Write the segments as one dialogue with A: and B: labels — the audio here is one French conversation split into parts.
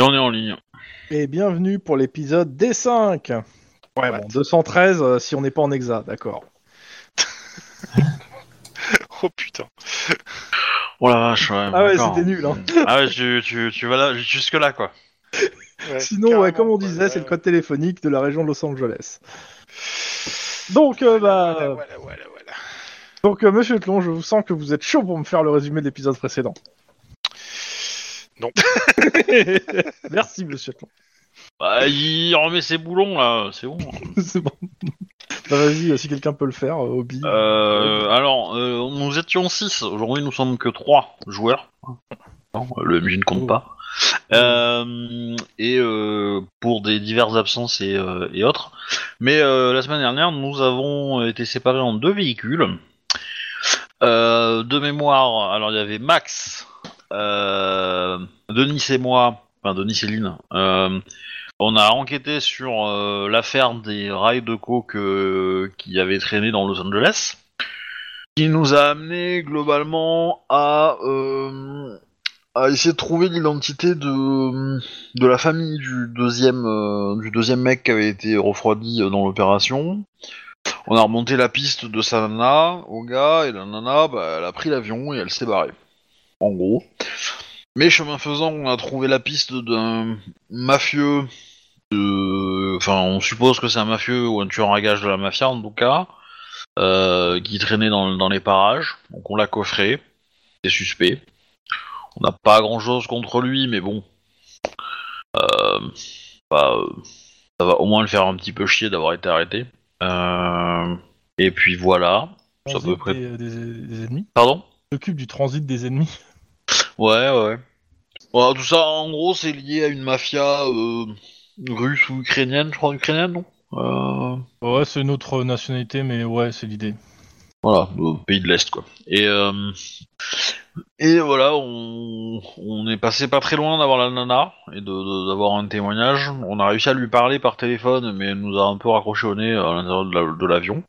A: on est en ligne.
B: Et bienvenue pour l'épisode D5. Ouais, bon, 213 euh, si on n'est pas en hexa, d'accord.
C: Oh putain.
A: Oh la vache, ouais.
B: Ah ouais,
A: d'accord.
B: c'était nul. Hein.
A: Ah ouais, tu, tu, tu vas là, jusque là, quoi.
C: Ouais,
B: Sinon, ouais,
C: carrément,
B: comme on
C: quoi.
B: disait, c'est le
C: Ouais,
B: code téléphonique de la région de Los Angeles. Donc, euh, bah,
C: Voilà, voilà, voilà, voilà.
B: donc euh, Monsieur Tlon, je vous sens que vous êtes chaud pour me faire le résumé de l'épisode précédent.
C: Non.
B: Merci Monsieur Tlon.
A: Bah, il remet ses boulons, là, c'est bon.
B: C'est bon. Bah, vas-y, euh, si quelqu'un peut le faire, euh, Obi.
A: Euh, alors, euh, nous étions 6, aujourd'hui nous sommes que 3 joueurs. Non, le MJ ne compte pas. Euh, et euh, pour des diverses absences et, euh, et autres. Mais euh, la semaine dernière, nous avons été séparés en deux véhicules. Euh, de mémoire, alors il y avait Max, euh, Denis et moi, enfin Denis et Lynn, euh, on a enquêté sur euh, l'affaire des rails de coke euh, qui avaient traîné dans Los Angeles, qui nous a amené globalement à, euh, à essayer de trouver l'identité de, de la famille du deuxième, euh, du deuxième mec qui avait été refroidi euh, dans l'opération. On a remonté la piste de sa nana au gars, et la nana, bah, elle a pris l'avion et elle s'est barrée. En gros. Mais chemin faisant, on a trouvé la piste d'un mafieux. de- Enfin, on suppose que c'est un mafieux ou un tueur à gages de la mafia, en tout cas, euh, qui traînait dans, dans les parages. Donc on l'a coffré. C'est suspect. On n'a pas grand-chose contre lui, mais bon. Euh, bah, euh, ça va au moins le faire un petit peu chier d'avoir été arrêté. Euh, et puis voilà. C'est à peu près.
B: Des, euh, des- des ennemis.
A: Pardon
B: S'occupe du transit des ennemis.
A: Ouais, ouais. Voilà, tout ça, en gros, c'est lié à une mafia euh, russe ou ukrainienne, je crois, ukrainienne, non Euh,
B: Ouais, c'est notre nationalité, mais ouais, c'est l'idée.
A: Voilà, au pays de l'Est, quoi. Et, euh, et voilà, on, on est passé pas très loin d'avoir la nana et de- de- d'avoir un témoignage. On a réussi à lui parler par téléphone, mais elle nous a un peu raccroché au nez à l'intérieur de la- de l'avion.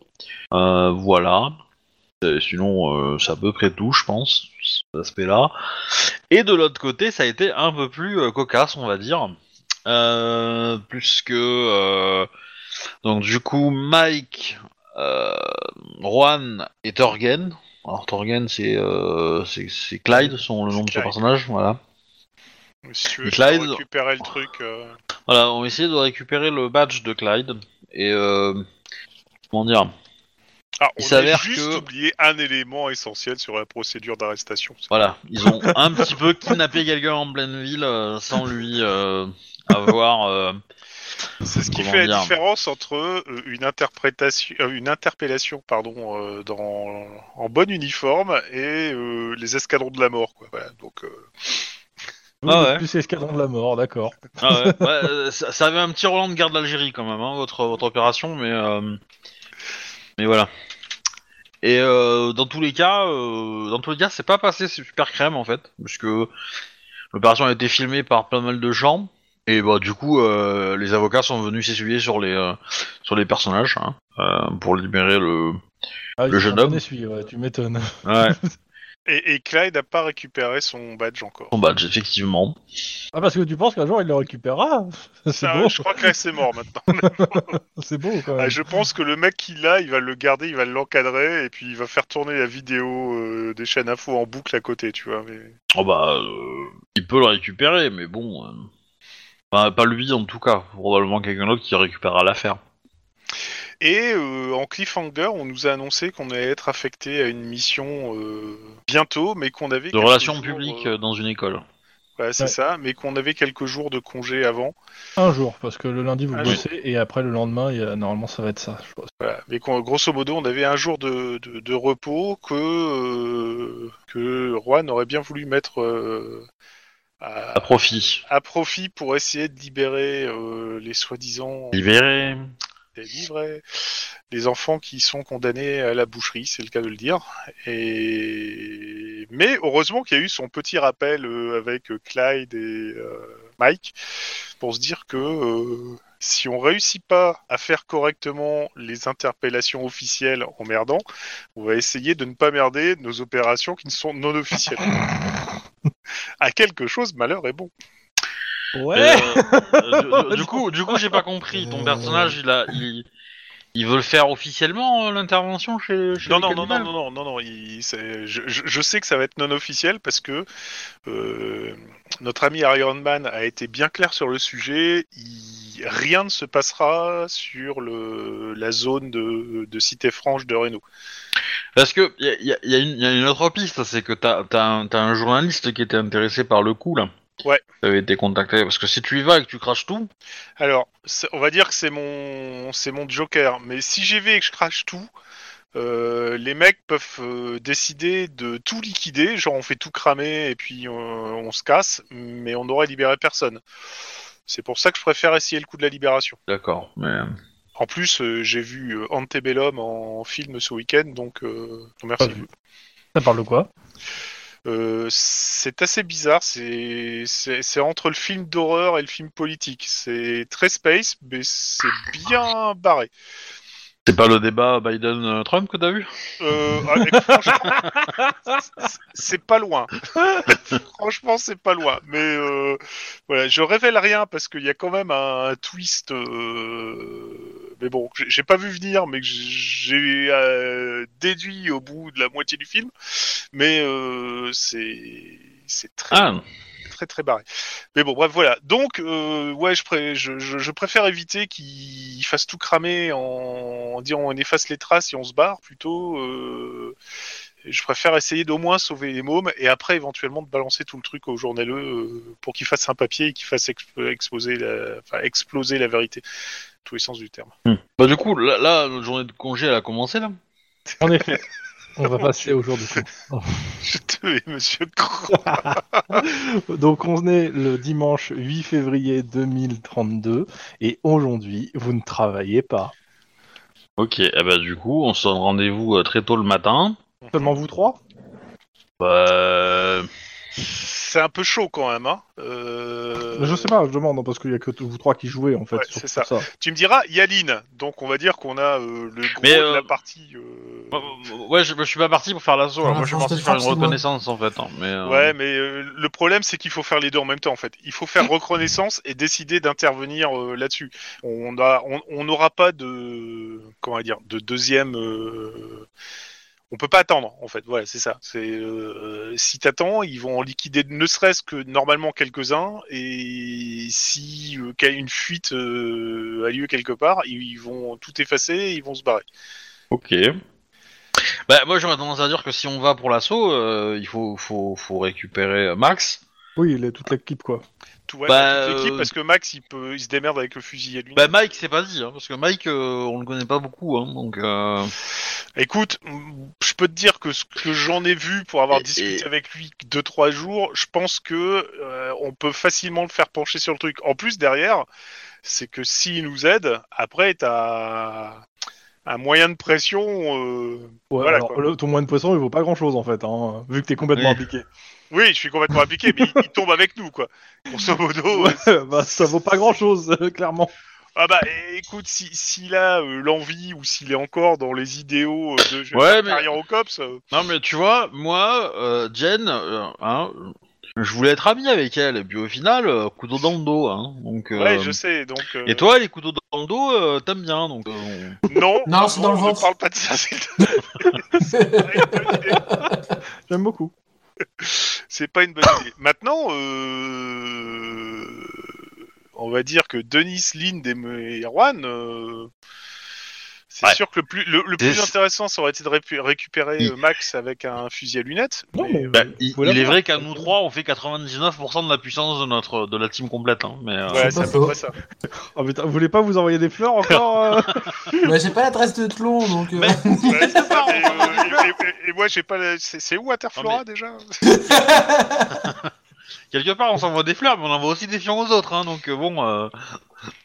A: Euh, voilà. Euh, Sinon, euh, c'est à peu près tout, je pense, cet aspect-là. Et de l'autre côté, ça a été un peu plus euh, cocasse, on va dire. Euh, puisque. euh, donc, du coup, Mike, euh, Juan et Torgen. Alors, Torgen, c'est euh, c'est- c'est Clyde, son, le nom de son
C: Clyde.
A: personnage, voilà.
C: Si tu veux,
A: Et
C: je
A: Clyde-
C: peux récupérer le truc. euh,
A: Voilà, on essayait de récupérer le badge de Clyde. Et. euh, comment dire
C: Ah,
A: Il
C: on a
A: s'avère
C: juste
A: que-
C: oublié un élément essentiel sur la procédure d'arrestation.
A: Voilà, ils ont un petit peu kidnappé quelqu'un en pleine ville euh, sans lui euh, avoir. euh,
C: C'est ce qui
A: comment
C: fait
A: dire
C: la différence entre euh, une interprétation, euh, une interpellation, pardon, euh, dans en bon uniforme et euh, les escadrons de la mort, quoi. Voilà. Donc, euh,
A: Ah ouais.
B: Plus escadron de la mort, d'accord.
A: Ah ouais, ouais, euh, ça, ça avait un petit Roland de garde d'Algérie quand même, hein, votre, votre opération, mais, euh, mais voilà. Et euh, dans tous les cas, euh, dans tous les cas, c'est pas passé c'est super crème en fait, puisque l'opération a été filmée par pas mal de gens, et bah du coup, euh, les avocats sont venus s'essuyer sur les euh, sur les personnages hein, euh, pour libérer le.
B: Ah,
A: Le
B: ils
A: jeune
B: sont en
A: homme.
B: essuie, ouais, tu m'étonnes.
A: Ouais.
C: et, et Clyde n'a pas récupéré son badge encore.
A: Son badge, effectivement.
B: Ah, parce que tu penses qu'un jour il le récupérera C'est
C: Ah,
B: beau,
C: je crois que là c'est mort maintenant.
B: c'est beau quand
C: Ah,
B: même.
C: je pense que le mec qui l'a, il va le garder, il va l'encadrer et puis il va faire tourner la vidéo euh, des chaînes info en boucle à côté, tu vois. Mais...
A: Oh bah, euh, il peut le récupérer, mais bon. euh, enfin, pas lui en tout cas, probablement quelqu'un d'autre qui récupérera l'affaire.
C: Et euh, en cliffhanger, on nous a annoncé qu'on allait être affecté à une mission euh, bientôt, mais qu'on avait
A: De
C: quelques
A: relations
C: jours,
A: publiques
C: euh,
A: euh, dans une école.
C: ouais, c'est
B: Ouais.
C: ça, mais qu'on avait quelques jours de congé avant.
B: Un jour, parce que le lundi vous
C: Un
B: bossez et après le lendemain, il y a- normalement ça va être ça. Je pense.
C: Voilà. Mais qu'on- grosso modo, on avait un jour de, de- de repos que euh, que Juan aurait bien voulu mettre euh, à,
A: À profit.
C: à profit pour essayer de libérer euh, les soi-disant
A: Libéré.
C: des livres, les enfants qui sont condamnés à la boucherie, c'est le cas de le dire. Et... Mais heureusement qu'il y a eu son petit rappel euh, avec euh, Clyde et euh, Mike pour se dire que euh, si on réussit pas à faire correctement les interpellations officielles en merdant, on va essayer de ne pas merder nos opérations qui ne sont non officielles. à quelque chose, malheur est bon.
B: Ouais.
A: Euh, du, du coup, du coup, j'ai pas compris. Ton personnage, il a, il, il veut le faire officiellement euh, l'intervention chez, chez
C: Non,
A: les
C: non, non, non,
A: cannibales
C: non, non, non, non, il- c'est- je, je- je sais que ça va être non officiel parce que euh, notre ami Iron Man a été bien clair sur le sujet. Il- rien ne se passera sur le, la zone de, de Cité Franche de Renault.
A: Parce que y a, y a- y a une, y a une autre piste, c'est que t'as as un, t'as un journaliste qui était intéressé par le coup là.
C: Ouais.
A: T'avais été contacté parce que si tu y vas et que tu craches tout,
C: Alors, c'est- on va dire que c'est mon, c'est mon joker, mais si j'y vais et que je crache tout, euh, les mecs peuvent euh, décider de tout liquider, genre on fait tout cramer et puis euh, on se casse, mais on n'aurait libéré personne. C'est pour ça que je préfère essayer le coup de la libération.
A: d'accord. Mais euh,
C: En plus, euh, j'ai vu euh, Antebellum en film ce week-end, donc euh, merci.
D: Pas vu. Ça parle de quoi
C: Euh, c'est assez bizarre, c'est c'est- c'est entre le film d'horreur et le film politique. C'est très space, mais c'est bien barré.
A: c'est pas le débat Biden-Trump que t'as vu
C: Euh, avec- franchement, c'est- c'est pas loin. franchement, c'est pas loin. Mais euh, voilà, je révèle rien parce qu'il y a quand même un twist. euh, Mais bon, que j'ai j'ai pas vu venir, mais que j'ai euh, déduit au bout de la moitié du film. Mais euh, c'est c'est très
A: Ah,
C: très très barré. Mais bon, bref, voilà. Donc, euh, ouais, je, pré- je, je- je préfère éviter qu'ils fassent tout cramer en, en disant on efface les traces et on se barre plutôt. euh, Je préfère essayer d'au moins sauver les mômes et après éventuellement de balancer tout le truc au journaleux euh, pour qu'il fasse un papier et qu'il fasse ex- exposer la... enfin, exploser la vérité. Tous les sens du terme.
A: Bah du coup, là, là, notre journée de congé, elle a commencé là.
D: En effet, on va passer au jour du coup.
C: Je te hais, monsieur Croc.
B: Donc on est le dimanche 8 février 2032 et aujourd'hui vous ne travaillez pas.
A: Ok, eh bah du coup, on se donne rendez-vous euh, très tôt le matin.
B: Seulement vous trois
A: Bah...
C: C'est un peu chaud quand même. Hein Euh,
B: Je sais pas, je demande hein, parce qu'il y a que t- vous trois qui jouez en fait.
C: Ouais,
B: sur
C: c'est ça.
B: tout
C: Tu me diras, Yaline. Donc on va dire qu'on a euh, le gros
A: Mais,
C: de
A: euh,
C: la partie. euh,
A: Ouais, je, je suis pas parti pour faire l'assaut, hein.
E: Ah,
A: moi je suis
E: faut
A: parti
E: se
A: faire une
E: forcer, moi.
A: reconnaissance en fait. hein, mais, euh,
C: Ouais, mais euh, le problème, c'est qu'il faut faire les deux en même temps, en fait. Il faut faire reconnaissance et décider d'intervenir euh, là-dessus. On a, on on n'aura pas de, comment dire, de deuxième. euh, On peut pas attendre, en fait. Voilà, c'est ça. C'est euh, si t'attends, ils vont en liquider, ne serait-ce que normalement quelques-uns, et si euh, qu'il y a une fuite euh, a lieu quelque part, ils, ils vont tout effacer, et ils vont se barrer.
A: Ok. Bah moi j'aurais tendance à dire que si on va pour l'assaut, euh, il faut, faut, faut récupérer euh, Max.
B: ça. Oui, les- toute l'équipe quoi.
C: Tout ouais,
A: Bah,
C: toute l'équipe,
A: euh,
C: parce que Max, il peut, il se démerde avec le fusil à lui.
A: Bah Mike c'est pas dit, hein, parce que Mike euh, on le connaît pas beaucoup, hein, donc... euh,
C: Écoute, mm, je peux te dire que ce que j'en ai vu pour avoir
A: Et-
C: discuté
A: et-
C: avec lui deux trois jours, je pense que euh, on peut facilement le faire pencher sur le truc. En plus derrière, c'est que s'il nous aide, après t'as un moyen de pression. euh,
B: Ouais,
C: Voilà,
B: alors,
C: quoi.
B: le- ton moyen de poisson il vaut pas grand chose en fait, hein, vu que t'es complètement
A: Oui.
B: impliqué.
C: Oui, je suis complètement appliqué, mais il, il tombe avec nous quoi. Grosso modo, euh,
B: bah, ça vaut pas grand chose, clairement.
C: ah bah é- écoute, si- s'il a euh, l'envie ou s'il est encore dans les idéaux euh, de je vais
A: Ouais,
C: faire
A: mais-
C: carrière au cops, euh,
A: Non mais tu vois, moi, euh, Jen, euh, hein, je voulais être ami avec elle, et puis au final, euh, couteau dans le dos, hein, donc... euh,
C: ouais, je sais donc. euh,
A: Et toi, les couteaux dans le dos, euh, t'aimes bien, donc... euh, on-
C: Non,
E: Non, c'est dans le
C: on ne
E: ventre.
C: parle pas de ça. c'est-
B: J'aime beaucoup.
C: C'est pas une bonne idée. Maintenant, euh, on va dire que Denis, Lind et et Erwan, euh, c'est
A: Ouais.
C: sûr que le plus, le, le
A: C'est-
C: plus intéressant, ça aurait été de répu- récupérer
A: Il-
C: euh, Max avec un fusil à lunettes.
B: Non, mais, euh,
A: Bah,
B: vous
A: il,
B: pouvez
A: il est
B: l'avoir.
A: vrai qu'à nous trois, on fait 99% de la puissance de notre de la team complète. hein, mais euh,
C: Ouais,
E: pas
C: c'est à peu
E: faux.
C: près ça.
B: Oh, putain, vous voulez pas vous envoyer des fleurs encore euh
E: Bah, j'ai pas l'adresse de Tlon, donc. euh,
A: Mais-
C: Ouais, c'est ça,
A: on
C: et,
A: s'en
C: euh, et- et- et moi, j'ai pas. la- C'est c'est où Interflora
A: Non,
C: déjà
A: quelque part, on s'envoie des fleurs, mais on envoie aussi des fions aux autres. hein, donc euh, bon, euh,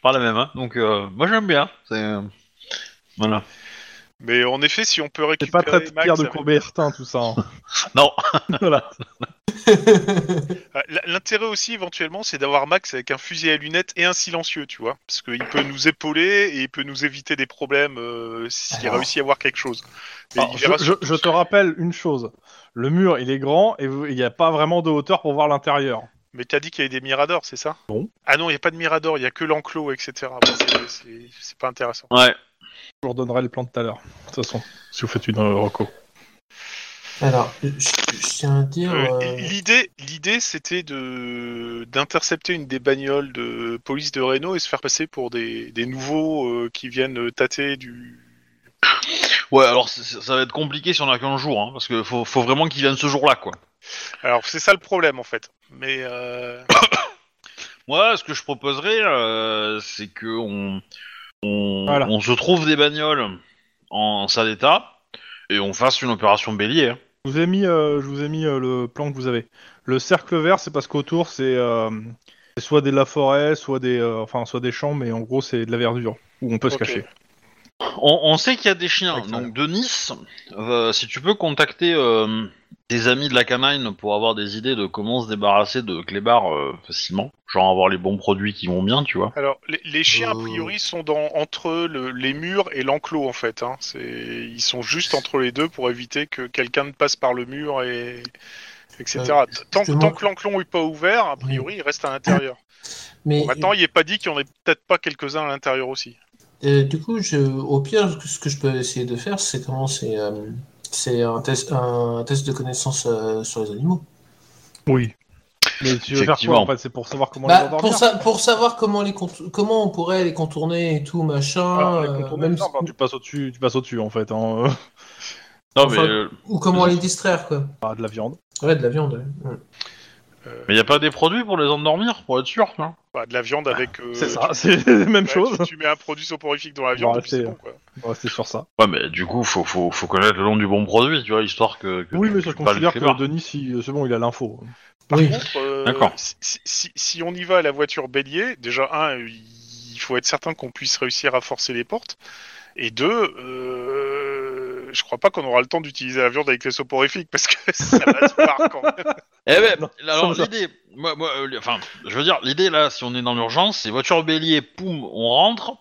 A: pas la même. hein. donc euh, moi, j'aime bien. c'est, euh, Voilà.
C: Mais en effet, si on peut
B: C'est
C: récupérer
B: pas très
C: Max
B: Pierre de
C: avec-
B: Coubertin tout ça. hein.
A: Non.
B: voilà.
C: Ah, l- L'intérêt aussi éventuellement, c'est d'avoir Max avec un fusil à lunettes et un silencieux, tu vois, parce qu'il peut nous épauler et il peut nous éviter des problèmes euh, s'il
E: Alors.
C: réussit à avoir quelque chose. Et
B: Alors,
C: il
B: je,
C: verra
B: je-
C: sur-
B: je te rappelle une chose. Le mur, il est grand et vous- il n'y a pas vraiment de hauteur pour voir l'intérieur.
C: Mais t'as dit qu'il y avait des miradors, c'est ça
B: Non.
C: Ah non, il n'y a pas de mirador, il n'y a que l'enclos, etc. Bon, c'est- c'est- c'est pas intéressant.
A: Ouais.
B: Je vous redonnerai le plan tout à l'heure. De toute façon, si vous faites une euh, reco.
E: Alors, je, je tiens à dire.
C: Euh,
E: euh,
C: L'idée, l'idée, c'était de d'intercepter une des bagnoles de police de Reno et se faire passer pour des, des nouveaux euh, qui viennent tâter du.
A: Ouais, alors c'est- c'est- ça va être compliqué si on a qu'un jour, hein, parce que faut, faut vraiment qu'ils viennent ce jour-là, quoi.
C: Alors c'est ça le problème en fait. Mais euh,
A: Moi, ce que je proposerais, euh, c'est que on, on,
B: Voilà.
A: on se trouve des bagnoles en sale état et on fasse une opération bélier. hein.
B: Je vous ai mis, euh, je vous ai mis euh, le plan que vous avez. Le cercle vert, c'est parce qu'autour, c'est euh, c'est soit des la forêt, soit des, euh, enfin, soit des champs, mais en gros, c'est de la verdure où on peut se
C: Ok.
B: cacher.
A: On, on sait qu'il y a des chiens,
B: Excellent.
A: donc de Nice, euh, si tu peux contacter euh, tes amis de la Camine pour avoir des idées de comment se débarrasser de clébards euh, facilement, genre avoir les bons produits qui vont bien, tu vois.
C: alors les, les chiens a
E: Euh.
C: priori sont dans entre le- les murs et l'enclos en fait. hein. C'est ils sont juste entre les deux pour éviter que quelqu'un ne passe par le mur et etc.
E: Euh,
C: tant,
E: justement-
C: tant que l'enclos n'est pas ouvert, a priori, il reste à l'intérieur.
E: mais
C: Maintenant, il n'est pas dit qu'il n'y en ait peut-être pas quelques-uns à l'intérieur aussi.
E: euh, du coup, je, au pire, ce que je peux essayer de faire, c'est comment c'est. euh, c'est un test, un test de connaissance euh, sur les animaux.
B: Oui. Mais tu veux faire quoi
A: Effectivement.
B: en fait C'est pour savoir comment les
E: Bah,
B: endormir
E: pour, sa- pour savoir comment, les contou- comment on pourrait les contourner et tout, machin.
B: Alors, les
E: euh,
B: contourner,
E: même
B: non, bah,
E: si-
B: tu passes au-dessus, tu passes au-dessus en fait, hein, euh,
A: Non,
E: Enfin-
A: mais euh,
E: Ou comment les distraire, quoi.
B: pas de la viande.
E: Ouais, de la viande. ouais. Mm.
A: il n'y a pas des produits pour les endormir, pour être sûr, tu vois.
C: Bah, de la viande avec. euh,
B: c'est
C: tu-
B: ça, c'est la même
C: Ouais,
B: chose.
C: Tu, tu mets un produit soporifique dans la viande,
B: va
C: et puis c'est
B: rester,
C: bon, quoi.
B: On va rester sur ça.
A: Ouais, mais du coup, faut, faut, faut connaître le nom du bon produit, tu vois, histoire que. que
B: Oui,
A: tu-
B: mais
A: tu
B: je
A: parles
B: considère
A: de clébard.
B: que Denis, si- c'est bon, il a l'info.
C: Par
E: Oui.
C: contre, euh,
A: D'accord.
C: si, si- si- si on y va à la voiture bélier, déjà, un, il faut être certain qu'on puisse réussir à forcer les portes. Et deux, euh, je crois pas qu'on aura le temps d'utiliser la viande avec les soporifiques, parce que ça va se voir quand même.
A: Eh ben,
B: Non,
A: alors
B: sans ça.
A: l'idée, moi, moi, euh, li- enfin, je veux dire, l'idée là, si on est dans l'urgence, c'est voiture bélier, poum, on rentre,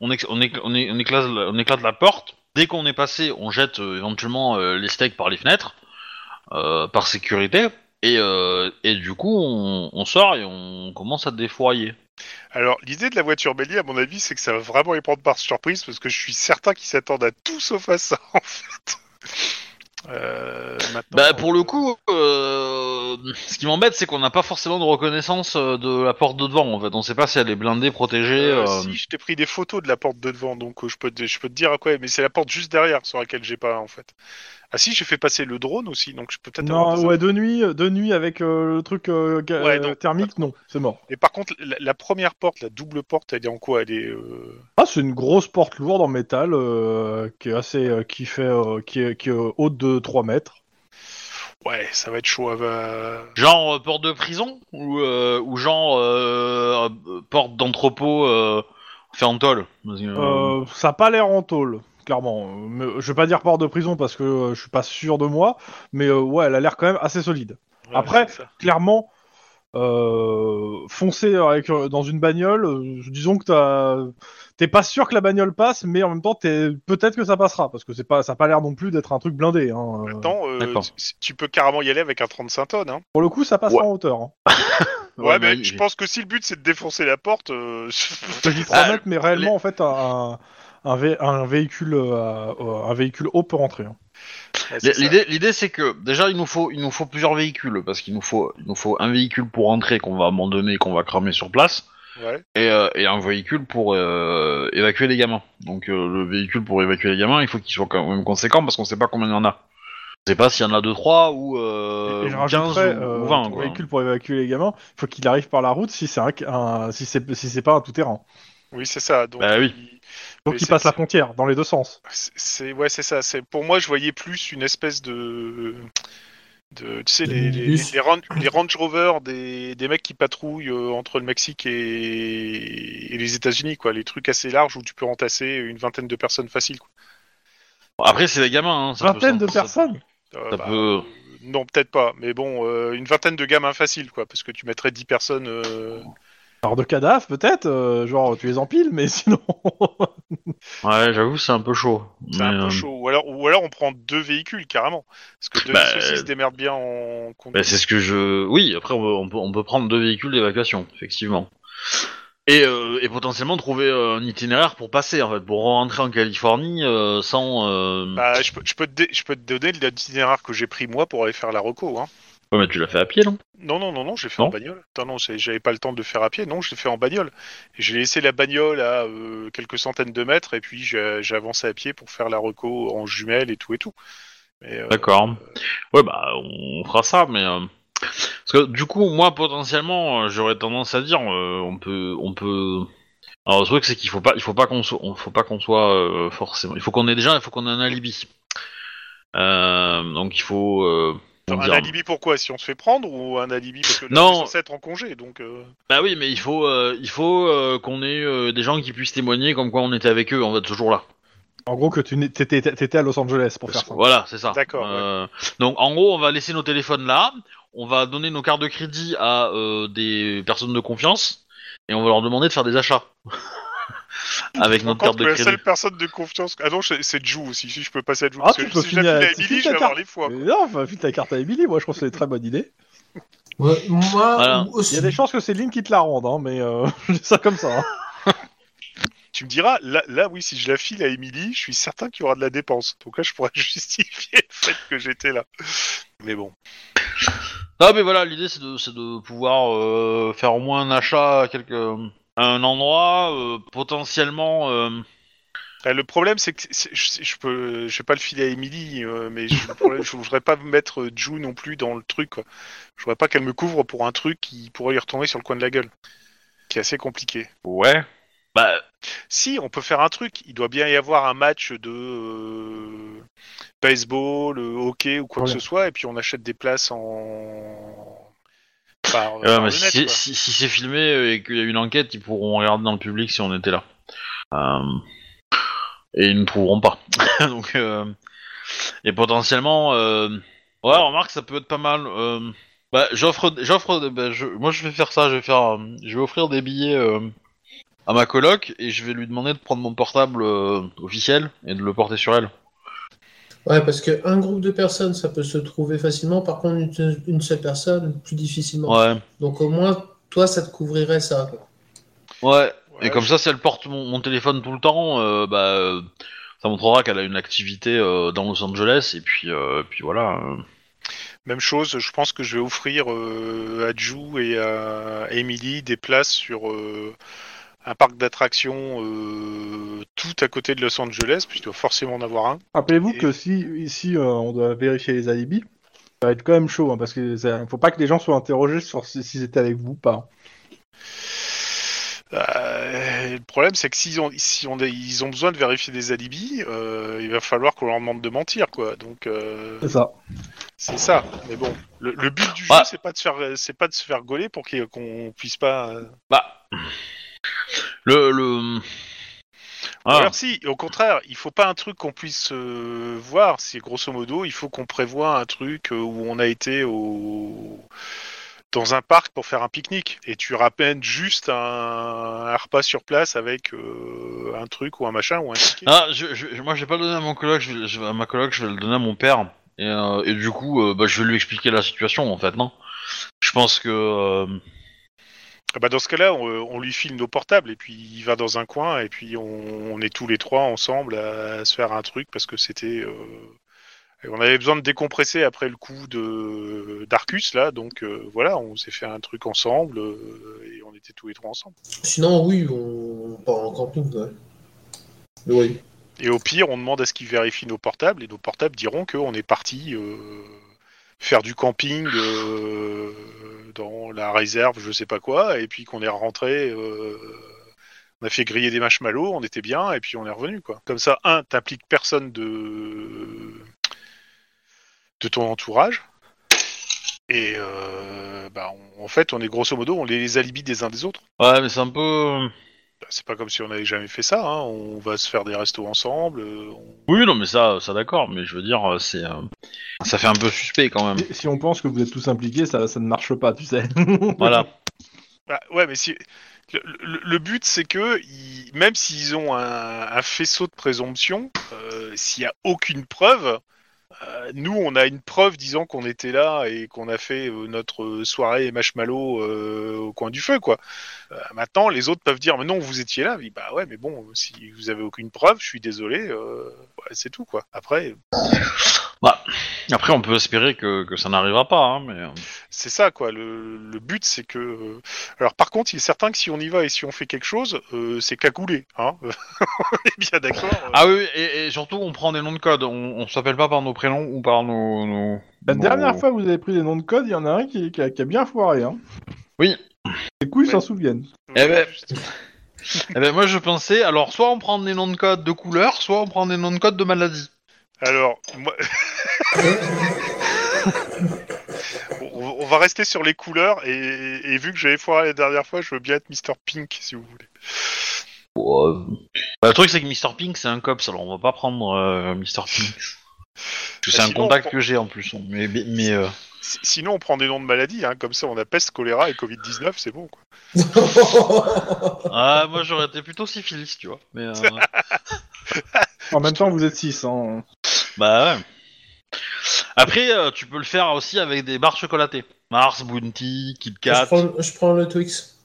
A: on, ex- on, éc- on, é- on éclate, la- on éclate la porte. Dès qu'on est passé, on jette euh, éventuellement euh, les steaks par les fenêtres, euh, par sécurité, et, euh, et du coup, on, on sort et on commence à défourailler.
C: Alors, l'idée de la voiture bélier, à mon avis, c'est que ça va vraiment les prendre par surprise, parce que je suis certain qu'ils s'attendent à tout sauf à ça, en fait. Euh, maintenant,
A: Bah, pour le coup, euh, ce qui m'embête, c'est qu'on n'a pas forcément de reconnaissance euh, de la porte de devant, en fait. On sait pas si elle est blindée, protégée.
C: Euh,
A: euh,
C: Si, je t'ai pris des photos de la porte de devant, donc euh, je peux te, je peux te dire à quoi. Mais c'est la porte juste derrière sur laquelle j'ai pas en fait. Ah si, j'ai fait passer le drone aussi, donc je peux peut-être. avoir
B: Non,
C: des
B: ouais, de nuit, euh, de nuit avec euh, le truc euh, ga-
C: Ouais,
B: euh,
C: non.
B: thermique, non, c'est mort.
C: infos. Et par contre, la, la première porte, la double porte, elle est en quoi Elle est. euh,
B: Ah, c'est une grosse porte lourde en métal euh, qui est assez, euh, qui fait, euh, qui est, qui est, euh, haute de 3 mètres.
C: Ouais, ça va être chaud. ah bah, à va-
A: Genre euh, porte de prison ou, euh, ou genre euh, euh, porte d'entrepôt euh, fait en tôle Parce que, euh,
B: Euh, ça a pas l'air en tôle, clairement. Euh, mais je vais pas dire porte de prison parce que euh, je suis pas sûr de moi, mais euh, ouais, elle a l'air quand même assez solide.
C: Ouais,
B: Après-
C: c'est ça.
B: Clairement, euh, foncer avec, euh, dans une bagnole, euh, disons que t'as- t'es pas sûr que la bagnole passe, mais en même temps, t'es- peut-être que ça passera parce que c'est pas, ça a pas l'air non plus d'être un truc blindé. hein. Euh,
C: Attends, euh,
A: D'accord.
C: tu- tu peux carrément y aller avec un 35 tonnes. Hein.
B: Pour le coup, ça passe
A: Ouais.
B: en hauteur. hein.
C: Ouais, mais
A: bah, il-
C: je pense que si le but c'est de défoncer la porte, euh,
B: Je dis 3
A: Ah,
B: mètres, mais réellement, en fait, un, un, vé- un véhicule, euh, euh, un véhicule haut peut rentrer. hein.
C: Ah, ouais, c'est
A: L-
C: ça.
A: L'idée, l'idée, c'est que déjà il nous faut, il nous faut plusieurs véhicules parce qu'il nous faut, il nous faut un véhicule pour entrer qu'on va abandonner, qu'on va cramer sur place,
C: Ouais.
A: et, euh, et un véhicule pour euh, évacuer les gamins. Donc euh, le véhicule pour évacuer les gamins, il faut qu'il soit quand même conséquent parce qu'on sait pas combien il y en a. On sait pas s'il y en a 2, 3 ou, euh,
B: Et je
A: ou 15 ou,
B: rajouterais, euh,
A: ou 20.
B: ton
A: quoi.
B: véhicule pour évacuer les gamins, il faut qu'il arrive par la route si c'est un, un- si c'est si c'est pas un tout terrain.
C: Oui, c'est ça. Donc,
A: Bah oui.
C: il-
B: Donc
C: Mais
B: il
C: c'est-
B: passe la
C: c'est-
B: frontière dans les deux sens.
C: C'est- C'est ouais, c'est ça. C'est pour moi, je voyais plus une espèce de, de tu sais
E: De
C: les les,
E: minibus.
C: les Ran- les Range Rover des, des mecs qui patrouillent euh, entre le Mexique et, et les États-Unis quoi. Les trucs assez larges où tu peux entasser une vingtaine de personnes faciles. Quoi.
A: Après c'est les gamins. Hein, ça peut
B: Vingtaine de
A: s'en- ça-
B: personnes.
C: Euh,
A: Ça
C: bah,
A: peut.
C: euh, Non, peut-être pas. Mais bon, euh, une vingtaine de gamins faciles quoi, parce que tu mettrais 10 personnes. euh,
B: Alors de cadavres peut-être, euh, genre tu les empiles, mais sinon.
A: Ouais, j'avoue, c'est un peu chaud.
C: C'est
A: Mais,
C: un
A: euh,
C: peu chaud. Ou alors, ou alors on prend deux véhicules carrément. Parce que deux
A: Bah,
C: se démerdent bien en conduite.
A: bah, c'est ce que je. Oui, après, on peut, on peut, on peut prendre deux véhicules d'évacuation, effectivement. Et, euh, et potentiellement trouver euh, un itinéraire pour passer, en fait, pour rentrer en Californie euh, sans. euh,
C: Bah, je, peux, je, peux te dé- je peux te donner l'itinéraire que j'ai pris moi pour aller faire la reco. Hein.
A: Ouais, mais tu l'as fait à pied, non
C: Non, non, non, non, j'ai fait
A: Non
C: en bagnole. Attends, non, c'est- j'avais pas le temps de le faire à pied. Non, je l'ai fait en bagnole. Et J'ai laissé la bagnole à euh, quelques centaines de mètres et puis j'ai j'ai avancé à pied pour faire la reco en jumelle et tout et tout. Mais, euh,
A: D'accord. Ouais, bah, on fera ça, mais. euh, Parce que du coup, moi, potentiellement, euh, j'aurais tendance à dire, euh, on peut. On peut... Alors, le truc, c'est qu'il faut pas, il faut pas qu'on soit, on- faut pas qu'on soit euh, forcément. Il faut qu'on ait déjà, il faut qu'on ait un alibi. Euh, donc, il faut. euh,
C: attends,
A: comment
C: un
A: dire
C: alibi pourquoi Si on se fait prendre ou un alibi parce que là,
A: Non.
C: on est censé être en congé donc. euh,
A: Bah oui, mais il faut, euh, il faut euh, qu'on ait euh, des gens qui puissent témoigner comme quoi on était avec eux en fait ce jour-là.
B: en gros que tu n'é- t'étais t'étais à Los Angeles pour faire ça.
A: Voilà, c'est ça.
C: D'accord,
A: Euh, Donc en gros, on va laisser nos téléphones là, on va donner nos cartes de crédit à euh, des personnes de confiance et on va leur demander de faire des achats avec
C: Je me
A: notre
C: rends
A: carte
C: compte que
A: de
C: la
A: crédit.
C: seule personne de confiance. Ah non, c'est c'est Jou aussi. Si je peux passer à Jou.
B: Ah,
C: parce
B: tu
C: que
B: peux
C: si je
B: finir
C: la file à
B: avec- si tu
C: Billy, je vais
B: t'as
C: avoir les foies.
B: Mais non, enfin, file ta carte à Emily, moi je trouve que c'est une très bonne idée.
E: Ouais, moi
A: Voilà.
B: Il
E: aussi.
B: y a des chances que c'est Lynn qui te la rende, hein, mais euh, je dis ça comme ça. hein.
C: Tu me diras, là, là, oui, si je la file à Émilie, je suis certain qu'il y aura de la dépense. Donc là, je pourrais justifier le fait que j'étais là. Mais bon.
A: Ah mais voilà, l'idée c'est de, c'est de pouvoir euh, faire au moins un achat à, quelque- euh, à un endroit euh, potentiellement. euh,
C: Euh, Le problème, c'est que c'est- je, je peux, je vais pas le filer à Émilie, euh, mais je, le problème, je voudrais pas mettre euh, Ju non plus dans le truc. Quoi. Je voudrais pas qu'elle me couvre pour un truc qui pourrait lui retourner sur le coin de la gueule, qui est assez compliqué.
A: Ouais. Bah
C: Si, on peut faire un truc. Il doit bien y avoir un match de euh, baseball, euh, hockey ou quoi que
B: Ouais.
C: ce soit, et puis on achète des places en. Par,
A: Ouais,
C: par
A: mais
C: le net,
A: si, c'est-
C: quoi.
A: si- si c'est filmé euh, et qu'il y a une enquête, ils pourront regarder dans le public si on était là. Euh, Et ils ne trouveront pas. Donc, euh, Et potentiellement... euh, Ouais, remarque, ça peut être pas mal. euh, Bah, j'offre... j'offre bah, je... Moi, je vais faire ça. Je vais, faire... euh, je vais offrir des billets euh, à ma coloc et je vais lui demander de prendre mon portable euh, officiel et de le porter sur elle.
E: Ouais, parce qu'un groupe de personnes, ça peut se trouver facilement. Par contre, une, une seule personne, plus difficilement.
A: Ouais.
E: Donc au moins, toi, ça te couvrirait ça. quoi.
A: Ouais. Et
C: Ouais,
A: comme ça, si elle porte mon, mon téléphone tout le temps, euh, bah, euh, ça montrera qu'elle a une activité euh, dans Los Angeles. Et puis, euh, puis voilà. euh.
C: Même chose, je pense que je vais offrir euh, à Ju et à Emily des places sur euh, un parc d'attractions euh, tout à côté de Los Angeles, puis il doit forcément en avoir un.
B: Rappelez-vous
C: Et-
B: que si ici euh, on doit vérifier les alibis, ça va être quand même chaud, hein, parce que ça- faut pas que les gens soient interrogés sur si- s'ils étaient avec vous ou pas. hein.
C: Euh, le problème, c'est que s'ils ont, si on est- ils ont besoin de vérifier des alibis, euh, il va falloir qu'on leur demande de mentir, quoi. Donc euh,
B: C'est ça.
C: c'est ça. Mais bon, le, le but du jeu,
A: Ouais.
C: c'est pas de se faire, c'est pas de se faire gauler pour qu'il- qu'on puisse pas. euh,
A: Bah. Le. le... Ah,
C: Alors si, Bah, au contraire, il faut pas un truc qu'on puisse euh, voir. C'est grosso modo, il faut qu'on prévoie un truc euh, où on a été au dans un parc pour faire un pique-nique et tu ramènes juste un, un repas sur place avec euh, un truc ou un machin ou un ticket.
A: ah, je, je- moi, j'ai pas donné à mon coloc, je, vais- je vais- à ma coloc, je vais le donner à mon père. Et, euh, et du coup, euh, bah, je vais lui expliquer la situation en fait, non Je pense que. euh,
C: Ah bah dans ce cas-là, on, on lui file nos portables et puis il va dans un coin et puis on, on est tous les trois ensemble à, se faire un truc parce que c'était. euh, et on avait besoin de décompresser après le coup de d'Arcus là, donc euh, voilà, on s'est fait un truc ensemble euh, et on était tous les trois ensemble.
E: Sinon, oui, on part en camping. ouais. Mais oui.
C: Et au pire, on demande à ce qu'ils vérifient nos portables et nos portables diront qu'on est parti euh, faire du camping euh, dans la réserve, je sais pas quoi, et puis qu'on est rentré. euh, on a fait griller des marshmallows, on était bien, et puis on est revenu quoi. Comme ça, un, t'impliques personne de de ton entourage. Et euh, bah, on- en fait, on est grosso modo, on est les alibis des uns des autres.
A: Ouais, mais c'est un peu. euh,
C: Bah, C'est pas comme si on n'avait jamais fait ça. hein. On va se faire des restos ensemble. euh, on-
A: Oui, non, mais ça, ça d'accord, mais je veux dire, euh, c'est. euh, Ça fait un peu suspect quand même.
B: Si- Si on pense que vous êtes tous impliqués, ça, ça ne marche pas, tu sais.
A: Voilà.
C: Bah, ouais, mais si, le, le- le but, c'est que ils- même s'ils ont un, un faisceau de présomption, euh, s'il n'y a aucune preuve, euh, nous, on a une preuve disant qu'on était là et qu'on a fait euh, notre euh, soirée marshmallow euh, au coin du feu, quoi. Euh, maintenant, les autres peuvent dire, mais non, vous étiez là. Oui, bah ouais, mais bon, si vous avez aucune preuve, je suis désolé, euh, ouais, c'est tout, quoi. Après,
A: Après, on peut espérer que, que ça n'arrivera pas, hein, mais... euh,
C: C'est ça, quoi. Le, le but, c'est que. euh, Alors, par contre, il est certain que si on y va et si on fait quelque chose, euh, c'est cagoulé. Hein on est bien d'accord. euh.
A: Ah oui, et, et surtout, on prend des noms de code. On, on s'appelle pas par nos prénoms ou par nos... nos-
B: La
A: nos-
B: dernière fois que vous avez pris des noms de code, il y en a un qui, qui a, qui a bien foiré. Hein.
A: Oui.
B: Les couilles
C: Ouais.
B: s'en souviennent.
A: Eh ben, eh ben, moi, je pensais... Alors, soit on prend des noms de code de couleur, soit on prend des noms de code de maladie.
C: Alors, moi- on, on va rester sur les couleurs et, et vu que j'avais foiré la dernière fois, je veux bien être Mr. Pink, si vous voulez.
A: Bah, le truc, c'est que Mr. Pink, c'est un cops, alors on va pas prendre euh, Mr. Pink. Parce que
C: Bah,
A: c'est un
C: sinon,
A: contact
C: on-
A: que j'ai en plus. Mais, mais euh,
C: Si- Sinon, on prend des noms de maladies, hein, comme ça, on a peste, choléra et Covid-19, c'est bon, quoi.
A: ah, moi j'aurais été plutôt syphilis, tu vois. Mais, euh,
B: En même temps, vous êtes 6. Hein.
A: bah ouais. Après, euh, tu peux le faire aussi avec des barres chocolatées. Mars, Bounty, Kit
E: je,
A: Kat.
E: prends, je prends le Twix.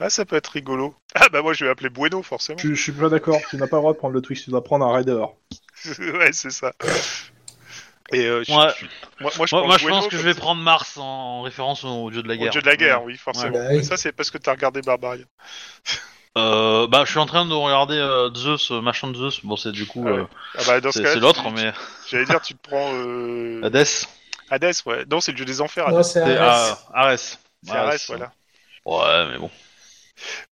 C: Ah, ça peut être rigolo. Ah, bah moi, je vais appeler Bueno, forcément.
B: Je, je suis pas d'accord. Tu n'as pas le droit de prendre le Twix. Tu dois prendre un Raider.
C: ouais, c'est ça. Et euh, je-
A: Ouais.
C: je- moi, moi, je,
A: Moi,
C: prends
A: moi, je
C: Bueno
A: pense que je
C: comme
A: vais
C: ça.
A: prendre Mars en, en référence au, au dieu de la guerre.
C: Au dieu de la guerre, oui, forcément.
E: Ouais.
C: Mais ça, c'est parce que t'as regardé Barbarian.
A: Euh, bah, je suis en train de regarder euh, Zeus, euh, machin de Zeus. Bon, c'est du coup,
C: Ah ouais.
A: euh,
C: Ah bah, dans ce
A: c'est c'est
C: cas-là, tu-
A: l'autre, mais
C: J'allais dire, tu te prends euh,
A: Hades.
C: Hades, ouais. Non, c'est le dieu des enfers. Hades.
E: Non, c'est
A: C'est
E: Arès.
A: ah, Ares.
C: C'est Ares, voilà.
A: Ouais, mais bon.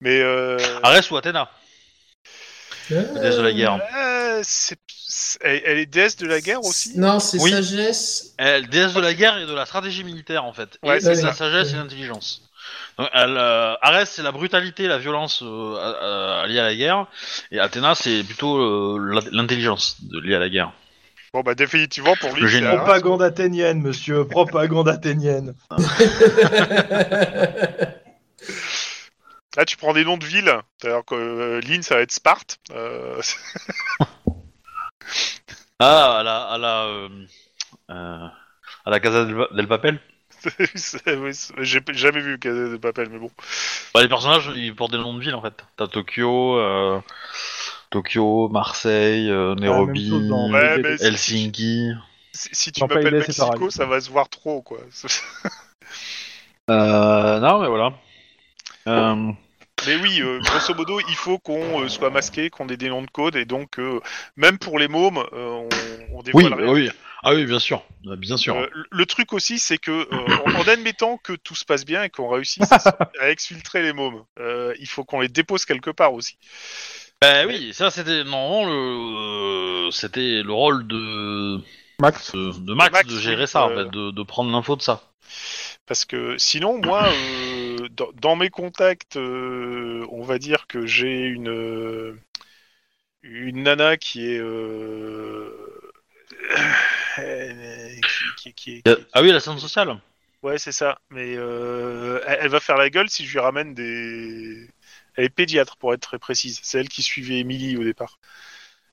C: Mais euh,
A: Ares ou Athéna,
E: Euh,
A: déesse de la guerre.
C: euh, c'est- c'est- elle, elle est déesse de la guerre aussi.
E: Non, c'est
A: Oui.
E: sagesse.
A: Elle, Eh, déesse de la guerre et de la stratégie militaire, en fait.
C: Ouais,
A: et
C: c'est
A: de
E: ça.
A: la sagesse et
E: Ouais.
A: l'intelligence. Donc, elle, euh, Arès, c'est la brutalité, la violence euh, à- à- liée à la guerre. Et Athéna, c'est plutôt euh, l'int- l'intelligence de- liée à la guerre.
C: Bon, bah, définitivement, pour lui,
A: Le
C: c'est
A: génie.
C: Ares.
B: Propagande athénienne, monsieur. Propagande athénienne.
C: Là, tu prends des noms de villes. Alors que euh, Lynn, ça va être Sparte. Euh,
A: Ah, à la. à la, euh, euh, à la Casa del, del Papel.
C: c'est- oui, c'est- J'ai jamais vu Casa de Papel, mais bon.
A: Bah, les personnages, ils portent des noms de villes, en fait. T'as Tokyo, euh, Tokyo, Marseille, euh, Nairobi,
B: Ah, chose dans-
C: Ouais, mais c'est-
A: Helsinki.
C: Si, si tu
B: Dans
C: m'appelles
B: Payday, c'est
C: Mexico,
B: pareil.
C: ça va se voir trop, quoi.
A: Euh, non, mais voilà. Euh,
C: Mais oui, euh, grosso modo, il faut qu'on euh, soit masqué, qu'on ait des noms de code, et donc, euh, même pour les mômes, euh, on, on
A: oui,
C: dévoile rien.
A: oui. Ah oui, bien sûr. Bien sûr.
C: Euh, le- le truc aussi, c'est que euh, en, en admettant que tout se passe bien et qu'on réussisse à à exfiltrer les mômes, euh, il faut qu'on les dépose quelque part aussi.
A: Bah oui, ça c'était normalement le euh, c'était le rôle de
B: Max.
A: de, de Max,
C: Max,
A: de gérer
C: oui,
A: ça, en
C: euh,
A: fait, de, de prendre l'info de ça.
C: Parce que sinon, moi, euh, dans, dans mes contacts, euh, on va dire que j'ai une euh, une nana qui est euh, qui- qui- qui- qui-
A: Ah oui, la scène sociale.
C: Ouais, c'est ça. Mais euh, elle, elle va faire la gueule si je lui ramène des. Elle est pédiatre, pour être très précise. C'est elle qui suivait Emily au départ.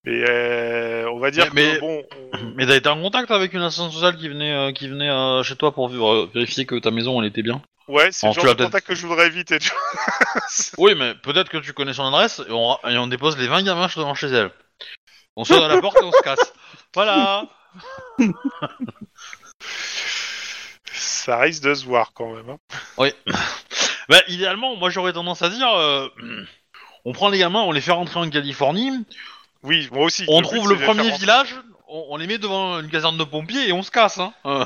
C: Mais euh, on va dire
A: Mais-
C: que
A: mais-
C: bon. on-
A: Mais t'as été en contact avec une assistante sociale qui venait euh, qui venait euh, chez toi pour vivre- vérifier que ta maison elle était bien.
C: Ouais, c'est
A: On
C: le
A: te l'a
C: genre de
A: peut-être-
C: contact que je voudrais éviter. tu vois.
A: Oui, mais peut-être que tu connais son adresse et on, et on dépose les 20 gamins devant chez elle. On sort de la porte et on se casse. Voilà.
C: ça risque de se voir quand même. hein.
A: Bah, idéalement, moi j'aurais tendance à dire, euh, on prend les gamins, on les fait rentrer en Californie,
C: Oui, moi aussi.
A: On
C: but,
A: trouve le
C: c'est de les faire
A: premier
C: rentrer.
A: village, on, on les met devant une caserne de pompiers et on se casse. Hein. Euh,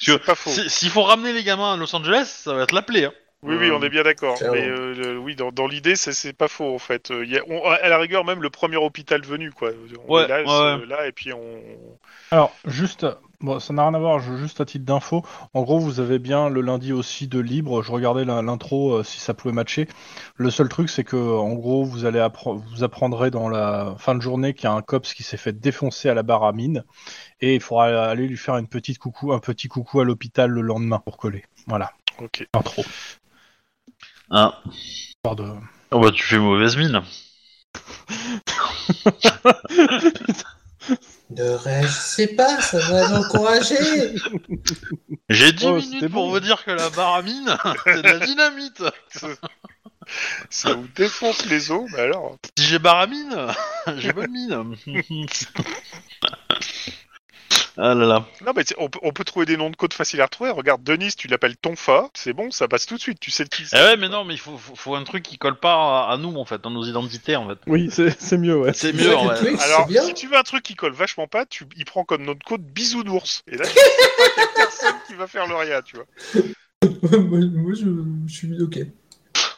C: C'est pas faux.
A: si- S'il faut ramener les gamins à Los Angeles, ça va être l'appelé. Hein.
C: Oui, oui, on est bien d'accord.
E: Clairement.
C: Mais euh, le- oui, dans, dans l'idée, c'est- c'est pas faux en fait. Euh, il y a- on- à la rigueur, même le premier hôpital venu, quoi. On
A: Ouais,
C: est là,
A: ouais,
C: ce-
A: ouais.
C: là, et puis on.
B: Alors, juste, bon, ça n'a rien à voir, je- juste à titre d'info, en gros, vous avez bien le lundi aussi de libre, je regardais la- l'intro euh, si ça pouvait matcher. Le seul truc, c'est que, en gros, vous allez appre- vous apprendrez dans la fin de journée qu'il y a un cops qui s'est fait défoncer à la barre à mine, et il faudra aller lui faire une petite coucou, un petit coucou à l'hôpital le lendemain pour coller. Voilà,
C: Ok.
B: l'intro.
A: Ah,
D: Par de-
A: Ah bah tu fais mauvaise mine.
E: Ne restez pas, ça va l'encourager.
A: J'ai 10
B: Oh, c'était
A: minutes pour
B: bon.
A: vous dire que la barre à mine, c'est de la dynamite.
C: Ça vous défonce les os, mais alors.
A: Si j'ai barre à mine, j'ai bonne mine. ah là là.
C: Non, mais c'est- on, peut- on peut trouver des noms de codes faciles à retrouver. Regarde, Denis, tu l'appelles Tonfa, c'est bon, ça passe tout de suite, tu sais qui
A: Eh
C: c'est.
A: ouais, mais non, mais il faut, faut, faut un truc qui colle pas à, à nous en fait, dans nos identités en fait.
B: Oui, c'est c'est mieux, ouais.
A: C'est
E: C'est
A: mieux.
E: vrai que
A: ouais.
E: Twix, c'est
C: Alors,
E: bien.
C: si tu veux un truc qui colle vachement pas, tu, il prend comme notre code bisounours. Et là, tu sais pas qu'il y a personne qui va faire le rien, tu vois.
E: moi, moi, je, je suis ok.
C: Euh,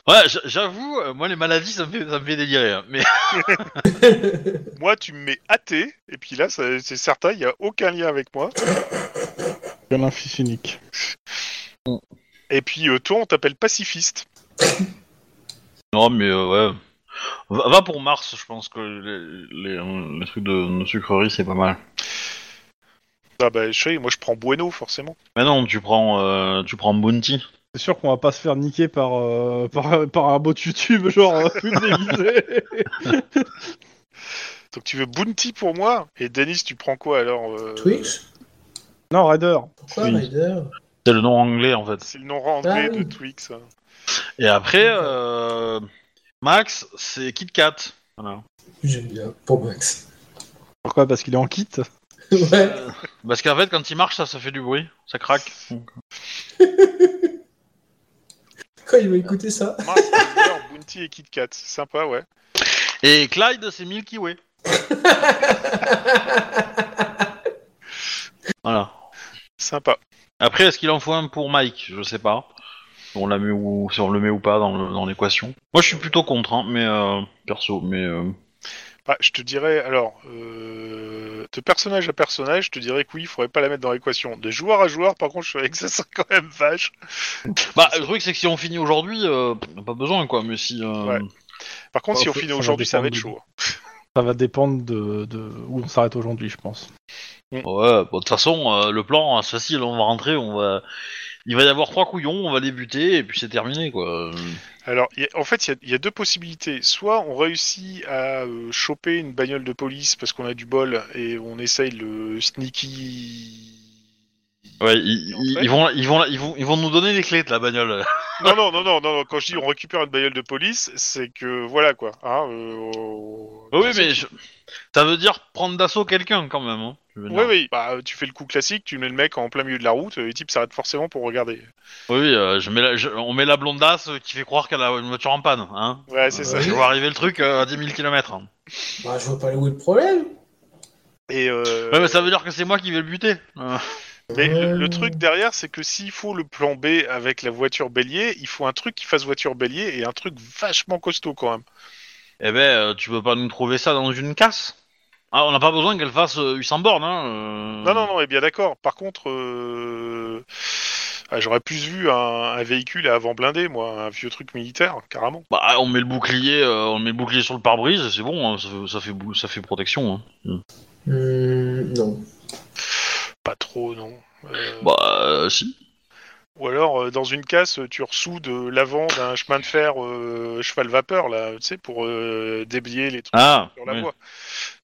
A: Ouais, j- j'avoue, euh, moi les maladies, ça me fait, ça me fait délirer. hein. Mais
C: Moi, tu me mets athée, et puis là, ça- c'est certain, il n'y a aucun lien avec moi.
B: Comme un fils unique.
C: Et puis, euh, toi, on t'appelle pacifiste.
A: non, mais euh, ouais. Va, va pour Mars, je pense que les, les- les trucs de, de sucrerie c'est pas mal.
C: Ah bah, je sais, moi, je prends Bueno, forcément.
A: Mais non, tu prends, euh, tu prends Bounty.
B: C'est sûr qu'on va pas se faire niquer par, euh, par, par un bot YouTube, genre, euh, tout déguisé.
C: Donc, tu veux Bounty pour moi Et Denis, tu prends quoi alors euh,
E: Twix
B: non, Raider.
E: Pourquoi
A: oui.
E: Ryder
A: C'est le nom anglais en fait.
C: C'est le nom anglais
E: Ah
C: de
E: oui.
C: Twix. hein.
A: Et après, euh, Max, c'est Kit Kat. Voilà.
E: J'aime bien, pour Max.
B: Pourquoi Parce qu'il est en kit.
E: ouais.
A: Euh, parce qu'en fait, quand il marche, ça, ça fait du bruit, ça craque.
E: Quand il va écouter ça
C: Mars, Tiger, Bounty et Kit Kat. C'est Sympa, ouais.
A: Et Clyde, c'est Milky Way. Voilà.
C: Sympa.
A: Après, est-ce qu'il en faut un pour Mike Je sais pas. Si on, la met ou, si on le met ou pas dans le- dans l'équation. Moi, je suis plutôt contre, hein, mais euh, perso, mais euh,
C: Bah, je te dirais, alors, euh, de personnage à personnage, je te dirais que oui, il faudrait pas la mettre dans l'équation. De joueur à joueur, par contre, je dirais que ça serait quand même vache.
A: bah le truc c'est que si on finit aujourd'hui, euh, on a pas besoin quoi. Mais si euh,
C: Ouais. Par contre,
B: Oh,
C: si on
B: ça-
C: finit
B: ça va
C: aujourd'hui, ça va être
B: dépendre
C: chaud. hein.
B: Ça va dépendre de, de où on s'arrête aujourd'hui, je pense.
A: Ouais, bon, de toute façon, euh, le plan, c'est facile, on va rentrer, on va... Il va y avoir trois couillons, on va les buter, et puis c'est terminé, quoi. Euh,
C: Alors, il y a- en fait, il y a- il y, a deux possibilités. Soit on réussit à euh, choper une bagnole de police parce qu'on a du bol et on essaye le sneaky.
A: Ouais, ils, ils-
C: En fait-
A: ils vont, ils, vont, ils, vont, ils vont nous donner les clés de la bagnole.
C: Non, non, non, non, non, non, Quand je dis on récupère une bagnole de police, c'est que voilà quoi. Hein, euh, on-
A: Bah oui, mais je- ça veut dire prendre d'assaut quelqu'un, quand même. hein. Je veux dire.
C: Oui, oui. Bah, tu fais le coup classique, tu mets le mec en plein milieu de la route, euh, et le type s'arrête forcément pour regarder.
A: Oui, oui, euh, je mets la- je- on met la blondasse euh, qui fait croire qu'elle a une voiture en panne. Hein.
C: Ouais, c'est ça.
A: Je vois arriver le truc euh, à 10 000 km.
E: Bah, je vois pas où est le problème.
C: Et euh,
A: Ouais, mais ça veut dire que c'est moi qui vais le buter. Euh,
C: mais le, le truc derrière, c'est que s'il faut le plan B avec la voiture bélier, il faut un truc qui fasse voiture bélier et un truc vachement costaud quand même.
A: Eh ben, euh, tu peux pas nous trouver ça dans une casse ah, on n'a pas besoin qu'elle fasse euh, 800 bornes. Hein, euh.
C: Non, non, non, et bien d'accord. Par contre, euh, ah, j'aurais plus vu un, un véhicule à avant blindé, moi, un vieux truc militaire, carrément.
A: Bah, on met le bouclier, euh, on met le bouclier sur le pare-brise, c'est bon, hein, ça, fait- ça fait bou- ça fait protection. hein.
E: Hmm, non.
C: Pas trop, non. Euh,
A: Bah, euh, si.
C: Ou alors, euh, dans une casse, tu ressoudes euh, l'avant d'un chemin de fer euh, cheval vapeur, là, tu sais, pour euh, déblayer les trucs
A: Ah,
C: sur la
A: oui.
C: voie.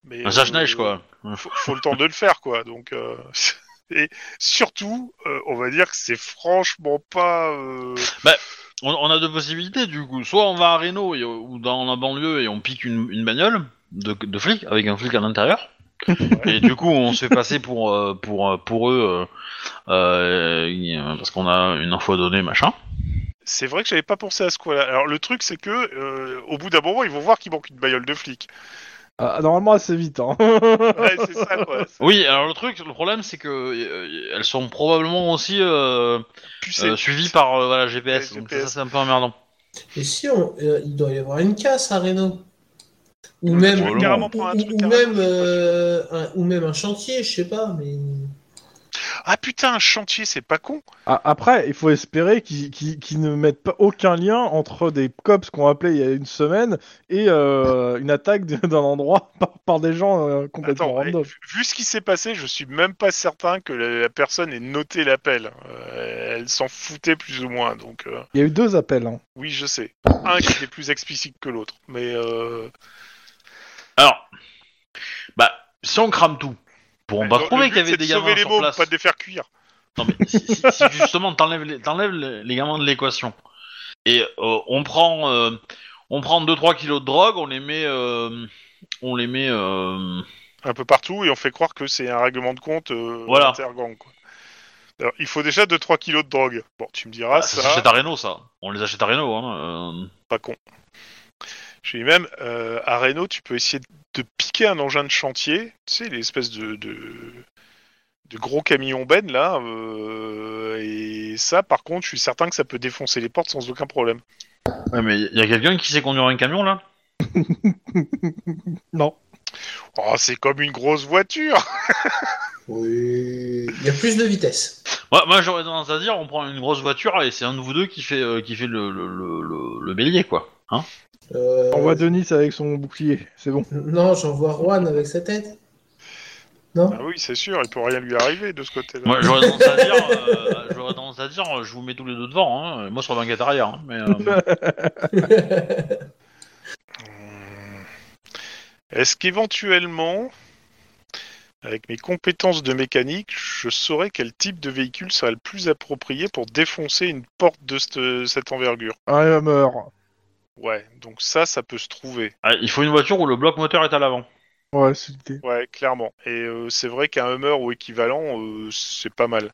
C: Mais,
A: un sache
C: euh,
A: quoi.
C: faut, faut le temps de le faire, quoi. Donc, euh, et surtout, euh, on va dire que c'est franchement pas. euh,
A: On, on a deux possibilités du coup. Soit on va à Reno et- euh, ou dans la banlieue et on pique une, une bagnole de, de flic avec un flic à l'intérieur. Et du coup, on se fait passer pour euh, pour euh, pour eux euh, euh, parce qu'on a une info à donner, machin.
C: C'est vrai que j'avais pas pensé à ce quoi-là. Alors, le truc, c'est que euh, au bout d'un moment, ils vont voir qu'il manque une bagnole de flic.
B: Ah, normalement, assez vite. Hein.
C: Ouais, c'est ça, quoi.
A: Oui, alors le truc, le problème, c'est que euh, elles sont probablement aussi euh,
C: Pucé.
A: euh, suivies par euh, voilà, GPS.
C: Ouais,
A: Donc
C: GPS.
A: ça, ça, c'est un peu emmerdant.
E: Et si on, euh, il doit y avoir une casse à Reno Ou même,
A: Tu veux
C: carrément
E: ou-
C: prendre un
E: ou-
C: truc
E: ou
C: à
E: même,
C: Reno,
E: euh, un, ou même un chantier, je sais pas, mais.
C: Ah putain, un chantier, c'est pas con.
B: A- Ah, Après, il faut espérer qu'ils qu'ils- qu'ils ne mettent pas aucun lien entre des cops qu'on appelait il y a une semaine et euh, une attaque de- d'un endroit par, par des gens euh, complètement
C: Attends,
B: random.
C: eh, vu- vu ce qui s'est passé, je suis même pas certain que la, la personne ait noté l'appel. Euh, elle s'en foutait plus ou moins, donc euh,
B: Il y a eu deux appels. hein.
C: oui, je sais. Un qui est plus explicite que l'autre, mais euh,
A: Alors, bah, si on crame tout, pourront
C: le-
A: pas
C: Bah, le
A: trouver
C: but,
A: qu'il y avait
C: c'est
A: des
C: de
A: gamins
C: sauver les
A: sur
C: mômes,
A: place.
C: pas de les faire cuire.
A: Non, mais si, si- si justement t'enlèves les, t'enlèves les, les gamins de l'équation et euh, on prend euh, on prend 2-3 kilos de drogue, on les met euh, on les met euh,
C: un peu partout et on fait croire que c'est un règlement de compte euh,
A: Voilà.
C: intergang, quoi. Alors, il faut déjà 2-3 kilos de drogue. Bon, tu me diras,
A: Ah, bah, ça
C: Ah, ça,
A: s'achète à Reno ça. On les achète à Reno hein. euh.
C: pas con. Je dis même, euh, à Reno, tu peux essayer de piquer un engin de chantier, tu sais, l'espèce de, de, de gros camion ben, là. euh, et ça, par contre, je suis certain que ça peut défoncer les portes sans aucun problème.
A: Ouais, mais il y a quelqu'un qui sait conduire un camion là
C: Oh, c'est comme une grosse voiture
E: Oui. Il y a plus de vitesse.
A: Ouais, moi j'aurais tendance à dire on prend une grosse voiture et c'est un de vous deux qui fait euh, qui fait le le, le, le- le bélier quoi. Hein
E: Euh,
B: On voit Denis avec son bouclier, c'est bon.
E: Non, j'en vois Juan avec sa tête. Non
C: Ah oui, c'est sûr, il peut rien lui arriver de ce côté-là.
A: Moi j'aurais tendance à dire euh, j'aurais tendance à dire euh, je vous mets tous les deux devant hein. Moi je serais banquette arrière hein, mais euh,
C: Ah, Hmm. Est-ce qu'éventuellement, avec mes compétences de mécanique, je saurais quel type de véhicule serait le plus approprié pour défoncer une porte de cette, cette envergure
B: Un Hammer.
C: Ouais, donc ça, ça peut se trouver.
A: ah, il faut une voiture où le bloc moteur est à l'avant.
B: Ouais, c'est l'idée.
C: Ouais, clairement. Et euh, c'est vrai qu'un Hummer ou équivalent, euh, c'est pas mal.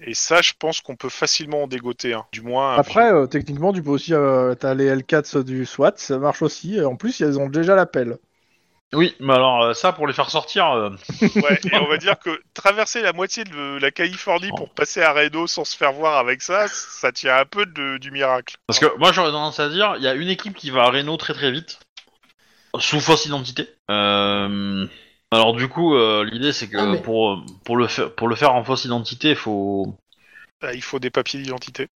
C: Et ça, je pense qu'on peut facilement en dégoter un. Du moins, un
B: Après, euh, techniquement, tu peux aussi. euh, T'as les L4 du SWAT, ça marche aussi. Et en plus, ils ont déjà l'appel.
A: Oui, mais alors euh, ça pour les faire sortir. euh,
C: Ouais, et on va dire que traverser la moitié de la Californie pour passer à Reno sans se faire voir avec ça, ça tient un peu de- du miracle.
A: Parce que moi j'aurais tendance à dire, il y a une équipe qui va à Reno très très vite, sous fausse identité. Euh, alors du coup, euh, l'idée c'est que
E: Ah, mais-
A: pour, pour, le faire, pour le faire en fausse identité, faut...
C: Bah, il faut des papiers d'identité.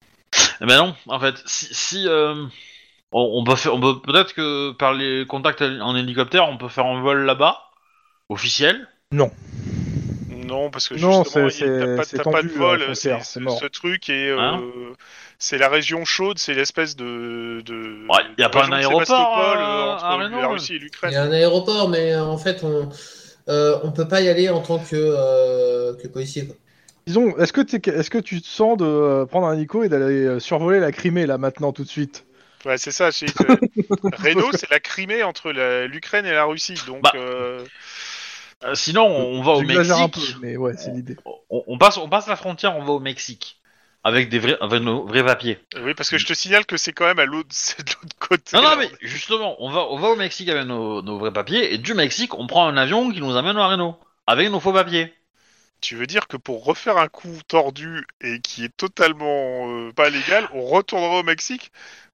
A: Eh ben non, en fait, si... si euh, on, on peut faire, on peut peut-être que par les contacts en hélicoptère, on peut faire un vol là-bas, officiel.
C: Non, parce que
B: Non,
C: justement,
B: c'est-
C: il- t'as pas,
B: c'est-
C: t'as
B: c'est
C: pas de
B: tendu,
C: vol,
B: la
C: c'est
B: frontière,
C: ce,
B: c'est mort.
C: ce truc et euh,
A: Hein
C: c'est la région chaude, c'est l'espèce de. de
A: Ouais, y a
C: de
A: pas
C: région
A: un
C: de
A: aéroport,
C: Sébastopol,
A: euh,
C: entre
A: à Reno,
C: la
A: ouais.
C: Russie et
E: Il y
C: l'Ukraine.
E: a un aéroport, mais euh, en fait, on euh, on peut pas y aller en tant que, euh, que policier. quoi.
B: Disons, est-ce que, t'es- est-ce que tu te sens de euh, prendre un hélico et d'aller euh, survoler la Crimée là maintenant tout de suite
C: Ouais, c'est ça. c'est que Reno, c'est la Crimée entre la- l'Ukraine et la Russie. Donc,
A: Bah.
C: euh,
A: Euh, sinon, on va au
B: J'exagère un
A: Mexique.
B: peu, mais ouais, c'est l'idée.
A: On, on passe, on passe la frontière, on va au Mexique. Avec des vrais, avec nos vrais papiers.
C: oui, parce que je te signale que c'est quand même à l'autre, c'est de l'autre côté.
A: Non,
C: là.
A: non, mais justement, on va, on va au Mexique avec nos, nos vrais papiers, et du Mexique, on prend un avion qui nous amène à Reno, avec nos faux papiers.
C: Tu veux dire que pour refaire un coup tordu et qui est totalement euh, pas légal, on retournera au Mexique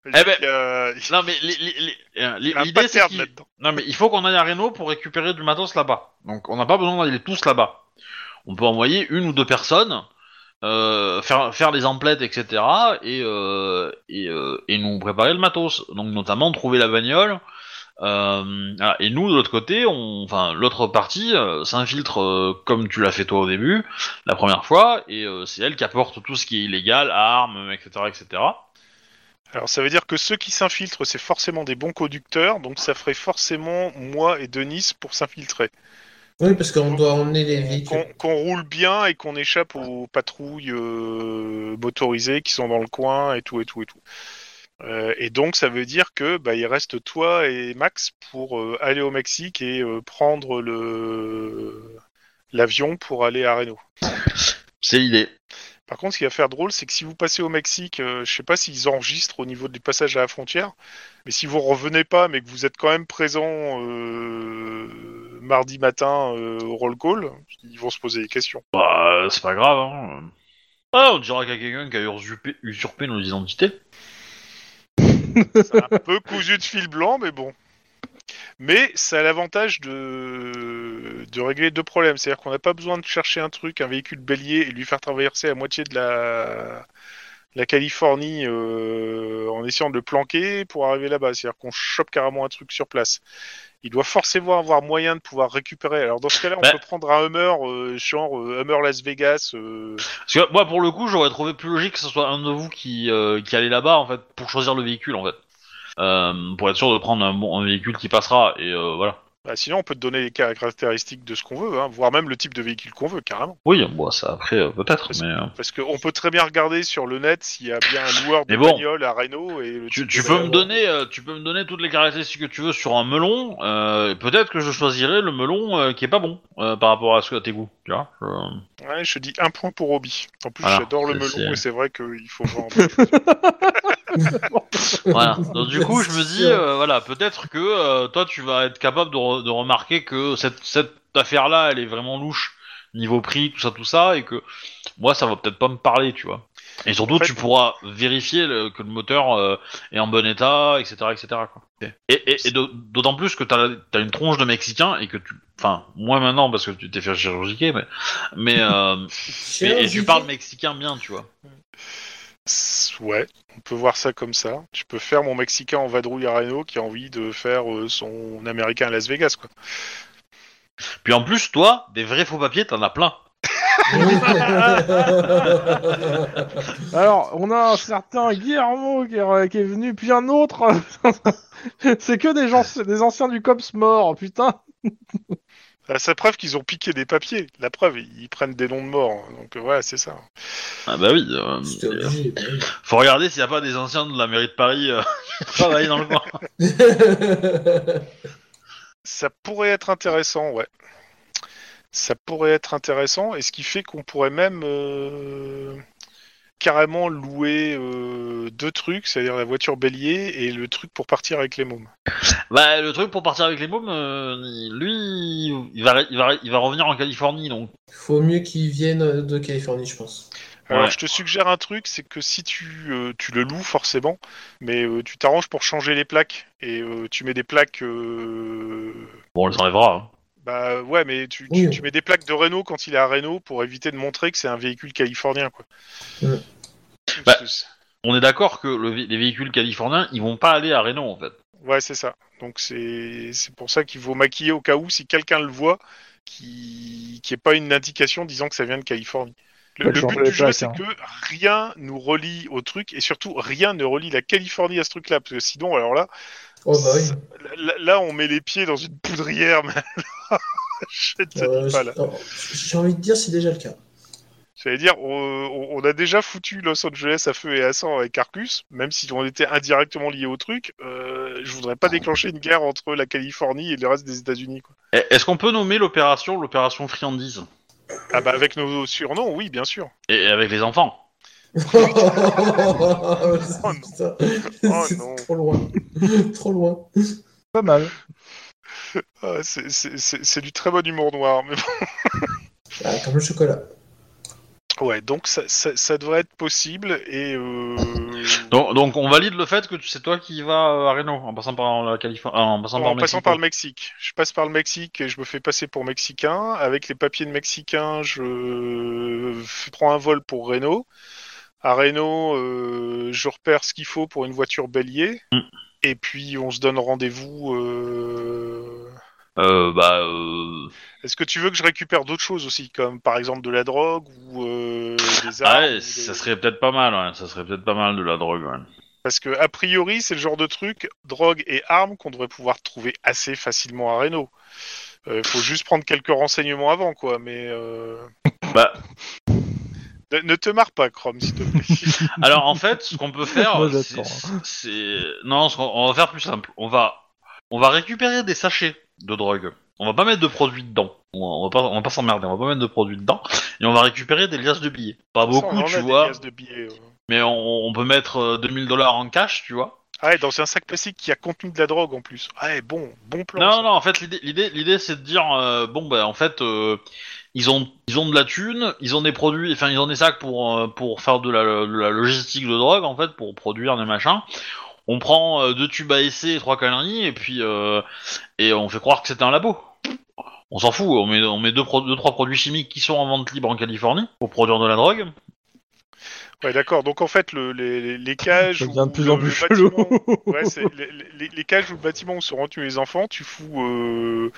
A: Eh ben,
C: Il y a- il y a
A: Non, mais li- li- li- euh, li-
C: un
A: l'idée, c'est
C: pattern
A: qu'il
C: là-dedans.
A: non, mais il faut qu'on aille à Reno pour récupérer du matos là-bas. Donc, on n'a pas besoin d'aller tous là-bas. On peut envoyer une ou deux personnes, euh, faire, faire les emplettes, etc., et, euh, et, euh, et nous préparer le matos. Donc, notamment, trouver la bagnole. Euh, ah, et nous, de l'autre côté, on, enfin, l'autre partie euh, s'infiltre euh, comme tu l'as fait toi au début, la première fois, et euh, c'est elle qui apporte tout ce qui est illégal, armes, etc., etc.
C: Alors ça veut dire que ceux qui s'infiltrent, c'est forcément des bons conducteurs, donc ça ferait forcément moi et Denis pour s'infiltrer.
E: Oui, parce qu'on doit emmener les
C: Qu'on
E: véhicules.
C: qu'on roule bien et qu'on échappe aux patrouilles euh, motorisées qui sont dans le coin et tout et tout et tout. Euh, et donc ça veut dire que bah, il reste toi et Max pour euh, aller au Mexique et euh, prendre le l'avion pour aller à Reno.
A: C'est l'idée.
C: Par contre, ce qui va faire drôle, c'est que si vous passez au Mexique, euh, je sais pas s'ils enregistrent au niveau du passage à la frontière, mais si vous revenez pas, mais que vous êtes quand même présent euh, mardi matin euh, au roll call, ils vont se poser des questions.
A: Bah, c'est pas grave, hein. Ah, on dira qu'il y a quelqu'un qui a usurpé, usurpé nos identités.
C: C'est un peu cousu de fil blanc, mais bon. Mais ça a l'avantage de... de régler deux problèmes. C'est-à-dire qu'on n'a pas besoin de chercher un truc, un véhicule bélier, et lui faire traverser la moitié de la, la Californie euh, en essayant de le planquer pour arriver là-bas. C'est-à-dire qu'on chope carrément un truc sur place. Il doit forcément avoir moyen de pouvoir récupérer. Alors dans ce cas-là, on
A: Bah.
C: peut prendre un Hummer, euh, genre euh, Hummer Las Vegas. euh,
A: Parce que moi, pour le coup, j'aurais trouvé plus logique que ce soit un de vous qui, euh, qui allait là-bas, en fait, pour choisir le véhicule, en fait. Euh, pour être sûr de prendre un, bon, un véhicule qui passera, et euh, voilà.
C: bah, sinon, on peut te donner les caractéristiques de ce qu'on veut, hein, voire même le type de véhicule qu'on veut, carrément.
A: Oui, bon, ça après, euh, peut-être,
C: Parce-
A: mais... euh,
C: Parce qu'on peut très bien regarder sur le net s'il y a bien un loueur de
A: Mais bon.
C: bagnole à Reno. Et le
A: Tu,
C: type
A: tu
C: de
A: peux me
C: bagnole.
A: donner, euh, tu peux me donner toutes les caractéristiques que tu veux sur un melon. euh, peut-être que je choisirais le melon euh, qui est pas bon euh, par rapport à ce que à tes goûts. Tu vois. je-
C: Ouais, je dis un point pour Roby. En plus,
A: Voilà,
C: j'adore le
A: c'est-
C: melon
A: c'est-
C: et c'est vrai qu'il faut vraiment.
A: Voilà. Donc du coup, je me dis, euh, voilà, peut-être que euh, toi, tu vas être capable de, re- de remarquer que cette, cette affaire-là, elle est vraiment louche niveau prix, tout ça, tout ça, et que moi, ça va peut-être pas me parler, tu vois. Et surtout,
C: En fait-
A: tu pourras vérifier le- que le moteur euh, est en bon état, etc., etc. quoi. Et, et- et d'au- d'autant plus que t'as as une tronche de Mexicain et que tu, enfin, moi maintenant parce que tu t'es fait chirurgiquer, mais, mais, euh, mais- et tu parles mexicain bien, tu vois.
C: Ouais, on peut voir ça comme ça. Je peux faire mon Mexicain en vadrouille à Reno qui a envie de faire euh, son Américain à Las Vegas, quoi.
A: Puis en plus, toi, des vrais faux papiers, t'en as plein.
B: Alors, on a un certain Guillermo qui est, euh, qui est venu, puis un autre. c'est que des gens, des anciens du COPS morts, putain.
C: Ah, C'est la preuve qu'ils ont piqué des papiers. La preuve, ils prennent des noms de morts. Donc euh, voilà, c'est ça.
A: Ah bah oui. euh,
E: C'était obligé. bah oui.
A: faut regarder s'il n'y a pas des anciens de la mairie de Paris euh, qui travaillent dans le coin.
C: Ça pourrait être intéressant, ouais. Ça pourrait être intéressant, et ce qui fait qu'on pourrait même euh, carrément louer euh, deux trucs, c'est-à-dire la voiture bélier et le truc pour partir avec les mômes.
A: Bah le truc pour partir avec les mômes, euh, lui, il va, il va, il va revenir en Californie donc.
E: Faut mieux qu'ils viennent euh, de Californie, je pense.
C: Alors
A: Ouais.
C: je te suggère un truc, c'est que si tu, euh, tu le loues forcément, mais euh, tu t'arranges pour changer les plaques, et euh, tu mets des plaques... euh,
A: Bon, on les enlèvera. hein.
C: Bah ouais, mais tu, tu-
E: Oui.
C: tu mets des plaques de Renault quand il est à Renault pour éviter de montrer que c'est un véhicule californien, quoi.
E: Ouais.
A: Bah,
C: Parce que-
A: On est d'accord que le vé- les véhicules californiens, ils vont pas aller à Reno en fait.
C: Ouais, c'est ça. Donc c'est c'est pour ça qu'il faut maquiller au cas où si quelqu'un le voit, qui qui est pas une indication disant que ça vient de Californie. Le,
B: Ouais,
C: le
B: changer
C: but
B: les
C: du jeu,
B: plaques,
C: c'est
B: hein.
C: que rien nous relie au truc et surtout rien ne relie la Californie à ce truc-là, parce que sinon, alors là,
E: Oh bah oui.
C: là, là, on met les pieds dans une poudrière. Mais... Je te
E: Euh,
C: dis pas là.
E: non, J'ai envie de dire, c'est déjà le cas.
C: J'allais dire, on, on- on a déjà foutu Los Angeles à feu et à sang avec Arcus, même si on était indirectement lié au truc. euh, je voudrais pas
B: Ah.
C: déclencher une guerre entre la Californie et le reste des États-Unis. quoi.
A: Eh, Est-ce qu'on peut nommer l'opération l'opération friandise
C: Ah bah avec nos surnoms, oui, bien sûr.
A: et avec les enfants
C: Oh non.
E: Putain,
C: Oh
E: c'est
C: non.
E: trop loin. trop loin.
B: Pas mal.
C: Ah, c'est- c'est c'est- c'est du très bon humour noir. Mais
E: Ah, comme le chocolat.
C: bon. Ouais, donc ça, ça- ça devrait être possible et euh,
A: donc, donc on valide le fait que tu- c'est toi qui vas euh, à Reno en passant par la Californie, en passant par
C: en passant par
A: Mexico.
C: le Mexique. Je passe par le Mexique et je me fais passer pour Mexicain. Avec les papiers de Mexicain, je f- prends un vol pour Reno. À Reno, euh, je repère ce qu'il faut pour une voiture bélier.
A: Mm.
C: Et puis on se donne rendez-vous. euh,
A: Euh, bah euh,
C: Est-ce que tu veux que je récupère d'autres choses aussi, comme par exemple de la drogue ou euh, des armes
A: ah ouais,
C: ou des-
A: ça serait peut-être pas mal, ouais, ça serait peut-être pas mal de la drogue. ouais.
C: Parce que, a priori, c'est le genre de truc, drogue et armes, qu'on devrait pouvoir trouver assez facilement à Reno. Euh, faut juste prendre quelques renseignements avant, quoi, mais. euh,
A: Bah.
C: Ne, ne te marre pas, Chrome, s'il te plaît.
A: Alors en fait, ce qu'on peut faire,
B: Moi,
A: c'est-
B: j'attends. hein.
A: c'est non, ce qu'on- on va faire plus simple. On va, on va récupérer des sachets de drogue. On va pas mettre de produits dedans. On va- on va pas, on va pas s'emmerder. On va pas mettre de produits dedans. Et on va récupérer des liasses de billets. Pas
C: On
A: beaucoup,
C: en a
A: tu
C: des
A: vois.
C: caisses de billets, euh.
A: Mais on, on peut mettre euh, 2000 dollars en cash, tu vois.
C: Ah, et dans un sac plastique qui a contenu de la drogue en plus. Ah, et bon, bon plan.
A: Non,
C: ça.
A: non. En fait, l'idée, l'idée, l'idée, c'est de dire, euh, bon, bah, en fait, euh, ils ont, ils ont de la thune, ils ont des produits, enfin, ils ont des sacs pour, euh, pour faire de la, de la logistique de drogue, en fait, pour produire des machins. on prend euh, deux tubes à essai et trois conneries, et puis euh, et on fait croire que c'était un labo. On s'en fout, on met, on met deux, pro- deux, trois produits chimiques qui sont en vente libre en Californie pour produire de la drogue.
C: Ouais, d'accord. Donc en fait, le, les, les cages.
B: Ça
C: où
B: devient de plus en
C: le
B: plus
C: bâtiment-
B: chelou.
C: Ouais, c'est les, les- les cages ou le bâtiment où sont retenus les enfants, tu fous euh,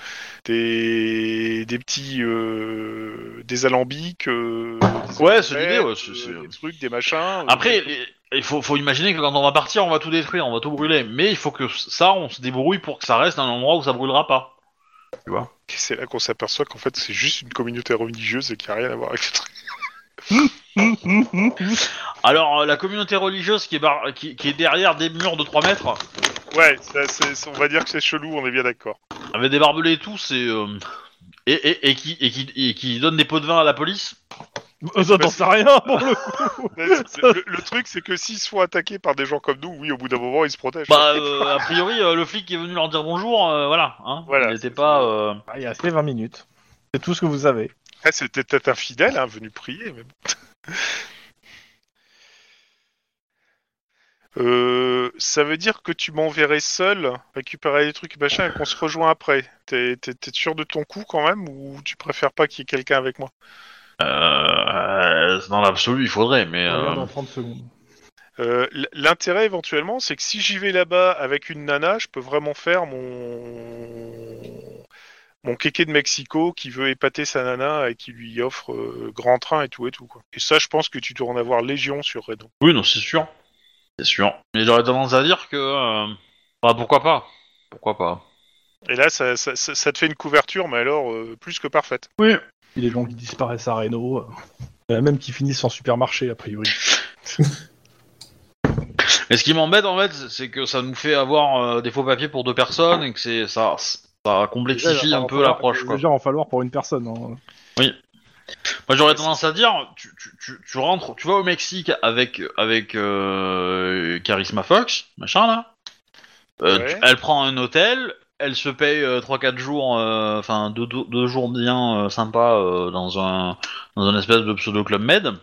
C: des, des petits euh, des alambics. euh, des
A: Ouais, c'est
C: alphabets,
A: l'idée, ouais, c'est-
C: euh,
A: c'est-
C: Des trucs, des machins. euh,
A: Après, les- il faut, faut imaginer que quand on va partir, on va tout détruire, on va tout brûler. Mais il faut que ça, on se débrouille pour que ça reste un endroit où ça brûlera pas.
C: C'est là qu'on s'aperçoit qu'en fait, c'est juste une communauté religieuse et qu'il n'y a rien à voir avec le truc.
A: Alors, euh, la communauté religieuse qui est, bar- qui, qui est derrière des murs de 3 mètres,
C: Ouais, ça, c'est- on va dire que c'est chelou, on est bien d'accord.
A: avec des barbelés et tout, c'est... euh, Et, et, et qui, et, qui, et qui donne des pots de vin à la police
B: Euh, Ça t'en sais rien pour le coup.
C: le, le truc, c'est que s'ils sont attaqués par des gens comme nous, oui, au bout d'un moment, ils se protègent.
A: Bah, euh, a priori, euh, le flic qui est venu leur dire bonjour, euh, voilà. Hein,
C: Voilà,
A: il était
C: c'est
A: pas...
C: ça.
A: euh,
B: Ah, Il restait 20 minutes. C'est tout ce que vous savez.
C: Ah, C'était peut-être un fidèle, hein, venu prier. Mais... bon. Euh, ça veut dire que tu m'enverrais seul récupérer des trucs machin et qu'on se rejoint après. T'es t'es- t'es sûr de ton coup quand même ou tu préfères pas qu'il y ait quelqu'un avec moi
A: euh, dans l'absolu, il faudrait, mais... euh,
B: Regarde Dans 30 secondes.
C: Euh, l- L'intérêt éventuellement, c'est que si j'y vais là-bas avec une nana, je peux vraiment faire mon mon kéké de Mexico qui veut épater sa nana et qui lui offre euh, grand train et tout et tout quoi. Et ça, je pense que tu dois en avoir légion sur Redon.
A: Oui, non, c'est sûr. C'est sûr. Mais j'aurais tendance à dire que... euh, Bah, pourquoi pas Pourquoi pas
C: Et là, ça, ça- ça- ça te fait une couverture, mais alors euh, plus que parfaite.
B: Puis les gens qui disparaissent à Reno. euh, euh, Même qui finissent en supermarché, a priori.
A: Mais ce qui m'embête en fait, c'est que ça nous fait avoir euh, des faux papiers pour deux personnes et que c'est ça, ça complexifie
B: Déjà, il va
A: un peu
B: falloir-
A: l'approche. Quoi.
B: Déjà, en falloir pour une personne. hein.
A: Moi j'aurais tendance à dire, tu, tu, tu, tu rentres, tu vas au Mexique avec avec euh, Charisma Fox, machin là. Euh,
C: Ouais.
A: tu- elle prend un hôtel, elle se paye 3-4 jours, euh, enfin 2 deux, deux jours bien euh, sympas euh, dans un dans un espèce de pseudo club med.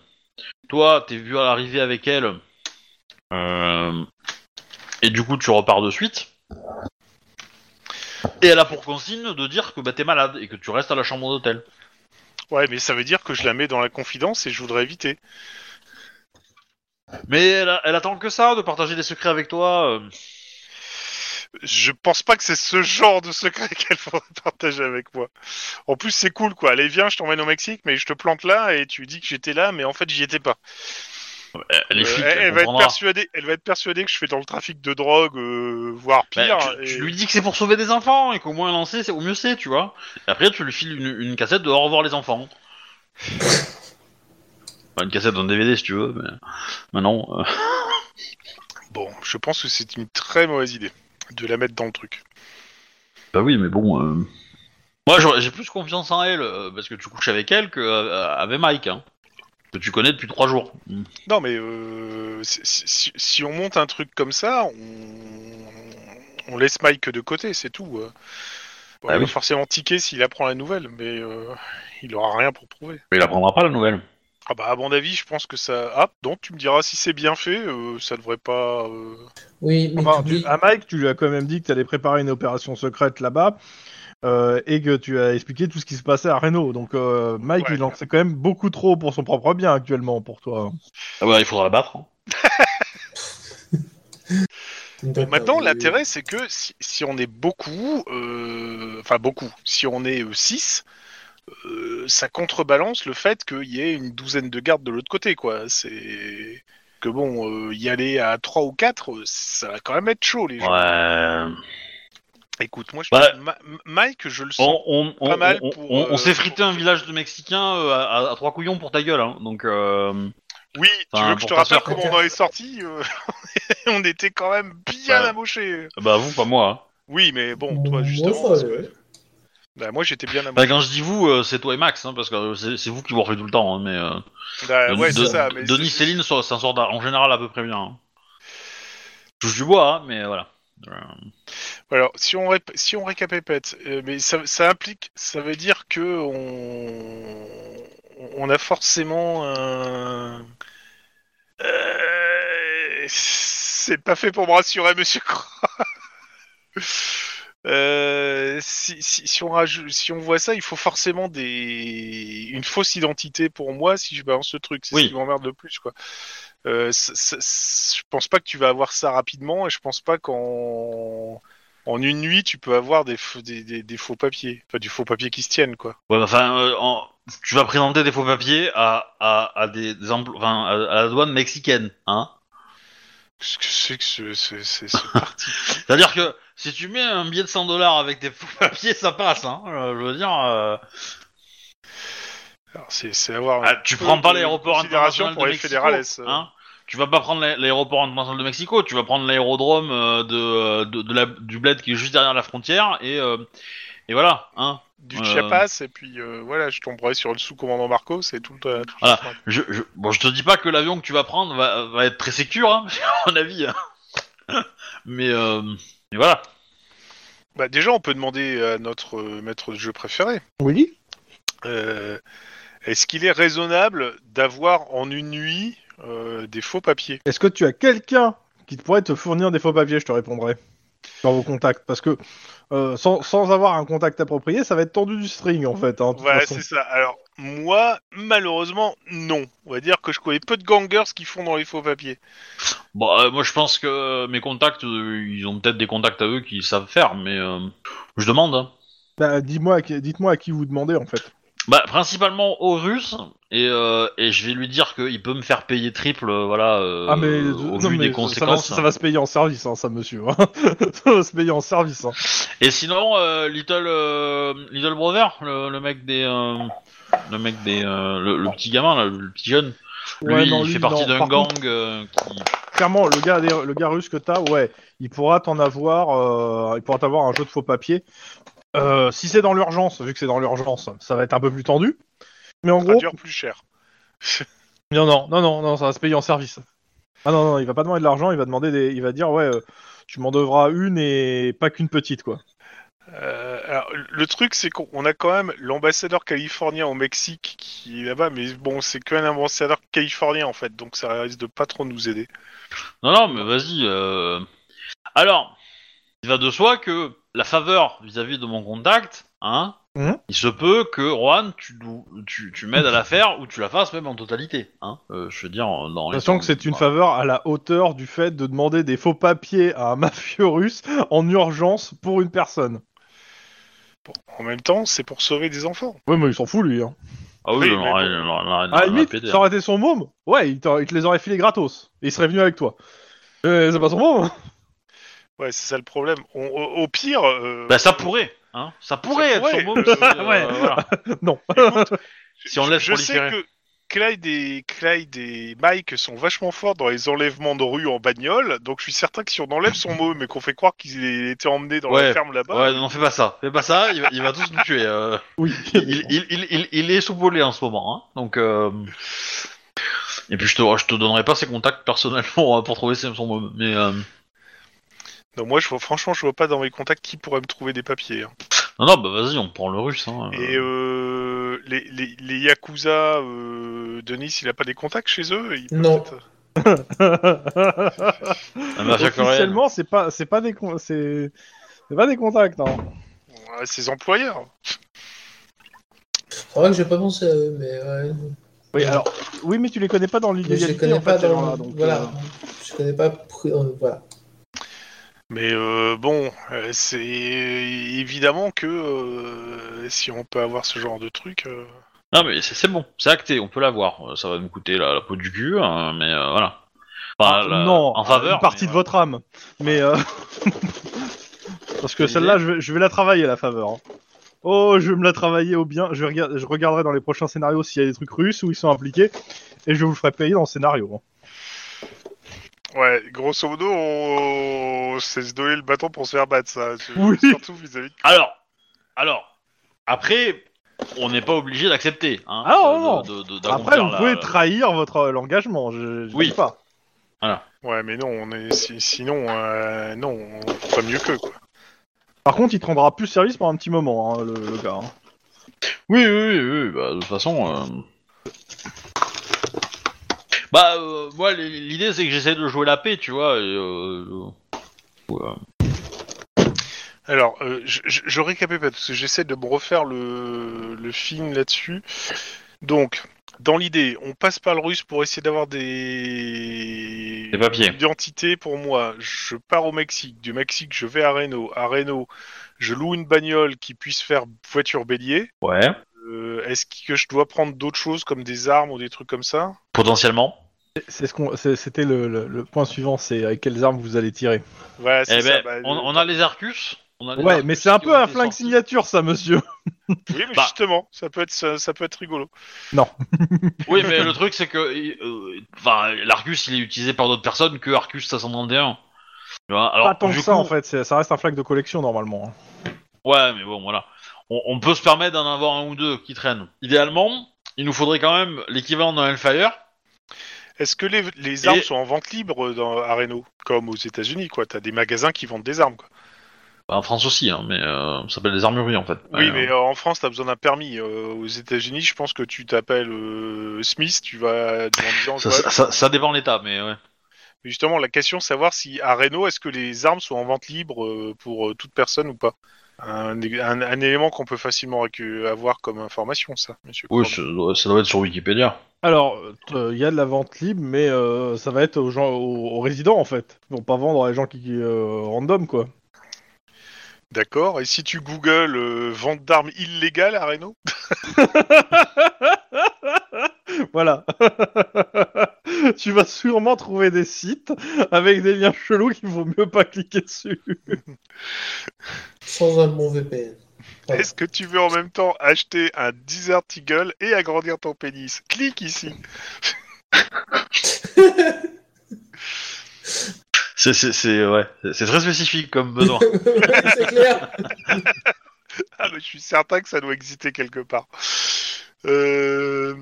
A: Toi, t'es vu à l'arrivée avec elle, euh, et du coup tu repars de suite. Et elle a pour consigne de dire que bah, t'es malade et que tu restes à la chambre d'hôtel.
C: Ouais, mais ça veut dire que je la mets dans la confidence et je voudrais éviter.
A: Mais elle, a- elle attend que ça, de partager des secrets avec toi. euh.
C: Je pense pas que c'est ce genre de secret qu'elle faudrait partager avec moi. En plus, c'est cool, quoi. Allez, viens, je t'emmène au Mexique, mais je te plante là et tu dis que j'étais là, mais en fait, j'y étais pas.
A: Les
C: Euh,
A: flics,
C: elle,
A: elle
C: elle va être
A: comprendra.
C: persuadée, elle va être persuadée que je fais dans le trafic de drogue, euh, voire
A: Bah,
C: pire.
A: tu, tu
C: et-
A: lui dis que c'est pour sauver des enfants et qu'au moins elle en sait, c'est au mieux c'est, tu vois. Et après, tu lui files une, une cassette de Au revoir les enfants. Enfin, une cassette d'un DVD si tu veux, mais maintenant. euh.
C: Bon, je pense que c'est une très mauvaise idée de la mettre dans le truc.
A: Bah oui, mais bon. euh. Moi, j'aurais- j'ai plus confiance en elle euh, parce que tu couches avec elle que euh, avec Mike, hein, que tu connais depuis trois jours.
C: Non, mais euh, si, si- si on monte un truc comme ça, on, on laisse Mike de côté, c'est tout. euh. Bon,
A: Ah
C: il va
A: oui.
C: forcément tiquer s'il apprend la nouvelle, mais euh, il aura rien pour prouver.
A: Mais il apprendra pas la nouvelle.
C: Ah bah à mon avis, je pense que ça. Ah, donc tu me diras si c'est bien fait, euh, ça devrait pas. euh,
E: Oui, mais
C: bah,
B: Enfin,
E: t'oublies-
C: ah,
B: tu- à Mike, tu lui as quand même dit que tu allais préparer une opération secrète là-bas euh, et que tu as expliqué tout ce qui se passait à Reno. Donc euh, Mike,
C: Ouais.
B: il en sait quand même beaucoup trop pour son propre bien actuellement, pour toi.
A: Ah bah, il faudra la battre. hein.
E: D'accord,
C: Maintenant,
E: oui.
C: l'intérêt, c'est que si, si on est beaucoup, euh, enfin beaucoup, si on est 6, ça contrebalance le fait qu'il y ait une douzaine de gardes de l'autre côté, quoi. C'est que bon, euh, y aller à 3 ou 4, ça va quand même être chaud, les gens.
A: Ouais. Bah,
C: Écoute, moi, je
A: Ouais.
C: Ma- Ma- Mike, je le sens.
A: On, on, on,
C: Pas mal
A: on-
C: pour,
A: on- on
C: euh,
A: s'est frité
C: pour-
A: un village de Mexicains euh, à, à- à trois couillons pour ta gueule, hein. donc euh,
C: Oui, tu
A: Enfin,
C: veux que je te
A: pour ta
C: rappelle
A: sœur,
C: comment
E: quoi.
C: on en est sorti euh, On était quand même bien
A: Ouais.
C: amochés.
A: bah vous, pas moi. hein.
C: Oui, mais bon, toi,
E: Ouais,
C: justement.
E: ça,
C: parce que-
E: ouais.
C: Bah, moi, j'étais bien
A: Bah,
C: amoché.
A: quand je dis vous, euh, c'est toi et Max, hein, parce que euh, c'est c'est vous qui vous refaites tout le temps. hein, mais euh,
C: Bah,
A: Denis-
C: ouais, c'est
A: De-
C: ça. mais
A: Denis,
C: c'est-
A: Céline, ça, ça sort d'un- en général à peu près bien. hein. Touche du bois, hein, mais voilà. Euh,
C: Alors, si on, rép- si on récapépète, euh, mais ça, ça implique, ça veut dire que on, on a forcément un. Euh, Et C'est pas fait pour me rassurer, monsieur Croix. Euh, si, si- si on rajoute- si on voit ça, il faut forcément des... une fausse identité pour moi si je balance ce truc. C'est
A: Oui.
C: ce qui m'emmerde le plus, quoi. Euh, c- c- c- je pense pas que tu vas avoir ça rapidement et je pense pas qu'en en une nuit tu peux avoir des, faux- des, des- des faux papiers, enfin du faux papier qui se tiennent, quoi.
A: Ouais, bah, enfin, euh, en- tu vas présenter des faux papiers à, à, à des, des emplo- enfin, à, à la douane mexicaine, hein.
C: Qu'est-ce que c'est que ce, ce- ce- ce parti
A: C'est-à-dire que si tu mets un billet de 100 dollars avec des faux papiers, ça passe, hein. euh, Je veux dire, euh,
C: Alors, c'est, c'est avoir.
A: ah,
C: un
A: tu
C: peu
A: prends pas
C: de
A: l'aéroport
C: considération
A: international
C: Euh, pour
A: de
C: les
A: Mexico,
C: fédérales. euh.
A: hein. Tu vas pas prendre l'a- l'aéroport international de Mexico, tu vas prendre l'aérodrome euh, de, euh, de, de la- du bled qui est juste derrière la frontière et, euh, et voilà, hein.
C: du
A: Euh,
C: Chiapas et puis euh, voilà, je tomberai sur le sous-commandant Marco, c'est tout. le- tout le
A: Voilà.
C: truc.
A: Je, je- bon, je te dis pas que l'avion que tu vas prendre va, va être très sécure, hein, à mon avis. hein. Mais, euh, mais voilà.
C: Bah, déjà, on peut demander à notre euh, maître de jeu préféré.
B: Oui.
C: euh, Est-ce qu'il est raisonnable d'avoir en une nuit euh, des faux papiers
B: Est-ce que tu as quelqu'un qui pourrait te fournir des faux papiers Je te répondrai. Dans vos contacts. Parce que euh, sans, sans avoir un contact approprié, ça va être tendu du string en fait. hein, de toute
C: Voilà,
B: façon.
C: c'est ça. Alors moi, malheureusement, non. On va dire que je connais peu de gangers qui font dans les faux papiers.
A: Bon, euh, moi je pense que euh, mes contacts, euh, ils ont peut-être des contacts à eux qui savent faire, mais euh, je demande. hein.
B: Bah, dis-moi à qui- Dites-moi à qui vous demandez en fait.
A: Bah, principalement aux Russes, et, euh, et je vais lui dire qu'il peut me faire payer triple, euh, voilà, euh,
B: ah mais,
A: au
B: non,
A: vu
B: mais
A: des
B: ça-
A: conséquences.
B: Ça va, ça va se payer en service, hein, ça monsieur. hein. ça va se payer en service. hein.
A: Et sinon, euh, Little, euh, Little Brother, le, le mec des. euh, le mec des. euh, le, le petit gamin, là, le petit jeune, lui,
B: Ouais, non,
A: il fait partie
B: non.
A: d'un
B: Par
A: gang
B: contre,
A: euh, qui.
B: clairement, le gars, le gars russe que t'as, ouais, il pourra t'en avoir, euh, il pourra t'avoir un jeu de faux papiers. Euh, si c'est dans l'urgence, vu que c'est dans l'urgence, ça va être un peu plus tendu. Mais en
C: Ça
B: gros,
C: dure plus cher.
B: non, non, non, non, non, ça va se payer en service. Ah non, non, il va pas demander de l'argent, il va demander des, il va dire ouais, euh, tu m'en devras une et pas qu'une petite quoi.
C: Euh, alors, le truc, c'est qu'on on a quand même l'ambassadeur californien au Mexique qui est là-bas, mais bon, c'est qu'un ambassadeur californien en fait, donc ça risque de pas trop nous aider.
A: Non, non, mais vas-y. euh. Alors, il va de soi que la faveur vis-à-vis de mon contact, hein,
B: Mhm.
A: il se peut que Juan, tu, nous- tu, tu m'aides à la faire ou tu la fasses même en totalité. Hein. Euh, je veux dire, dans les-
B: Sachant que c'est une
A: voilà.
B: faveur à la hauteur du fait de demander des faux papiers à un mafieux russe en urgence pour une personne.
C: Bon, en même temps, c'est pour sauver des enfants.
B: Ouais, mais il s'en fout lui. Hein.
A: Ah oui,
C: Oui,
A: non,
C: mais
A: non,
C: bon.
A: non, non, non, non,
B: À la
A: non,
B: limite,
A: pédé,
B: ça aurait été son môme. Ouais, il, t'aurait- il te les aurait filés gratos. Et il serait venu avec toi. Euh, c'est pas son môme.
C: Ouais, c'est ça le problème. On- au, au pire, euh,
A: Bah, ça pourrait. Hein. Ça pourrait être
C: pourrait.
A: son môme, si, euh,
B: Ouais.
A: voilà.
B: non.
A: Si on le laisse
C: je sais
A: proliférer.
C: que Clyde et Clyde et Mike sont vachement forts dans les enlèvements de rue en bagnole, donc je suis certain que si on enlève son môme et qu'on fait croire qu'il était emmené dans
A: Ouais.
C: la ferme là-bas,
A: Ouais, non, fais pas ça. Fais pas ça, il, va- il va tous nous tuer. euh.
B: Oui.
A: il, il, il, il, il est sous volé en ce moment. Hein. Donc, euh, Et puis je te, je te donnerai pas ses contacts personnellement euh, pour trouver ses- son môme. Mais euh,
C: non, moi je vois, franchement, je vois pas dans mes contacts qui pourrait me trouver des papiers. hein.
A: non, non, bah vas-y, on prend le russe. Hein,
C: Et euh, les, les, les Yakuza, euh, Denis, il a pas des contacts chez eux il peut
E: Non.
C: peut-être-
A: La mafia coréenne.
B: Officiellement, c'est pas, c'est pas des, con- c'est, c'est pas des contacts. hein.
C: Ouais, euh, Ses employeurs.
E: C'est vrai que j'ai pas pensé à eux, mais ouais.
B: Oui, alors, oui, mais tu les connais pas dans
E: Mais je les
B: l'illégalité
E: connais
B: en
E: pas
B: fait. ces
E: dans.
B: gens-là, donc,
E: voilà.
B: euh,
E: Je connais pas. pr- euh, voilà.
C: Mais euh, bon, euh, c'est évidemment que euh, si on peut avoir ce genre de truc. euh,
A: Non, mais c'est c'est bon, c'est acté, on peut l'avoir. Euh, Ça va nous coûter la, la peau du cul, hein, mais euh, voilà. Enfin, la-
B: Ah, non,
A: en faveur.
B: Une partie
A: mais, euh,
B: de votre âme. Mais euh, parce que celle-là, je vais, je vais la travailler la faveur. hein. Oh, je vais me la travailler au bien. Je, vais regard- je regarderai dans les prochains scénarios s'il y a des trucs russes où ils sont impliqués, et je vous le ferai payer dans le scénario. hein.
C: Ouais, grosso modo, on... c'est se donner le bâton pour se faire battre, ça. Je-
B: Oui.
C: Surtout vis-à-vis de-
A: Alors, alors, après, on n'est pas obligé d'accepter. Hein,
B: Ah, non,
A: de- de- de-
B: Après,
A: d'accomplir
B: vous
A: la-
B: pouvez trahir votre euh, l'engagement. Je, je
A: Oui.
B: dis pas.
C: Ouais, mais non, on est... si- sinon, euh, non, on fait pas mieux qu'eux, quoi.
B: Par contre, il te rendra plus service pour un petit moment, hein, le, le gars. hein.
A: Oui, oui, oui, oui, bah, de toute façon. euh. Bah, euh, moi, l- l'idée, c'est que j'essaie de jouer la paix, tu vois. et, euh,
C: Alors, euh, je, je, je récapitule parce que j'essaie de me refaire le, le film là-dessus. Donc, dans l'idée, on passe par le russe pour essayer d'avoir des...
A: Des papiers.
C: Identité pour moi. Je pars au Mexique. Du Mexique, je vais à Reno. À Reno, je loue une bagnole qui puisse faire voiture bélier.
A: Ouais.
C: Euh, Est-ce que je dois prendre d'autres choses comme des armes ou des trucs comme ça
A: Potentiellement.
B: C'est- C'est ce qu'on, c'est- c'était le, le- le point suivant, c'est avec quelles armes vous allez tirer.
C: Voilà, c'est
A: Eh
C: ça.
A: ben,
C: bah,
A: on,
C: le-
A: on a les Arcus. on a les
B: Ouais,
A: Arcus
B: mais c'est un
A: qui
B: peu
A: ont
B: un
A: été
B: flingue
A: sortis.
B: signature, ça, monsieur.
C: Oui, mais
A: Bah.
C: justement, ça peut être ça, ça peut être rigolo.
A: Oui, mais le truc, c'est que euh, enfin, l'Arcus, il est utilisé par d'autres personnes que Arcus 531. Tu vois, Alors,
B: pas tant
A: du
B: que ça,
A: coup-
B: en fait. c'est- Ça reste un flingue de collection, normalement. hein.
A: Ouais, mais bon, voilà. On, on peut se permettre d'en avoir un ou deux qui traînent. Idéalement, il nous faudrait quand même l'équivalent d'un Hellfire.
C: Est-ce que les, les armes
A: Et-
C: sont en vente libre dans, à Reno Comme aux États-Unis, quoi. T'as des magasins qui vendent des armes, quoi.
A: Bah, en France aussi, hein, mais euh, ça s'appelle les armureries en fait.
C: oui,
A: Ouais,
C: mais
A: euh,
C: euh, en France, t'as besoin d'un permis. Euh, aux États-Unis, je pense que tu t'appelles euh, Smith, tu vas en disant.
A: ça,
C: ouais.
A: ça- ça- ça dépend de l'État, mais ouais.
C: Mais justement, la question, savoir si à Reno, est-ce que les armes sont en vente libre euh, pour euh, toute personne ou pas un, un- un élément qu'on peut facilement récu- avoir comme information, ça, monsieur.
A: Oui,
C: Corbe.
A: ça doit, ça doit être sur Wikipédia.
B: Alors, t- euh, il y a de la vente libre, mais euh, ça va être aux gens, aux, aux résidents, en fait. Ils vont pas vendre à les gens qui, qui, euh, random, quoi.
C: D'accord. Et si tu googles euh, vente d'armes illégales à Reno
B: Voilà. tu vas sûrement trouver des sites avec des liens chelous qu'il vaut mieux pas cliquer dessus.
E: Sans un bon VPN. Ouais.
C: Est-ce que tu veux en même temps acheter un Desert Eagle et agrandir ton pénis Clique ici.
A: C'est, c'est, c'est, ouais, c'est- c'est très spécifique comme besoin.
E: c'est clair.
C: Ah, mais je suis certain que ça doit exister quelque part. Euh,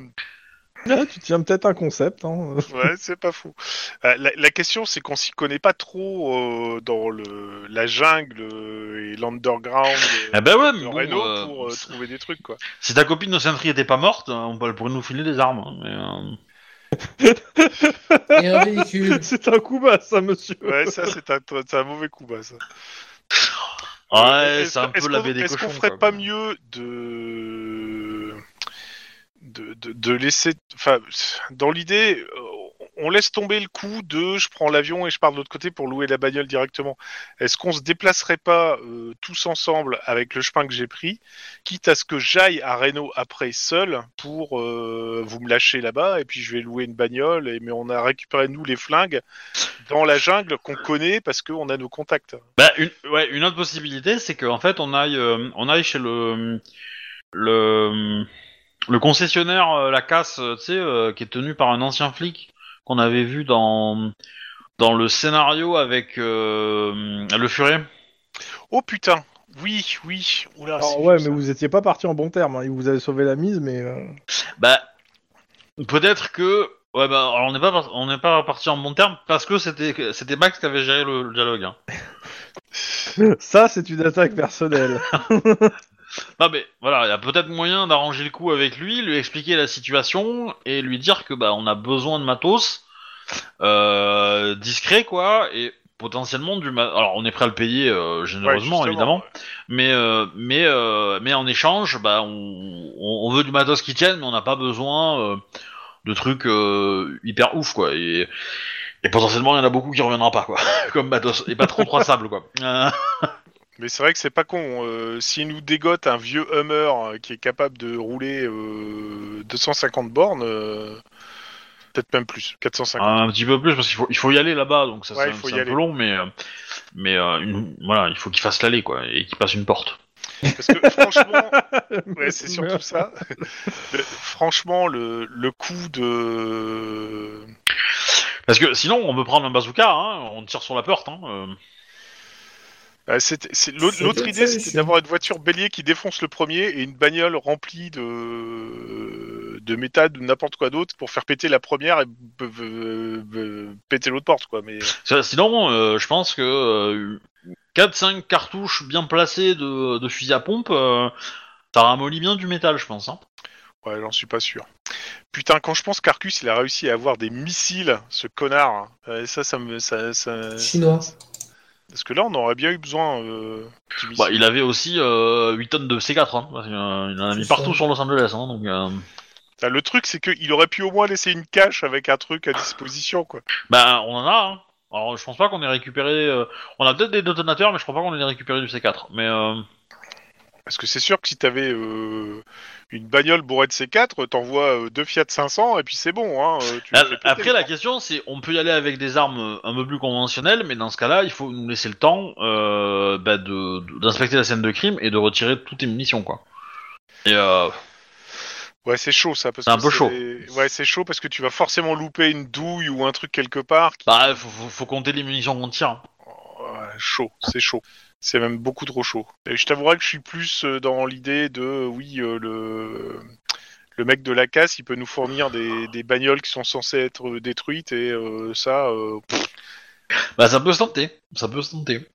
B: Là, tu tiens peut-être un concept. Hein.
C: ouais, c'est pas fou. Euh, la, la question, c'est qu'on s'y connaît pas trop euh, dans le, la jungle euh, et l'underground euh,
A: eh ben ouais, mais
C: de
A: bon,
C: Reno
A: euh,
C: pour euh, trouver des trucs, quoi.
A: si ta copine de Sentry était pas morte, hein, on peut- elle pourrait nous filer des armes. hein, mais, euh,
E: Et un véhicule.
B: C'est un coup bas, ça, monsieur.
C: Ouais, ça, c'est un, c'est un mauvais coup, bah, ça.
A: Ouais,
C: Est-ce-
A: c'est un
C: est-ce
A: peu la
C: qu'on-
A: baie des
C: Est-ce
A: cochons.
C: qu'on ferait
A: quoi.
C: pas mieux de... De, de, de laisser... Enfin, dans l'idée, euh, on laisse tomber le coup de je prends l'avion et je pars de l'autre côté pour louer la bagnole directement. Est-ce qu'on se déplacerait pas euh, tous ensemble avec le chemin que j'ai pris, quitte à ce que j'aille à Reno après seul pour euh, vous me lâcher là-bas et puis je vais louer une bagnole et mais on a récupéré nous les flingues dans la jungle qu'on connaît parce qu'on a nos contacts.
A: Bah, une, ouais, une autre possibilité, c'est qu'en fait, on aille, euh, on aille chez le, le, le concessionnaire, euh, la casse, euh, tu sais, euh, qui est tenu par un ancien flic qu'on avait vu dans, dans le scénario avec euh, le Furet.
C: Oh putain Oui, oui Oula,
B: Alors,
C: c'est
B: Ah, ouais,
C: fou,
B: mais
C: ça.
B: vous étiez pas parti en bon terme. hein. Vous avez sauvé la mise, mais. euh,
A: Bah, peut-être que, ouais, bah, alors on n'est pas, par- on n'est pas parti en bon terme parce que c'était, c'était Max qui avait géré le, le dialogue. hein.
B: Ça, c'est une attaque personnelle.
A: Non mais voilà, il y a peut-être moyen d'arranger le coup avec lui, lui expliquer la situation et lui dire que bah on a besoin de matos euh, discret quoi et potentiellement du ma- alors on est prêt à le payer euh,
C: Ouais,
A: généreusement
C: justement,
A: évidemment
C: ouais.
A: mais euh, mais euh, mais en échange bah on, on on veut du matos qui tienne mais on n'a pas besoin euh, de trucs euh, hyper ouf quoi et, et potentiellement il y en a beaucoup qui reviendra pas quoi comme matos et pas trop traçable quoi Euh,
C: Mais c'est vrai que c'est pas con. euh, S'il nous dégote un vieux Hummer euh, qui est capable de rouler euh, 250 bornes, euh, peut-être même plus, 450.
A: Un petit peu plus parce qu'il faut, il faut y aller là-bas, donc ça
C: Ouais,
A: c'est
C: il faut
A: c'est
C: y
A: un
C: aller.
A: peu long, mais euh, mais euh, une- voilà, il faut qu'il fasse l'aller quoi et qu'il passe une porte.
C: Parce que franchement, ouais, c'est surtout ça. Le- franchement, le, le coup de...
A: Parce que sinon on peut prendre un bazooka, hein, on tire sur la porte. Hein, euh.
C: Ah, c'était- c'est- L'autre
E: C'est
C: l'autre
E: une
C: idée, c'était
E: solution.
C: d'avoir une voiture bélier qui défonce le premier et une bagnole remplie de, de méthode ou n'importe quoi d'autre pour faire péter la première et b- b- b- péter l'autre porte. Quoi. Mais
A: Ça, Sinon, euh, je pense que 4-5 cartouches bien placées de, de fusil à pompe, euh, ça ramollit bien du métal, je pense. Hein.
C: ouais, j'en suis pas sûr. Putain, quand je pense qu'Arcus il a réussi à avoir des missiles, ce connard, euh, ça, ça me. Ça, ça-
E: Chinois.
C: Parce que là, on aurait bien eu besoin. euh, du missile.
A: Bah, il avait aussi euh, 8 tonnes de C4, hein. parce que, euh, il en a mis
E: C'est ça.
A: partout sur Los Angeles, hein, donc... euh,
C: Enfin, le truc, c'est qu'il aurait pu au moins laisser une cache avec un truc à disposition, quoi.
A: Bah, on en a, hein. Alors, je pense pas qu'on ait récupéré... euh, On a peut-être des détonateurs, mais je crois pas qu'on ait récupéré du C4. Mais, euh,
C: Parce que c'est sûr que si t'avais euh, une bagnole bourrée de C4, t'envoies euh, deux Fiat 500 et puis c'est bon. Hein, euh, tu
A: la-
C: fais péter.
A: Ah, après, la question, c'est... On peut y aller avec des armes euh, un peu plus conventionnelles, mais dans ce cas-là, il faut nous laisser le temps euh, bah, de- de- d'inspecter la scène de crime et de retirer toutes les munitions, quoi. Et euh,
C: Ouais, c'est chaud ça. parce
A: C'est un
C: que
A: peu chaud.
C: Ouais, c'est chaud parce que tu vas forcément louper une douille ou un truc quelque part. qui-
A: bah, faut, faut- faut compter les munitions qu'on tire. hein.
C: Ouais, chaud, c'est chaud. C'est même beaucoup trop chaud. Et je t'avouerai que je suis plus euh, dans l'idée de, euh, oui, euh, le... le mec de la casse, il peut nous fournir des, des bagnoles qui sont censées être détruites et euh, ça, euh, pff,
A: Bah ça peut se tenter, ça peut se tenter.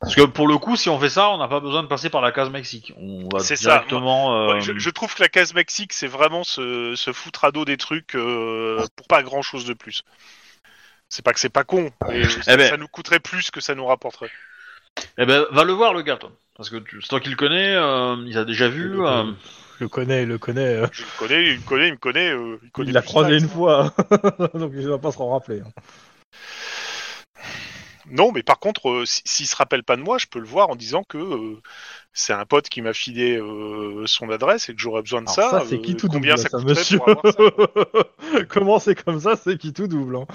A: Parce que pour le coup, si on fait ça, on n'a pas besoin de passer par la case Mexique. On va
C: C'est ça,
A: directement. euh,
C: Ouais, je, je trouve que la case Mexique, c'est vraiment se, se foutre à dos des trucs euh, pour pas grand chose de plus. C'est pas que c'est pas con, mais ça,
A: Eh ben.
C: ça nous coûterait plus que ça nous rapporterait.
A: Eh ben, va le voir le gars, toi. Parce que tu... c'est toi qui le connais, euh, il a déjà
D: Je
A: vu.
D: le
A: euh,
D: connais. Je le connais, je le connais. euh.
C: Je le connais, il me connaît, il me connaît, euh, il connaît.
B: Il l'a
C: tout
B: croisé
C: ça.
B: une fois, hein. donc il va pas se en rappeler.
C: Non, mais par contre, euh, si- s'il se rappelle pas de moi, je peux le voir en disant que euh, c'est un pote qui m'a filé euh, son adresse et que j'aurais besoin de
B: Alors
C: ça.
B: ça, c'est
C: euh,
B: qui tout double,
C: Combien
B: là,
C: ça
B: ça,
C: coûterait
B: monsieur
C: pour avoir ça
B: Comment c'est comme ça, c'est qui tout double. hein.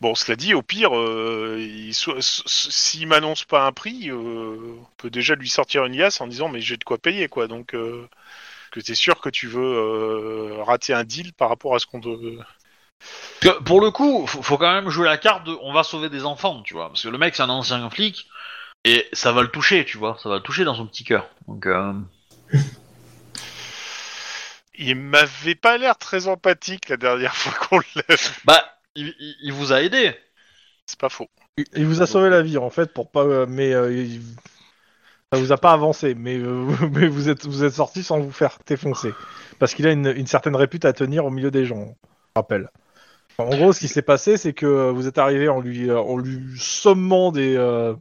C: Bon, cela dit, au pire, euh, il so- s- s- s'il m'annonce pas un prix, euh, on peut déjà lui sortir une liasse en disant mais j'ai de quoi payer quoi. Donc euh, que t'es sûr que tu veux euh, rater un deal par rapport à ce qu'on te.
A: parce que pour le coup, faut, faut quand même jouer la carte de on va sauver des enfants, tu vois. Parce que le mec, c'est un ancien flic, et ça va le toucher, tu vois. Ça va le toucher dans son petit cœur. Donc, euh,
C: Il m'avait pas l'air très empathique la dernière fois qu'on l'a vu.
A: bah, il, il- il vous a aidé.
C: C'est pas faux.
B: Il vous a sauvé la vie en fait pour pas, euh, mais euh, il- ça vous a pas avancé, mais, euh, mais vous êtes vous êtes sorti sans vous faire défoncer, parce qu'il a une, une certaine répute à tenir au milieu des gens. Je rappelle. En gros, ce qui s'est passé, c'est que euh, vous êtes arrivé en lui euh, en lui sommant des euh,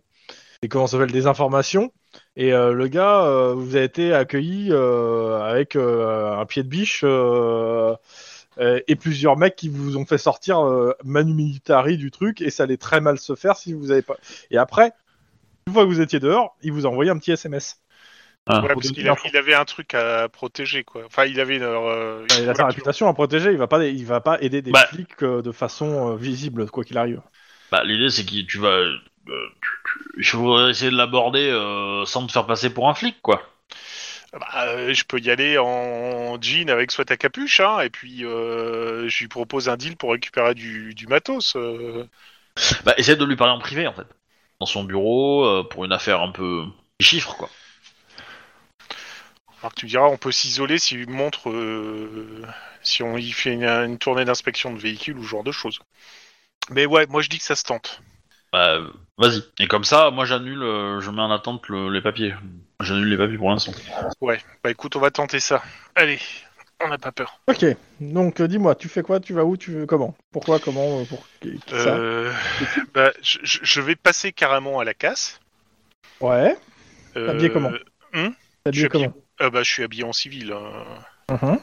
B: des comment ça s'appelle des informations. Et euh, le gars euh, vous a été accueilli euh, avec euh, un pied de biche euh, euh, et plusieurs mecs qui vous ont fait sortir euh, manu militari du truc et ça allait très mal se faire si vous avez pas. Et après, une fois que vous étiez dehors, il vous a envoyé un petit SMS.
A: Ah.
C: Voilà,
B: Pour
C: parce
B: donner
C: qu'il a-
B: l'info.
C: il avait un truc à protéger quoi. Enfin, il avait une. euh, une
B: Il a sa
C: relation.
B: réputation à protéger, il va pas, il va pas aider des
A: Bah.
B: flics euh, de façon euh, visible quoi qu'il arrive.
A: Bah, l'idée, c'est que tu vas. euh, tu- tu- je voudrais essayer de l'aborder euh, sans te faire passer pour un flic, quoi.
C: Bah, euh, je peux y aller en jean avec soit à capuche, hein, et puis euh, je lui propose un deal pour récupérer du, du matos. euh.
A: Bah, essaye de lui parler en privé, en fait. Dans son bureau, euh, pour une affaire un peu chiffre, quoi.
C: Alors que tu me diras, on peut s'isoler s'il montre, euh, si on y fait une, une tournée d'inspection de véhicules ou ce genre de choses. Mais ouais, moi je dis que ça se tente.
A: Bah, euh, vas-y. Et comme ça, moi, j'annule, euh, je mets en attente le- les papiers. J'annule les papiers pour l'instant.
C: Bah écoute, on va tenter ça. Allez, on n'a pas peur.
B: Ok, donc euh, dis-moi, tu fais quoi, tu vas où, tu veux comment, pourquoi, comment, pour
C: Euh, bah, je, je- je vais passer carrément à la casse.
B: Ouais,
C: Euh,
B: Habillé comment
C: je suis habillé- euh, bah, je suis habillé en civil. hein.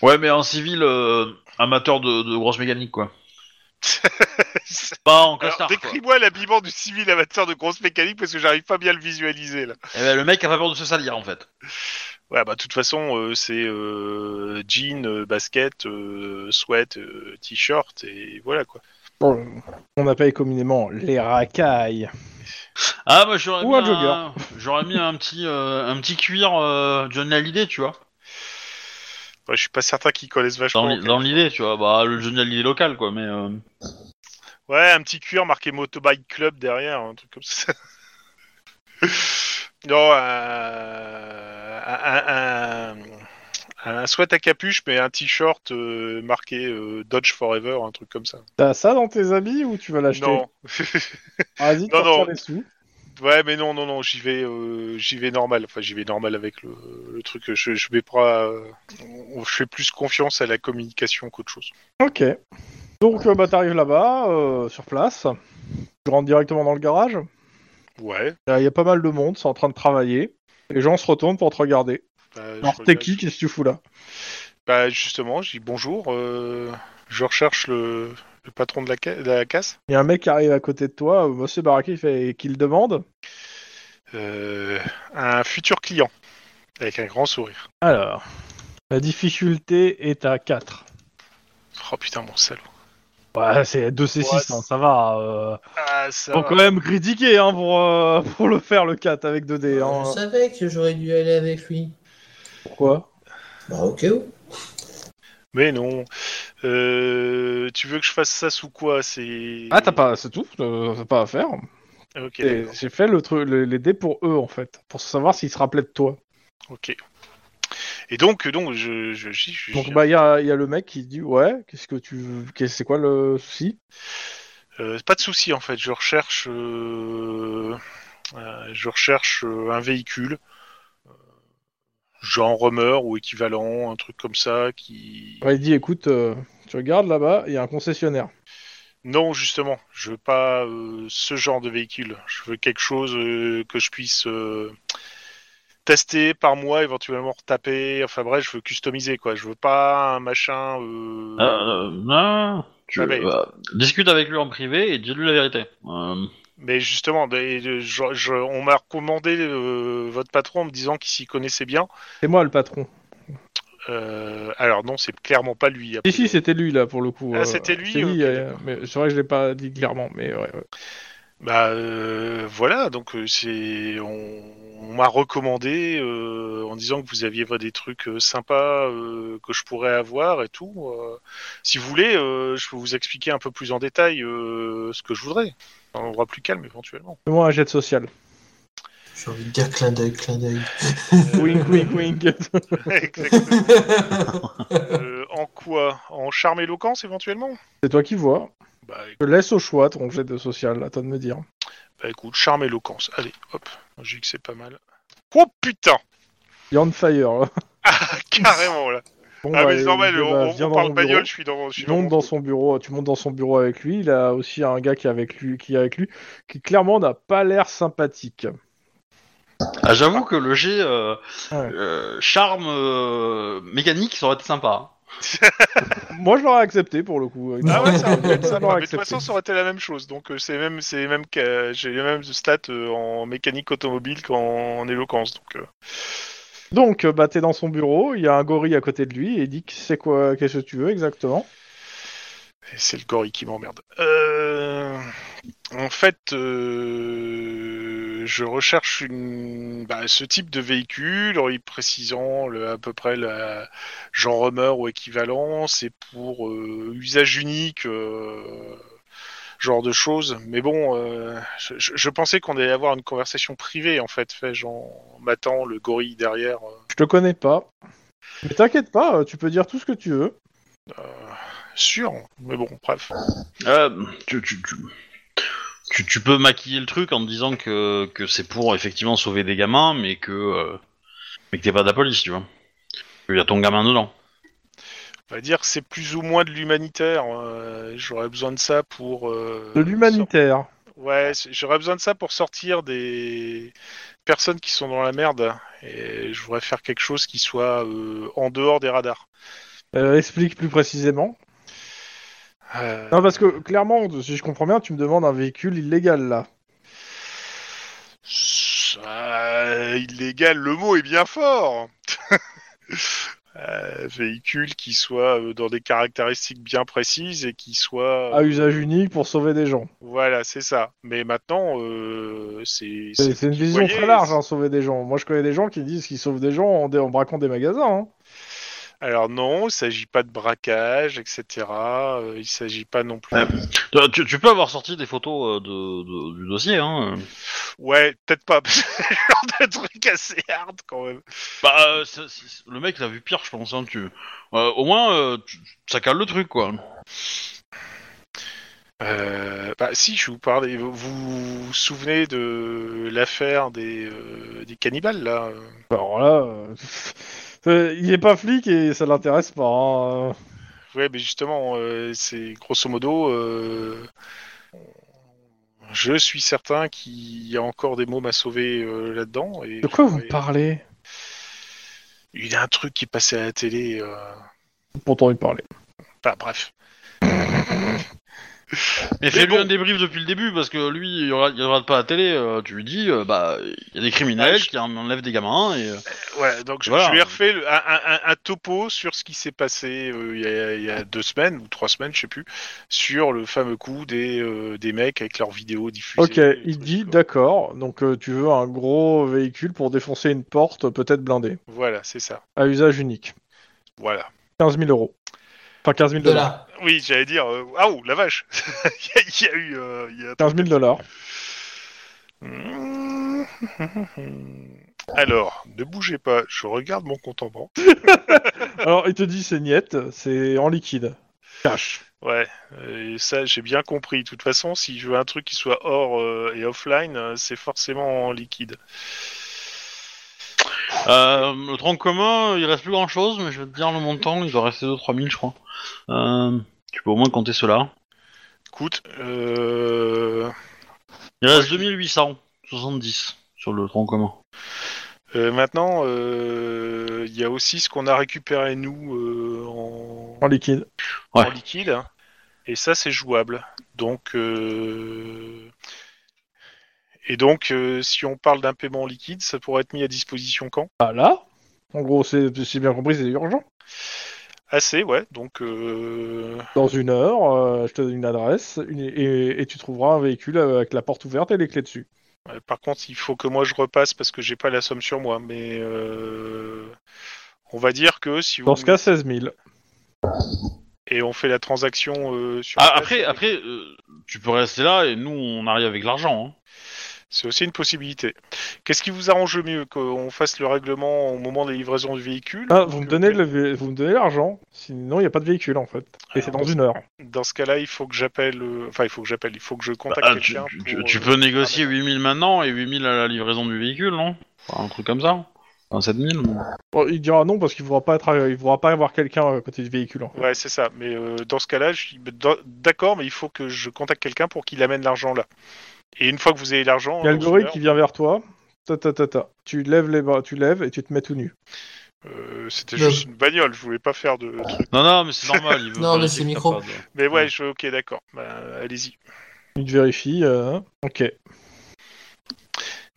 A: Ouais, mais en civil, euh, amateur de, de grosse mécanique, quoi. Pas en
C: Alors,
A: costard, quoi.
C: décris-moi l'habillement du civil amateur de grosse mécanique parce que j'arrive pas bien à le visualiser là.
A: Eh ben, le mec a pas peur de se salir, en fait.
C: Ouais, bah, de toute façon, euh, c'est euh, jean, euh, basket, euh, sweat, euh, t-shirt et voilà quoi.
B: Mhm. On appelle communément les racailles.
A: Ah, moi, j'aurais
B: Ou
A: mis
B: un jogger.
A: J'aurais mis un petit, euh, un petit cuir euh, John Hallyday, tu vois.
C: Ouais, je suis pas certain qu'ils connaissent
A: Dans
C: vachement.
A: l'i- dans l'idée, tu vois. Bah, le John Hallyday local, quoi, mais... euh,
C: Ouais, un petit cuir marqué Motobike Club derrière, un truc comme ça. non, euh, un, un, un- un sweat à capuche, mais un t-shirt euh, marqué euh, Dodge Forever, un truc comme ça.
B: T'as ça dans tes habits ou tu vas l'acheter
C: Non.
B: Vas-y,
C: Non,
B: t'en
C: non.
B: les sous.
C: Ouais, mais non, non, non, j'y vais, euh, j'y vais normal. Enfin, j'y vais normal avec le, le truc. Je, je vais pas. euh, on- je fais plus confiance à la communication qu'autre chose.
B: Ok. Donc, euh, bah, t'arrives là-bas, euh, sur place. Tu rentres directement dans le garage.
C: Ouais.
B: Là, Il y a pas mal de monde, c'est en train de travailler. Les gens se retournent pour te regarder.
C: bah, je
B: Alors, t'es
C: regarde-
B: qui Qu'est-ce que tu fous là
C: Bah, justement, je dis bonjour. euh, je recherche le, le patron de la, ca- de la casse.
B: Il y a un mec qui arrive à côté de toi, euh, Monsieur Baraki, il fait- qui le demande.
C: Euh, un futur client. Avec un grand sourire.
B: Alors, la difficulté est à 4.
C: Oh putain, mon salaud.
B: Ouais, c'est 2C6,
C: Ouais,
B: hein, ça va. euh.
C: Ah, ça.
B: Faut quand même critiquer hein, pour, euh, pour le faire le 4 avec 2D. hein.
E: Je savais que j'aurais dû aller avec lui.
B: Pourquoi
E: Bah, ok. où
C: Mais non. Euh, tu veux que je fasse ça sous quoi C'est.
B: Ah, t'as pas, c'est tout, euh, t'as pas à faire.
C: Ok.
B: Et
C: d'accord.
B: J'ai fait le truc, le- les dés pour eux en fait, pour savoir s'ils se rappelaient de toi.
C: Ok. Et donc, donc, je, je, je- je-
B: Donc
C: je-
B: bah il y a, il y a le mec qui dit ouais, qu'est-ce que tu, qu'est- c'est quoi le souci
C: euh, pas de souci en fait. Je recherche, euh, euh, je recherche euh, un véhicule, euh, genre Hummer ou équivalent, un truc comme ça qui.
B: Ouais, Il dit écoute, euh, tu regardes là-bas, il y a un concessionnaire.
C: Non, justement, je veux pas euh, ce genre de véhicule. Je veux quelque chose euh, que je puisse euh, tester par moi, éventuellement retaper. Enfin bref, je veux customiser quoi. Je veux pas un machin. euh,
B: Ah,
A: Euh, non, tu,
C: Ah, mais-
A: euh, discute avec lui en privé et dis-lui la vérité. Euh,
C: Mais justement, des- je- je- on m'a recommandé euh, votre patron en me disant qu'il s'y connaissait bien.
B: C'est moi le patron.
C: Euh, alors non, c'est clairement pas lui.
B: Si si, c'était lui là pour le coup.
C: Ah, c'était lui,
B: je t'ai dit,
C: ok,
B: euh, mais c'est vrai que je l'ai pas dit clairement, mais ouais. ouais.
C: Bah euh, voilà, donc euh, c'est on, on m'a recommandé euh, en disant que vous aviez pas des trucs euh, sympas euh, que je pourrais avoir et tout. Euh, si vous voulez, euh, je peux vous expliquer un peu plus en détail euh, ce que je voudrais. Un endroit plus calme éventuellement.
B: Fais-moi un jet social.
E: J'ai envie de dire clin d'œil, clin d'œil.
B: wink wink wink.
C: Exactement. Euh, en quoi En charme et éloquence éventuellement
B: c'est toi qui vois.
C: Bah
B: Je te laisse au choix ton jet de social. À toi de me dire.
C: Bah écoute, charme et éloquence. Allez, hop, j'ai que c'est pas mal. Oh putain
B: Beyond fire. là.
C: Ah, Carrément là
B: Bon,
C: Ah
B: bah,
C: mais c'est normal,
B: euh,
C: on,
B: bah,
C: on-
B: viens
C: on
B: dans
C: parle
B: mon bureau.
C: bagnole, je suis dans, je suis
B: Tu montes
C: mon-
B: dans son bureau, tu montes dans son bureau avec lui. Il a aussi un gars qui est avec lui, qui est avec lui, qui clairement n'a pas l'air sympathique.
A: ah, J'avoue que le G euh,
B: Ouais.
A: euh, charme euh, mécanique, ça aurait été sympa. hein.
B: Moi, je l'aurais accepté pour le coup.
C: Ah ouais, ça aurait pu être
B: Je
C: sympa.
B: l'aurais
C: Mais de toute
B: accepté.
C: façon, ça aurait été la même chose. Donc euh, c'est même, c'est même, que- euh, j'ai les mêmes stats euh, en mécanique automobile qu'en éloquence. Donc euh,
B: Donc, euh, bah, t'es dans son bureau. Il y a un gorille à côté de lui et il dit que c'est quoi, qu'est-ce que tu veux exactement
C: et c'est le gorille qui m'emmerde. Euh, en fait, euh, je recherche une, bah, ce type de véhicule en y précisant le- à peu près la genre Hummer ou équivalent. C'est pour euh, usage unique. euh, genre de choses. Mais bon, euh, je, je- je pensais qu'on allait avoir une conversation privée, en fait, fait genre, m'attend le gorille derrière. euh,
B: Je te connais pas. Mais t'inquiète pas, euh, tu peux dire tout ce que tu
C: Euh,
B: veux.
C: sûr, mais bon, bref.
A: Euh, tu, tu, tu, tu- tu peux maquiller le truc en te disant que, que c'est pour effectivement sauver des gamins, mais que, euh, mais que t'es pas de la police, tu vois. Il y a ton gamin dedans.
C: On va dire que c'est plus ou moins de l'humanitaire. euh, j'aurais besoin de ça pour... euh,
B: De l'humanitaire.
C: sor- Ouais, c'est- j'aurais besoin de ça pour sortir des personnes qui sont dans la merde. Et je voudrais faire quelque chose qui soit euh, en dehors des radars.
B: Euh, explique plus précisément.
C: Euh,
B: Non, parce que clairement, si je comprends bien, tu me demandes un véhicule illégal là.
C: Ça, illégal, le mot est bien fort. Euh, véhicule qui soit euh, dans des caractéristiques bien précises et qui soit
B: À usage unique pour sauver des gens.
C: voilà c'est ça mais maintenant euh, c'est
B: C'est c'est une
C: vous
B: vision
C: voyez,
B: très large, hein, sauver des gens. Moi, je connais des gens qui disent qu'ils sauvent des gens en, dé- en braquant des magasins. hein.
C: alors non il s'agit pas de braquage etc euh, il s'agit pas non plus
A: Ouais. Euh, Tu, tu peux avoir sorti des photos euh, de, de- du dossier, hein.
C: ouais peut-être pas parce que c'est le genre de truc assez hard quand même
A: Bah, euh, c'est- c'est- le mec l'a vu pire, je pense. Hein, tu... Euh, au moins, euh, tu- ça cale le truc, quoi.
C: Euh, bah, si, je vous parlais. Vous vous souvenez de l'affaire des, euh, des cannibales, là euh
B: Alors là, euh, euh, il est pas flic et ça l'intéresse pas. hein.
C: Ouais, mais justement, euh, c'est grosso modo. euh, Je suis certain qu'il y a encore des mômes à sauver euh, là-dedans. et-
B: De quoi vous
C: et-
B: parlez
C: Il y a un truc qui est passé à la télé. euh,
B: Pourtant, il parlait.
C: Enfin, bref.
A: Mais fais-lui
C: bon.
A: un débrief depuis le début, parce que lui, il regarde, il regarde pas la télé, euh, tu lui dis, euh, bah, il y a des criminels
C: Ah, je-
A: qui enlèvent des gamins, et... euh,
C: Voilà, donc je,
A: Voilà.
C: je lui ai refait le- un, un- un- un topo sur ce qui s'est passé euh, il y, a- il y a deux semaines ou trois semaines, je sais plus, sur le fameux coup des, euh, des mecs avec leurs vidéos diffusées.
B: Ok,
C: des
B: il
C: trucs,
B: dit
C: quoi.
B: d'accord, donc euh, tu veux un gros véhicule pour défoncer une porte, peut-être blindée,
C: Voilà, c'est ça.
B: à usage unique.
C: Voilà.
B: 15 000 euros. Enfin, 15 000
E: De
B: dollars.
E: là.
C: Oui, j'allais dire. euh, Ah oh, la vache Il y, a- il y a eu. euh, il y a-
B: 15 000 dollars.
C: Hmm. Alors, ne bougez pas, je regarde mon compte en banque.
B: Alors, il te dit c'est niette, c'est en liquide. Cash.
C: Ouais, euh, et ça j'ai bien compris. De toute façon, si je veux un truc qui soit hors euh, et offline, euh, c'est forcément en liquide.
A: Euh, le tronc commun, il reste plus grand chose, mais je vais te dire le montant, il doit rester 2-3 000, je crois. Euh, tu peux au moins compter cela.
C: Écoute, euh,
A: Il reste 2870 sur le tronc commun.
C: euh, maintenant, euh, il y a aussi ce qu'on a récupéré nous euh, en,
B: En liquide.
A: Ouais.
C: en liquide, hein. et ça c'est jouable. Donc, euh, et donc, euh, si on parle d'un paiement en liquide, ça pourrait être mis à disposition quand
B: Ah là En gros, c'est si j'ai bien compris, c'est urgent.
C: Assez, ouais. Donc, euh,
B: Dans une heure, euh, je te donne une adresse une- et, et tu trouveras un véhicule avec la porte ouverte et les clés dessus.
C: Ouais, Par contre, il faut que moi je repasse parce que j'ai pas la somme sur moi, mais euh, on va dire que si
B: Dans
C: on...
B: ce cas, 16 000.
C: et on fait la transaction euh, sur
A: Ah,
C: place,
A: après, après, euh, tu peux rester là et nous on arrive avec l'argent. hein.
C: c'est aussi une possibilité. Qu'est-ce qui vous arrange le mieux qu'on fasse le règlement au moment des livraisons du véhicule
B: Ah, vous me
C: Que-
B: donnez le vé- vous me donnez l'argent, sinon il n'y a pas de véhicule en fait. Et c'est dans une heure.
C: Dans ce cas-là, il faut que j'appelle, euh, enfin il faut que j'appelle, il faut que je contacte
A: Ah, tu,
C: quelqu'un.
A: tu-
C: pour,
A: tu
C: euh,
A: peux négocier
C: ah,
A: 8000 maintenant et 8000 à la livraison du véhicule, non Enfin, Un truc comme ça. Enfin, 7000. mais-
B: Bon, il dira non parce qu'il ne voudra pas être, il voudra pas avoir quelqu'un euh, à côté du véhicule. en fait.
C: Ouais, c'est ça. Mais euh, dans ce cas-là, je suis d'accord, mais il faut que je contacte quelqu'un pour qu'il amène l'argent là. Et une fois que vous avez l'argent, euh,
B: Il y a le
C: dans une
B: gorille
C: heure,
B: qui vient vers toi. Ta ta ta ta. Tu lèves les bras, tu lèves et tu te mets tout nu.
C: euh, c'était
E: Non.
C: juste une bagnole. Je voulais pas faire de truc.
A: Non, non, mais c'est normal. il veut
E: Non, mais
A: vérifier
E: c'est
A: que t'as
E: micro.
A: pas de-
C: Mais ouais, je, ok, d'accord. Bah, allez-y.
B: Il te vérifie. euh, Ok.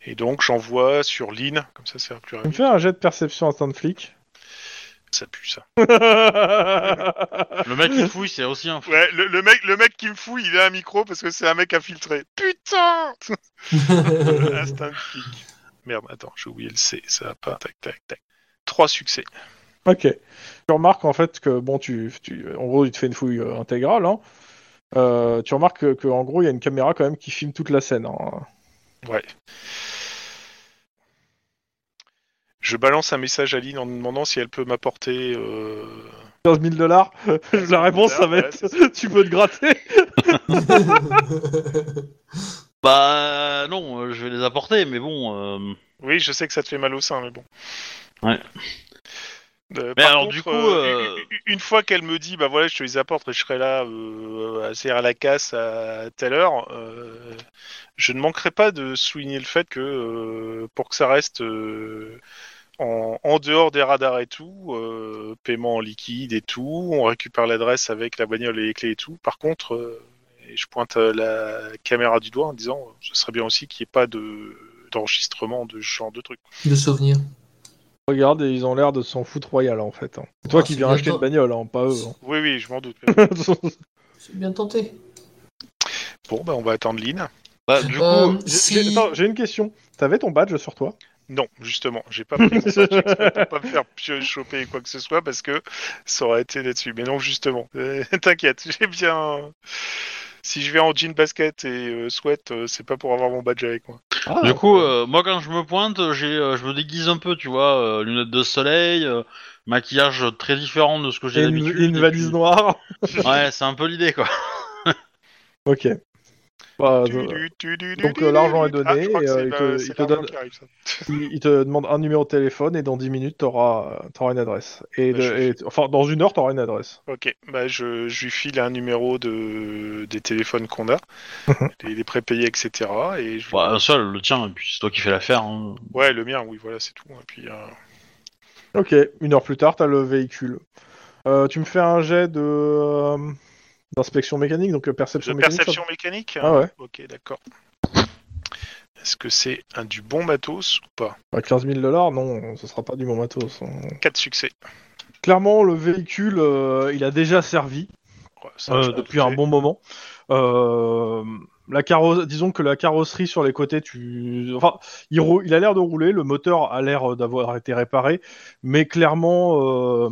C: Et donc, j'envoie sur Lean, comme ça, c'est plus
B: Tu me
C: rapide.
B: fais un jet de perception instant de flic.
C: Ça pue, ça.
A: Le mec qui fouille, c'est aussi un. fou.
C: Ouais, le, le mec, le mec qui me fouille, il a un micro parce que c'est un mec infiltré. Putain Instinct de flic. Merde, attends, j'ai oublié le C, ça va pas. Tac, tac, tac. Trois succès.
B: Ok. Tu remarques en fait que, bon, tu, tu- en gros, il te fait une fouille euh, intégrale. hein. Euh, tu remarques que, que, en gros, il y a une caméra quand même qui filme toute la scène. hein.
C: Ouais. Je balance un message à Lynn en me demandant si elle peut m'apporter. euh,
B: 15 000 dollars. la réponse, ça va
C: Voilà,
B: être
C: c'est ça.
B: tu peux te gratter.
A: Bah non, euh, je vais les apporter, mais bon. euh,
C: Oui, je sais que ça te fait mal au sein, mais bon.
A: Ouais.
C: Euh,
A: Mais
C: par
A: alors,
C: contre,
A: du coup,
C: euh,
A: euh,
C: u- u- une fois qu'elle me dit, bah voilà, je te les apporte et je serai là, euh, à serrer à la casse à telle heure, euh, je ne manquerai pas de souligner le fait que euh, pour que ça reste euh, en, en dehors des radars et tout, euh, paiement en liquide et tout, on récupère l'adresse avec la bagnole et les clés et tout. Par contre, euh, et je pointe euh, la caméra du doigt en disant, euh, ce serait bien aussi qu'il n'y ait pas de d'enregistrement de ce genre de truc.
E: De souvenirs.
B: Regarde, et ils ont l'air de s'en foutre royal en fait. hein. C'est toi
E: Ah,
B: qui
E: c'est
B: viens
E: bien
B: acheter
E: toi.
B: une bagnole, hein, pas eux.
C: Oui, oui, je m'en doute.
B: hein.
E: C'est bien tenté.
C: bon, bah, on va attendre Lynn.
A: bah, du coup.
E: Euh,
B: J'ai-
E: si...
B: j'ai- attends, J'ai une question. T'avais ton badge sur toi
C: Non, justement, j'ai pas pris mon badge exprès pour pas me faire pio- choper quoi que ce soit parce que ça aurait été là-dessus. Mais non, justement, Euh, t'inquiète, j'ai bien. Si je vais en jean basket et euh, sweat, euh, c'est pas pour avoir mon badge avec moi.
B: Ah,
A: Du coup, euh, moi quand je me pointe, j'ai, euh, je me déguise un peu, tu vois, euh, lunettes de soleil, euh, maquillage très différent de ce que
B: et
A: j'ai
B: une,
A: d'habitude.
B: et une
A: et
B: valise
A: puis-
B: noire.
A: Ouais, c'est un peu l'idée quoi.
B: Ok. Bah,
C: Tu-
B: euh,
C: du- tu- du-
B: donc,
C: du-
B: euh, l'argent est
C: du- du-
B: donné,
C: Ah, je crois que
B: et, euh,
C: c'est
B: il te- il
C: la- c'est
B: te
C: l'argent
B: donne-
C: qui arrive, ça.
B: il, il te demande un numéro de téléphone et dans 10 minutes, t'auras auras une adresse. Et,
C: Bah,
B: le-
C: je-
B: et t- enfin, dans une heure, t'auras une adresse.
C: Ok, bah je, je lui file un numéro de des téléphones qu'on a,
B: Mhm.
C: les, les prépayés, etc. Et je...
A: Bah, un seul, le tien, et puis c'est toi qui fais l'affaire. hein.
C: ouais, le mien, oui, voilà, c'est tout. Et puis euh,
B: Ok, une heure plus tard, t'as le véhicule. Euh, tu me fais un jet de euh, d'inspection mécanique, donc euh, perception
C: de
B: mécanique. ça-
C: perception mécanique. hein.
B: Ah ouais,
C: Ok, d'accord. Est-ce que c'est un du bon matos ou pas
B: à 15 000 Bah, dollars, non, ce sera pas du bon matos. hein.
C: 4 succès.
B: Clairement, le véhicule, euh, il a déjà servi.
C: Ouais, ça,
B: Euh,
C: je
B: depuis
C: l'ai
B: un
C: fait.
B: bon moment. Euh, la carrosse, disons que la carrosserie sur les côtés, tu, enfin, il, rou- il a l'air de rouler, le moteur a l'air d'avoir été réparé, mais clairement, euh,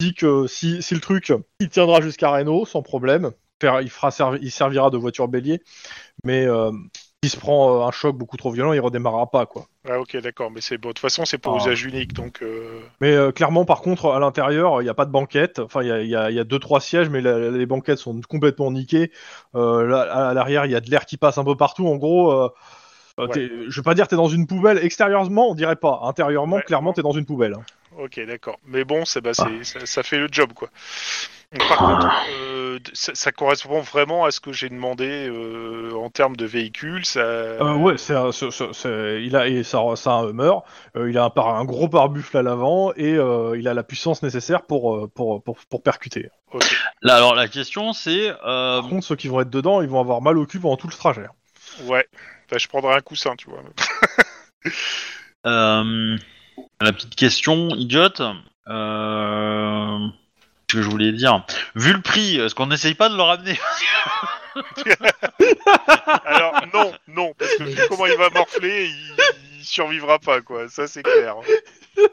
B: dit que si, si le truc, il tiendra jusqu'à Reno sans problème. Faire- Il, fera servi- il servira de voiture bélier, mais euh, s'il se prend euh, un choc beaucoup trop violent, il redémarrera pas quoi.
C: Ah ok, d'accord, mais c'est bon. De toute façon, c'est pour
B: Ah.
C: usage unique, donc euh,
B: Mais euh, clairement, par contre, à l'intérieur, il n'y a pas de banquette. Enfin, il y a, il y a- il y a deux trois sièges, mais la- la- les banquettes sont complètement niquées. Euh, là, à à l'arrière, il y a de l'air qui passe un peu partout. En gros, euh, euh,
C: Ouais.
B: t'es- je vais pas dire t'es dans une poubelle. Extérieurement, on dirait pas. Intérieurement,
C: Ouais. Euh,
B: clairement, t'es dans une poubelle.
C: ok, d'accord. Mais bon, c'est
B: Ah.
C: bah, c'est- ça, ça fait le job, quoi. Donc, par contre, euh, d- ça, ça correspond vraiment à ce que j'ai demandé euh, en termes de véhicule. Ça...
B: Euh, ouais, c'est, un- c'est- c'est- c'est- il a et ça, ça un Hummer. Euh, il a un, par- un gros pare-buffle à l'avant et euh, il a la puissance nécessaire pour euh, pour, pour, pour percuter.
C: Ok.
A: Là, alors la question c'est. euh,
B: Par contre, ceux qui vont être dedans, ils vont avoir mal au cul pendant tout le trajet.
C: Ouais. Bah, je prendrai un coussin, tu vois.
A: euh, la petite question idiote. Euh, ce que je voulais dire. Vu le prix, est-ce qu'on n'essaye pas de le ramener
C: Alors non, non, parce que vu comment il va morfler, il, il survivra pas, quoi. Ça c'est clair.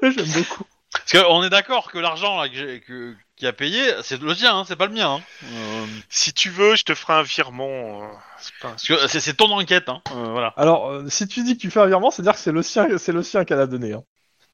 B: J'aime beaucoup.
A: Parce qu'on est d'accord que l'argent là, que j'ai- que- qui a payé, c'est le tien, hein, c'est pas le mien. hein. Euh,
C: Si tu veux, je te ferai un virement. euh, c'est pas un
A: parce que c'est- c'est ton enquête, hein, euh, voilà.
B: Alors, euh, si tu dis que tu fais un virement, c'est-à-dire que c'est le sien, c'est le sien qu'elle a donné. hein.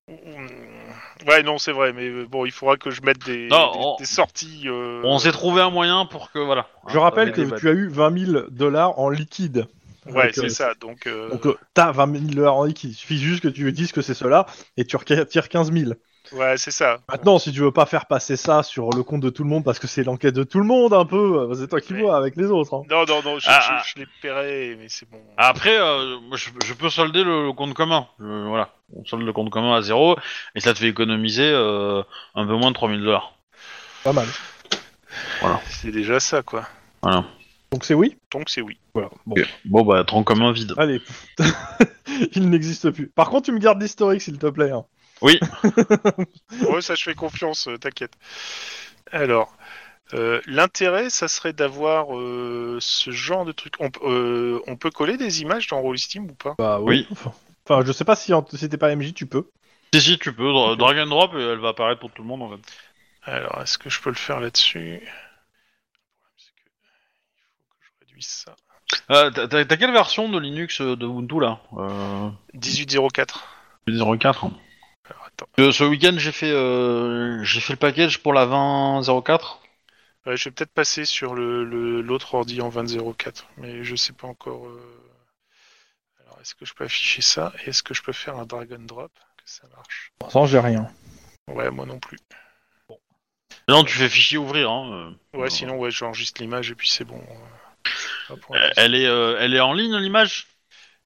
C: Mm. Ouais, non, c'est vrai, mais euh, bon, il faudra que je mette des,
A: Non,
C: des-
A: on-
C: des sorties. euh,
A: On s'est trouvé un moyen pour que voilà.
C: Ah,
B: Je rappelle que
A: Euh,
B: tu as eu 20 000 dollars en liquide.
C: Ouais,
B: avec,
C: c'est
B: euh,
C: ça. Donc, euh,
B: Donc, euh, t'as 20 000 dollars en liquide. Il suffit juste que tu dises que c'est cela et tu retires 15 000.
A: euh,
C: ouais, c'est ça.
B: Maintenant, si tu veux pas faire passer ça sur le compte de tout le monde parce que c'est l'enquête de tout le monde un peu, euh, c'est toi qui
C: Ouais.
B: vois avec les autres. hein.
C: Non, non, non, je,
A: Ah,
C: je- je les paierai, mais c'est bon.
A: Après, euh, moi, je, je peux solder le, le compte commun. Je- voilà, on solde le compte commun à zéro et ça te fait économiser euh, un peu moins de 3000 dollars.
B: Pas mal.
C: C'est déjà ça, quoi.
B: Donc c'est oui.
C: Donc c'est oui.
B: Voilà. Bon.
A: Bon bah, tronc commun vide.
B: Allez. Il n'existe plus. Par contre, tu me gardes l'historique, s'il te plaît. hein.
C: Ouais, ça, je fais confiance. euh, T'inquiète. Alors. euh, L'intérêt, ça serait d'avoir euh, ce genre de truc. On, p- euh, on peut coller des images dans Rollistim ou pas
B: Bah
A: oui.
B: Enfin, enfin, je sais pas si, en- si t'es pas MJ, tu peux.
A: Si si, tu peux dra- drag and drop et elle va apparaître pour tout le monde en fait.
C: Alors, est-ce que je peux le faire là-dessus Parce que- Il faut que je réduise ça.
A: Euh, t'as- T'as t'as quelle version de Linux euh, de Ubuntu là euh,
C: 1804.
A: 04.
C: Alors, attends.
A: Euh, ce week-end, j'ai fait euh, j'ai fait le package pour la 2004.
C: Ouais, je vais peut-être passer sur le, le- l'autre ordi en 2004, mais je sais pas encore. euh. Alors, est-ce que je peux afficher ça Et est-ce que je peux faire un drag and drop Que ça marche
B: Pour l'instant, j'ai rien.
C: Ouais, moi non plus.
A: Non, tu fais fichier ouvrir. Hein, euh.
C: Ouais,
A: Ouais.
C: sinon, ouais, j'enregistre l'image et puis c'est bon. euh. Hop, on
A: Euh,
C: va-
A: Elle est euh, elle est en ligne l'image.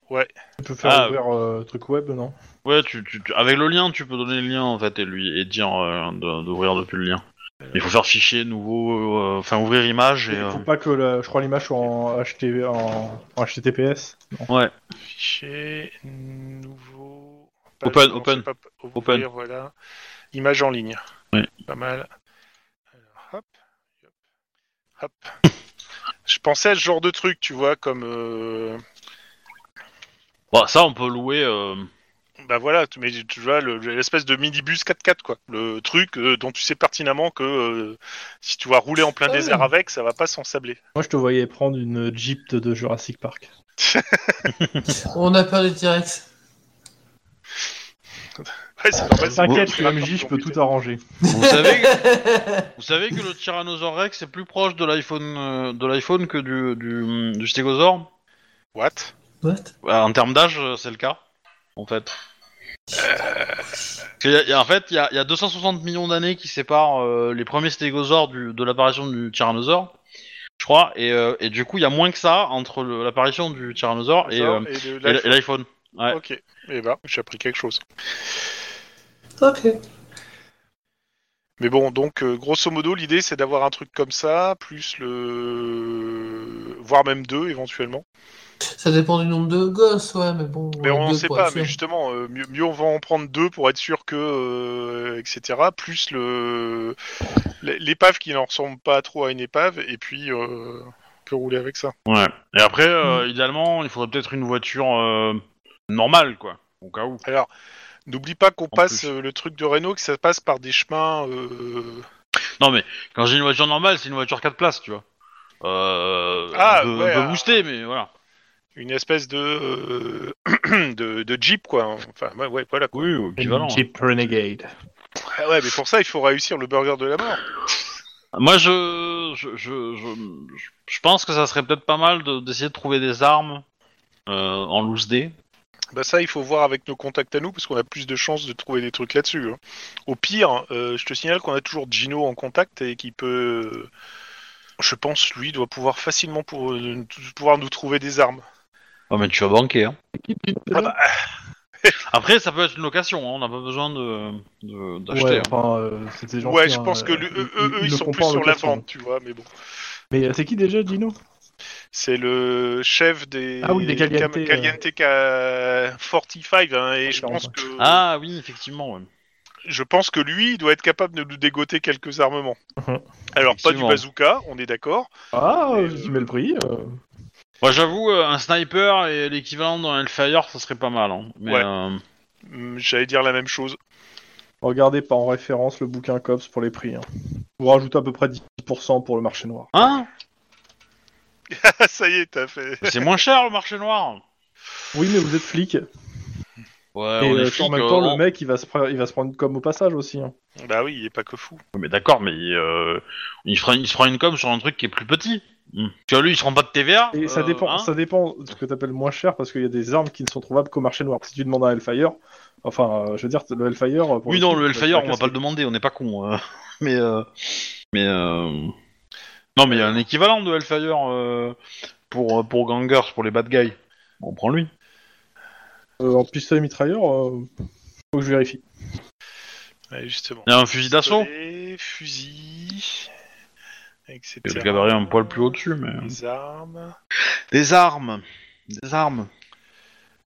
B: Tu peux faire
A: Ah.
B: ouvrir euh, truc web, non
A: Ouais, tu, tu- tu- avec le lien, tu peux donner le lien en fait et lui et dire euh, de- d'ouvrir depuis le lien. Il faut faire fichier nouveau, euh, enfin ouvrir image et.
B: Il
A: euh,
B: faut pas que la- je crois l'image soit en, HTV en, en HTTPS.
A: ouais.
C: Fichier, nouveau.
A: Open,
C: Page, non,
A: open.
C: c'est pas- ouvrir,
A: Open.
C: Voilà. Image en ligne.
A: Oui.
C: Pas mal. Alors, hop. Hop. Je pensais à ce genre de truc, tu vois, comme. euh,
A: Bon, bah, ça on peut louer. euh,
C: Bah voilà, tu, mais tu vois le- l'espèce de minibus 4x4 quoi, le truc euh, dont tu sais pertinemment que euh, si tu vas rouler en plein
E: Ah oui.
C: désert avec, ça va pas s'ensabler.
B: Moi, je te voyais prendre une Jeep de Jurassic Park.
E: On a perdu direct.
C: Ouais, c'est normal, c'est
B: Ah, T'inquiète,
C: pas
B: le
C: grave,
B: MJ, je
C: ils ont
B: peux
C: buté.
B: tout arranger.
A: Vous savez, que- vous savez que le Tyrannosaure Rex est plus proche de l'iPhone euh, de l'iPhone que du, du, du stégosaure
C: What
E: What
A: Bah, En termes d'âge, euh, c'est le cas, en fait. Euh, Parce qu'il y a- il y a- en fait, il y a, il y a 260 millions d'années qui séparent euh, les premiers stégosaures du- de l'apparition du tyrannosaure, je crois, et, euh, et du coup, il y a moins que ça entre le- l'apparition du tyrannosaure et, euh,
C: D'accord, et
A: et
C: le-
A: l- et
C: l'iPhone.
A: l'iPhone. ouais.
C: Ok, et bah, j'ai appris quelque chose.
E: Ok.
C: Mais bon, donc euh, grosso modo, l'idée c'est d'avoir un truc comme ça, plus le. voire même deux éventuellement.
E: Ça dépend du nombre de gosses, ouais, mais bon.
C: Mais on
E: deux
C: sait
E: pour
C: pas,
E: être
C: mais
E: sûr.
C: justement, euh, mieux, mieux on va en prendre deux pour être sûr que. euh, etc. Plus le. l'é- l'épave qui n'en ressemble pas trop à une épave, et puis euh, on peut rouler avec ça.
A: Ouais. Et après, euh, idéalement, il faudrait peut-être une voiture euh, normale, quoi, au cas où.
C: N'oublie pas qu'on
A: En
C: passe
A: plus.
C: euh, le truc de Renault, que ça passe par des chemins. euh,
A: Non, mais quand j'ai une voiture normale, c'est une voiture 4 places, tu vois. Euh,
C: Ah,
A: un peu, un
C: ouais,
A: peu
C: ah.
A: boostée, mais voilà.
C: une espèce de, euh, de. de Jeep, quoi. Enfin, ouais, ouais, voilà. quoi.
A: Oui, au équivalent.
D: Jeep Renegade.
C: Ah ouais, mais pour ça, il faut réussir le burger de la mort.
A: Moi, je je, je, je, je- je pense que ça serait peut-être pas mal de- d'essayer de, trouver des armes euh, en loose D.
C: Bah ça, il faut voir avec nos contacts à nous, parce qu'on a plus de chances de trouver des trucs là-dessus. hein. Au pire, euh, je te signale qu'on a toujours Gino en contact et qui peut... euh, Je pense, lui, doit pouvoir facilement pour, euh, pouvoir nous trouver des armes.
A: Oh, mais tu vas banquer. Hein. Après, ça peut être une location, hein, on n'a pas besoin d'acheter. De, d'acheter,
D: Ouais,
A: hein.
D: enfin, euh, c'était gentil.
C: ouais, je
D: hein,
C: pense que
D: euh,
C: lui- eux, eux- eux, E, ils
D: le
C: sont plus
D: comprend en
C: sur la
B: hein.
D: location.
C: vente, tu vois, mais bon.
D: Mais euh, c'est qui déjà, Gino
C: C'est le chef des...
D: Ah oui, des Caliente, euh.
C: Cam- Caliente Ca- 45, hein, et je
D: D'accord,
C: pense
D: ouais.
C: que...
A: Ah oui, effectivement. ouais.
C: je pense que lui, il doit être capable de nous dégoter quelques armements.
D: Mhm.
C: Alors, pas du
A: Effectivement.
C: bazooka, on est d'accord.
D: Ah,
C: Et,
D: euh, tu mets le prix. euh.
A: Moi, j'avoue, euh, un sniper et l'équivalent d'un Hellfire, ça serait pas mal. Hein. Mais,
C: Ouais.
A: euh,
C: Hum, J'allais dire la même chose.
B: Regardez pas en référence le bouquin COPS pour les prix. hein. Vous rajoutez à peu près 10% pour le marché noir.
A: Hein
C: Ah, ça y est, t'as fait.
A: C'est moins cher le marché noir
B: Oui, mais vous êtes flic.
A: Ouais,
B: Et
A: on est
B: euh,
A: flic,
B: en même
A: euh,
B: temps,
A: on-
B: le mec, il va, se pre- il va se prendre comme au passage aussi. hein.
C: Bah oui, il est pas que fou.
A: Ouais, Mais d'accord, mais euh, il, fera, il se fera une com sur un truc qui est plus petit. Mm. Tu vois, lui, il se rend pas de TVA.
B: Et ça,
A: euh,
B: dépend,
A: hein
B: ça dépend de ce que t'appelles moins cher, parce qu'il y a des armes qui ne sont trouvables qu'au marché noir. Si tu demandes un Hellfire, enfin, euh, je veux dire, le Hellfire... euh, pour
A: Oui, non,
B: coup,
A: le
B: tu vas te
A: Hellfire,
B: faire
A: on va pas le demander, on n'est pas con. euh, mais, euh, mais, euh, non, mais il y a un équivalent de Hellfire euh, pour euh, pour gangers, pour les bad guys. On prend lui.
B: casser. Euh, en pistolet mitrailleur, euh, faut que je vérifie.
C: Ouais, justement.
A: Il y a un fusil d'assaut.
C: Pistolet, fusil, etc.
A: Le gabarit est un poil plus haut dessus, hein. mais. euh. Des
C: Les armes.
A: armes, des armes.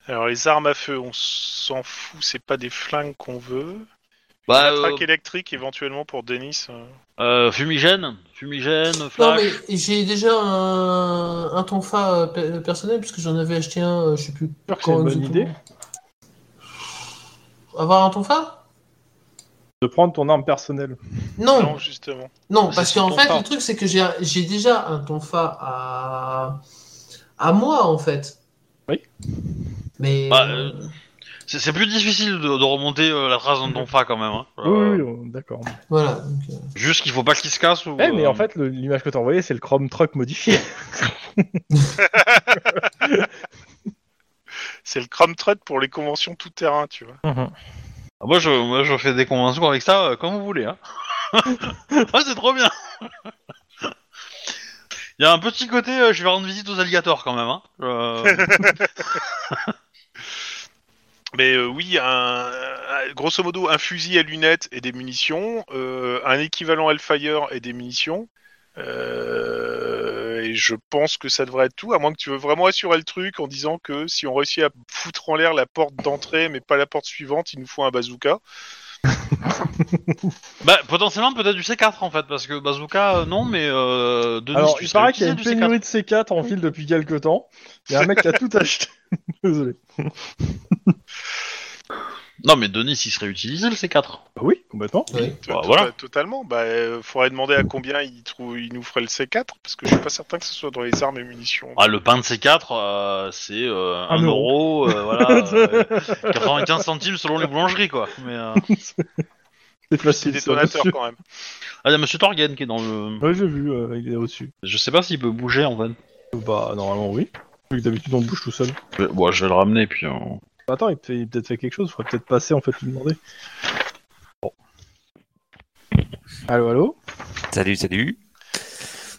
C: Alors, les armes à feu, on s'en fout, c'est pas des flingues qu'on veut.
A: Bah,
C: La
A: euh,
C: traque électrique, éventuellement, pour Denis. euh.
A: euh, fumigène, fumigène,
E: Non,
A: flash.
E: mais j'ai déjà un, un tonfa euh, pe- personnel, puisque j'en avais acheté un, euh, je sais plus
B: Sûr que c'est une bonne
E: exactement.
B: idée
E: Avoir un tonfa
B: de prendre ton arme personnelle.
E: Non,
C: Non, justement.
E: Non,
A: Ça,
E: parce
A: c'est
E: qu'en
A: ton
E: fait,
A: fa.
E: le truc, c'est que j'ai j'ai déjà un tonfa à... à moi, en fait.
B: Oui.
E: Mais.
A: Bah, euh, C'est c'est plus difficile de, de remonter euh, la trace d'un ton fa quand même. Hein. Euh,
B: Mm. Oui, oui, oui, d'accord.
E: Voilà. donc, euh,
A: Juste qu'il faut pas qu'il se casse. Ou,
B: Eh, mais en
A: euh,
B: fait, le- l'image que t'as envoyée, c'est le Chrome Truck modifié.
C: C'est le crumb trot pour les conventions tout-terrain, tu vois.
A: ah, moi, je, moi, je fais des conventions avec ça euh, comme vous voulez. Hein. ah, c'est trop bien. Il y a un petit côté, euh, je vais rendre visite aux alligators quand même. Hein. Euh,
C: Mais euh, oui, un, un- grosso modo, un fusil à lunettes et des munitions, euh, un équivalent Hellfire et des munitions. Euh, et je pense que ça devrait être tout, à moins que tu veux vraiment assurer le truc en disant que si on réussit à foutre en l'air la porte d'entrée, mais pas la porte suivante, il nous faut un bazooka.
A: bah, potentiellement peut-être du C4 en fait, parce que bazooka euh, non, mais euh, Denis,
B: Alors,
A: tu
B: il
A: sais
B: paraît qu'il y a une
A: utiliser du C4.
B: pénurie de C4 en ville depuis quelques temps. Il y a un mec qui a tout acheté. Désolé.
A: Non, mais Denis, il serait utilisé le C4.
B: Bah oui, complètement.
E: Oui.
A: Bah,
C: Tota-
A: voilà.
C: Totalement. Bah, euh, faudrait demander à combien il, trouve, il nous ferait le C4, parce que je suis pas certain que ce soit dans les armes et munitions.
A: Ah, le pain de C4, euh, c'est euh,
B: Un
A: 1 euro, euh, voilà, euh, 95 centimes selon les boulangeries, quoi. Mais, euh,
D: C'est
C: C'est
D: facile.
C: des
D: ça,
C: donateurs
D: monsieur.
C: quand même.
A: Ah, il y a Monsieur Torgan qui est dans le...
B: Ouais, j'ai vu, euh, il est au-dessus.
A: Je sais pas s'il peut bouger, en fait.
B: Bah, normalement, oui. Vu que d'habitude, on bouge tout seul.
A: Mais, bon, je vais le ramener, puis... euh,
B: Bah, attends, il peut- il a peut-être fait quelque chose, faudrait peut-être passer, en fait, lui demander. Bon. Allô, allô
F: Salut, salut.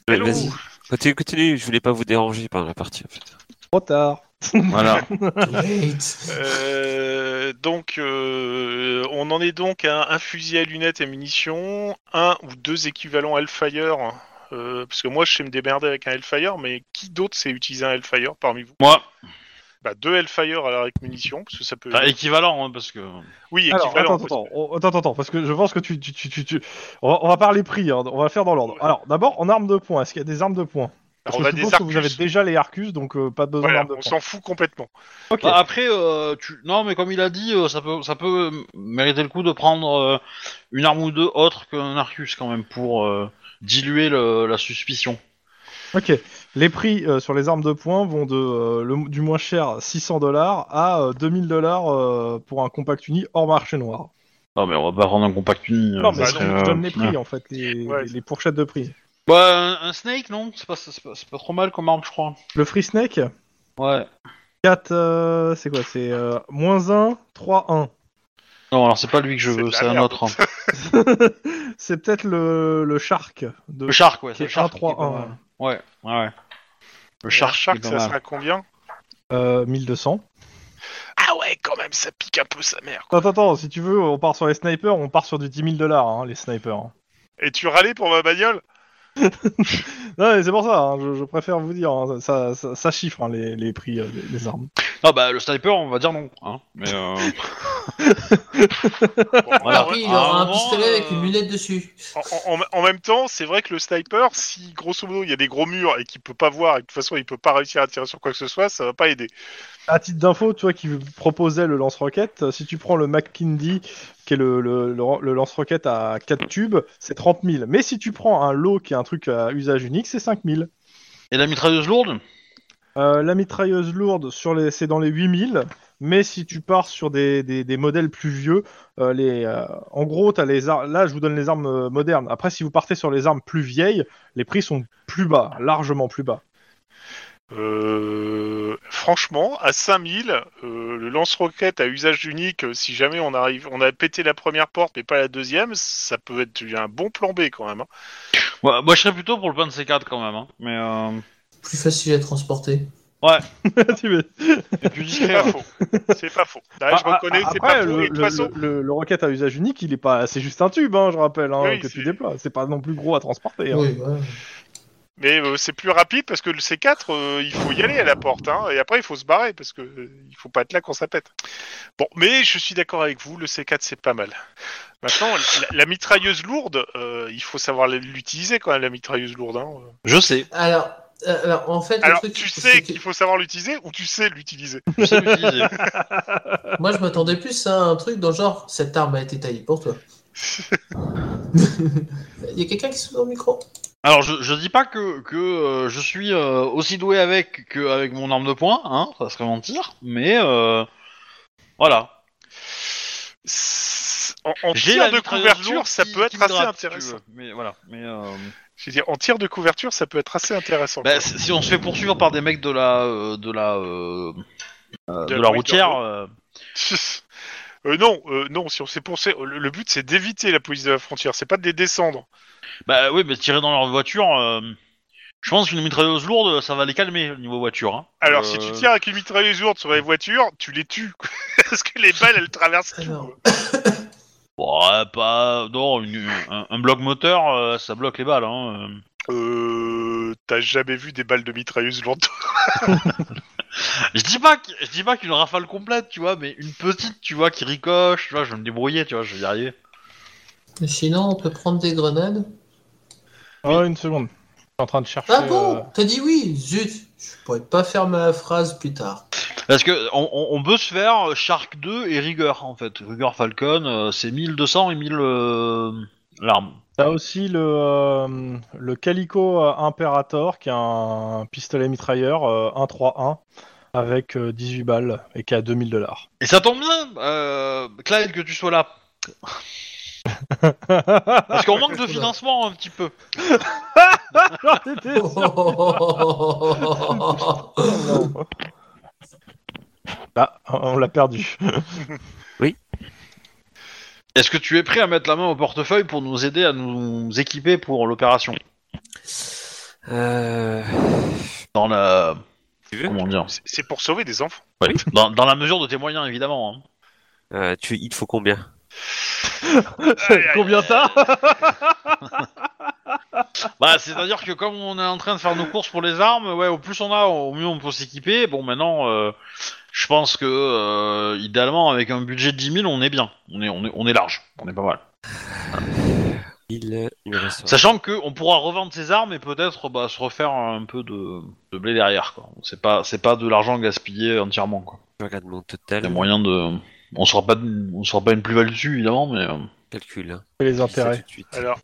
F: Ouais,
C: Hello.
F: Vas-y, continue, continue. Je voulais pas vous déranger pendant la partie en fait.
B: Trop tard.
A: Voilà.
E: Wait.
C: Euh, donc, euh, on en est donc à un fusil à lunettes et munitions, un ou deux équivalents Hellfire. euh, parce que moi, je sais me démerder avec un Hellfire, mais qui d'autre sait utiliser un Hellfire parmi vous
A: Moi,
C: Bah, deux Hellfire alors avec munitions, parce que ça peut.
A: enfin, équivalent, hein, parce que...
C: Oui,
B: Alors,
C: équivalent.
B: attends, attends, on- attends, attends, parce que je pense que tu, tu, tu, tu, tu- On, va, on va parler prix, hein, on va le faire dans l'ordre. Alors, d'abord, en armes de poing, est-ce qu'il y a des armes de poing Parce
C: Alors, on
B: que
C: a
B: je
C: des
B: suppose que vous avez
C: Arcus.
B: déjà les Arcus, donc euh, pas besoin
C: Voilà,
B: d'armes de
C: on
B: poing.
C: s'en fout complètement.
B: Ok.
A: Bah, après, euh, tu... non, mais comme il a dit, euh, ça peut, ça peut euh, mériter le coup de prendre euh, une arme ou deux autre qu'un Arcus, quand même, pour euh, diluer le- la suspicion.
B: Ok, les prix euh, sur les armes de poing vont de euh, le- du moins cher 600 dollars à euh, 2000 dollars euh, pour un compact uni hors marché noir.
A: Non, mais on va pas prendre un compact uni.
B: non,
A: euh,
B: mais
A: ça serait,
B: je donne
A: euh,
B: les prix en fait, les,
C: Ouais.
B: les- les fourchettes de prix.
A: Bah, un, un snake, non C'est pas, c'est pas, c'est pas trop mal comme arme, je crois.
B: Le free snake,
A: Ouais.
B: 4, euh, c'est quoi C'est euh, moins 1, 3, 1.
A: Non, alors c'est pas lui que je
C: C'est de
A: veux,
C: la
A: c'est un
C: merde.
A: autre. hein.
B: c'est peut-être le, le shark de
A: Le shark, ouais.
B: qui
A: C'est
B: est
A: le shark.
B: 1, 3, 1.
A: Ouais, ouais, ouais. Le
C: Char
A: shark,
C: Shark,
A: shark
C: ça sera combien
B: Euh, 1200.
C: Ah ouais, quand même, ça pique un peu sa mère.
B: Attends, attends, si tu veux, on part sur les snipers, on part sur du 10 000 dollars, hein, les snipers.
C: Et tu râlais pour ma bagnole
B: Non, mais c'est pour ça, hein, je, je préfère vous dire, hein, ça, ça, ça chiffre hein, les, les prix euh, des, des armes.
A: Ah bah, le sniper, on va dire non. Hein. Mais euh... Voilà.
E: Après, il
A: À
E: aura
A: un
E: un
A: moment,
E: pistolet avec
A: euh,
E: une lunette dessus.
C: En, en- en- en même temps, c'est vrai que le sniper, si grosso modo il y a des gros murs et qu'il peut pas voir et que de toute façon il peut pas réussir à tirer sur quoi que ce soit, ça va pas aider.
B: À titre d'info, tu vois, qui proposait le lance-roquette, euh, si tu prends le McKindy, qui est le, le, le- le lance-roquette à 4 tubes, c'est 30 000. Mais si tu prends un lot qui est un truc à usage unique, c'est 5 000.
A: Et la mitrailleuse lourde
B: Euh, la mitrailleuse lourde, sur les, c'est dans les 8000. Mais si tu pars sur des, des, des modèles plus vieux, euh, les, euh, en gros, as les ar- là, je vous donne les armes euh, modernes. Après, si vous partez sur les armes plus vieilles, les prix sont plus bas, largement plus bas.
C: Euh, franchement, à 5000, euh, le lance-roquette à usage unique, euh, si jamais on arrive, on a pété la première porte mais pas la deuxième, ça peut être un bon plan B quand même. hein.
A: ouais, Moi, je serais plutôt pour le pain de C4 quand même. Hein. Mais euh...
E: Plus facile à transporter.
B: Tu veux-
A: et plus
C: C'est
A: discret.
C: pas
A: ouais.
C: faux. C'est pas faux. Là, je
B: hein. Ah, ah,
C: reconnais,
B: ah,
C: c'est
B: après,
C: pas faux.
B: le,
C: Et de toute
B: le-
C: façon,
B: le- le roquette à usage unique, il est pas, c'est juste un tube, hein, je rappelle, hein,
C: Oui,
B: que tu
C: c'est-
B: déploies. C'est pas non plus gros à transporter. hein.
E: Oui, ouais.
C: Mais euh, c'est plus rapide parce que le C4, euh, il faut y aller à la porte, hein, et après il faut se barrer parce que euh, il faut pas être là quand ça pète. Bon, mais je suis d'accord avec vous, le C4 c'est pas mal. Maintenant, la, la mitrailleuse lourde, euh, il faut savoir l'utiliser quand même, la mitrailleuse lourde. Hein.
A: Je sais,
E: Alors, euh, alors, en fait,
C: Alors,
E: le truc,
C: tu
E: c'est
C: sais
E: que-
C: qu'il faut savoir l'utiliser ou tu sais l'utiliser
A: je sais l'utiliser.
E: moi, je m'attendais plus à un truc dans le genre cette arme a été taillée pour toi. Il y a quelqu'un qui se dans le micro
A: Alors, je, je dis pas que, que euh, je suis euh, aussi doué avec qu'avec mon arme de poing, hein, ça serait mentir, mais euh, voilà.
C: C'est- En, en
A: J'ai
C: tir
A: la
C: de
A: mitrailleuse
C: couverture,
A: lourde
C: ça
A: qui-
C: peut
A: qui
C: être
A: me
C: assez
A: gratte, si tu
C: intéressant.
A: veux. Mais voilà. Mais, euh,
C: Je veux dire, en tir de couverture, ça peut être assez intéressant.
A: bah, si si on se fait poursuivre par des mecs de la euh, de la euh, euh, de,
C: De la
A: la routière, euh,
C: Euh, non, euh, non, si on s'est poursuit, le, le but c'est d'éviter la police de la frontière, c'est pas de les descendre.
A: bah oui, mais tirer dans leur voiture. euh, je pense qu'une mitrailleuse lourde, euh, ça va les calmer au niveau voiture. hein.
C: Alors,
A: Euh,
C: si tu tires avec une mitrailleuse lourde sur les voitures, tu les tues. quoi. Parce que les balles, elles traversent tout.
E: Alors.
C: quoi.
A: Ouais, pas. Non, une- un, un bloc moteur, euh, ça bloque les balles. Hein, euh.
C: Euh, T'as jamais vu des balles de mitrailleuse lourde
A: Je dis pas, que- je dis pas qu'une rafale complète, tu vois, mais une petite, tu vois, qui ricoche, tu vois, je vais me débrouiller, tu vois, je vais y arriver.
E: Sinon, on peut prendre des grenades.
B: Ah, une seconde. Je suis en train de chercher.
E: Ah bon
B: euh,
E: T'as dit oui Zut Je pourrais pas faire ma phrase plus tard.
A: Parce que on, on- on peut se faire euh, Shark 2 et Rigueur en fait. Rigueur Falcon, euh, c'est 1200 et 1000 euh, larmes.
B: T'as aussi le, euh, le Calico euh, Imperator qui est un pistolet mitrailleur euh, 1-3-1 avec euh, 18 balles et qui a 2000 dollars.
A: Et ça tombe bien, euh, Clyde, que tu sois là. Parce qu'on manque de financement un petit peu.
B: Bah, on l'a perdu.
A: Est-ce que tu es prêt à mettre la main au portefeuille pour nous aider à nous équiper pour l'opération
F: Euh...
A: Dans la.
F: Tu veux
A: Comment dire
C: C'est- C'est pour sauver des enfants.
A: Ouais. dans, dans la mesure de tes moyens, évidemment. hein.
F: Euh, tu... Il te faut combien
B: Combien t'as
A: Bah, c'est-à-dire que comme on est en train de faire nos courses pour les armes, ouais, au plus on a, au mieux on peut s'équiper. Bon, maintenant, euh, je pense que euh, idéalement, avec un budget de 10 000, on est bien. On est, on est, on est large. On est pas mal.
F: Il, il me reste...
A: Sachant que on pourra revendre ses armes et peut-être bah, se refaire un peu de, de blé derrière. Quoi. C'est pas, c'est pas de l'argent gaspillé entièrement. Quoi.
F: Je regarde mon
A: Il y a
F: total.
A: moyen de. On sera pas, de- on sera pas une plus-value dessus, évidemment, mais. euh,
F: Calcul. hein.
B: Les
F: Je dis ça
B: intérêts.
F: tout de suite.
C: Alors,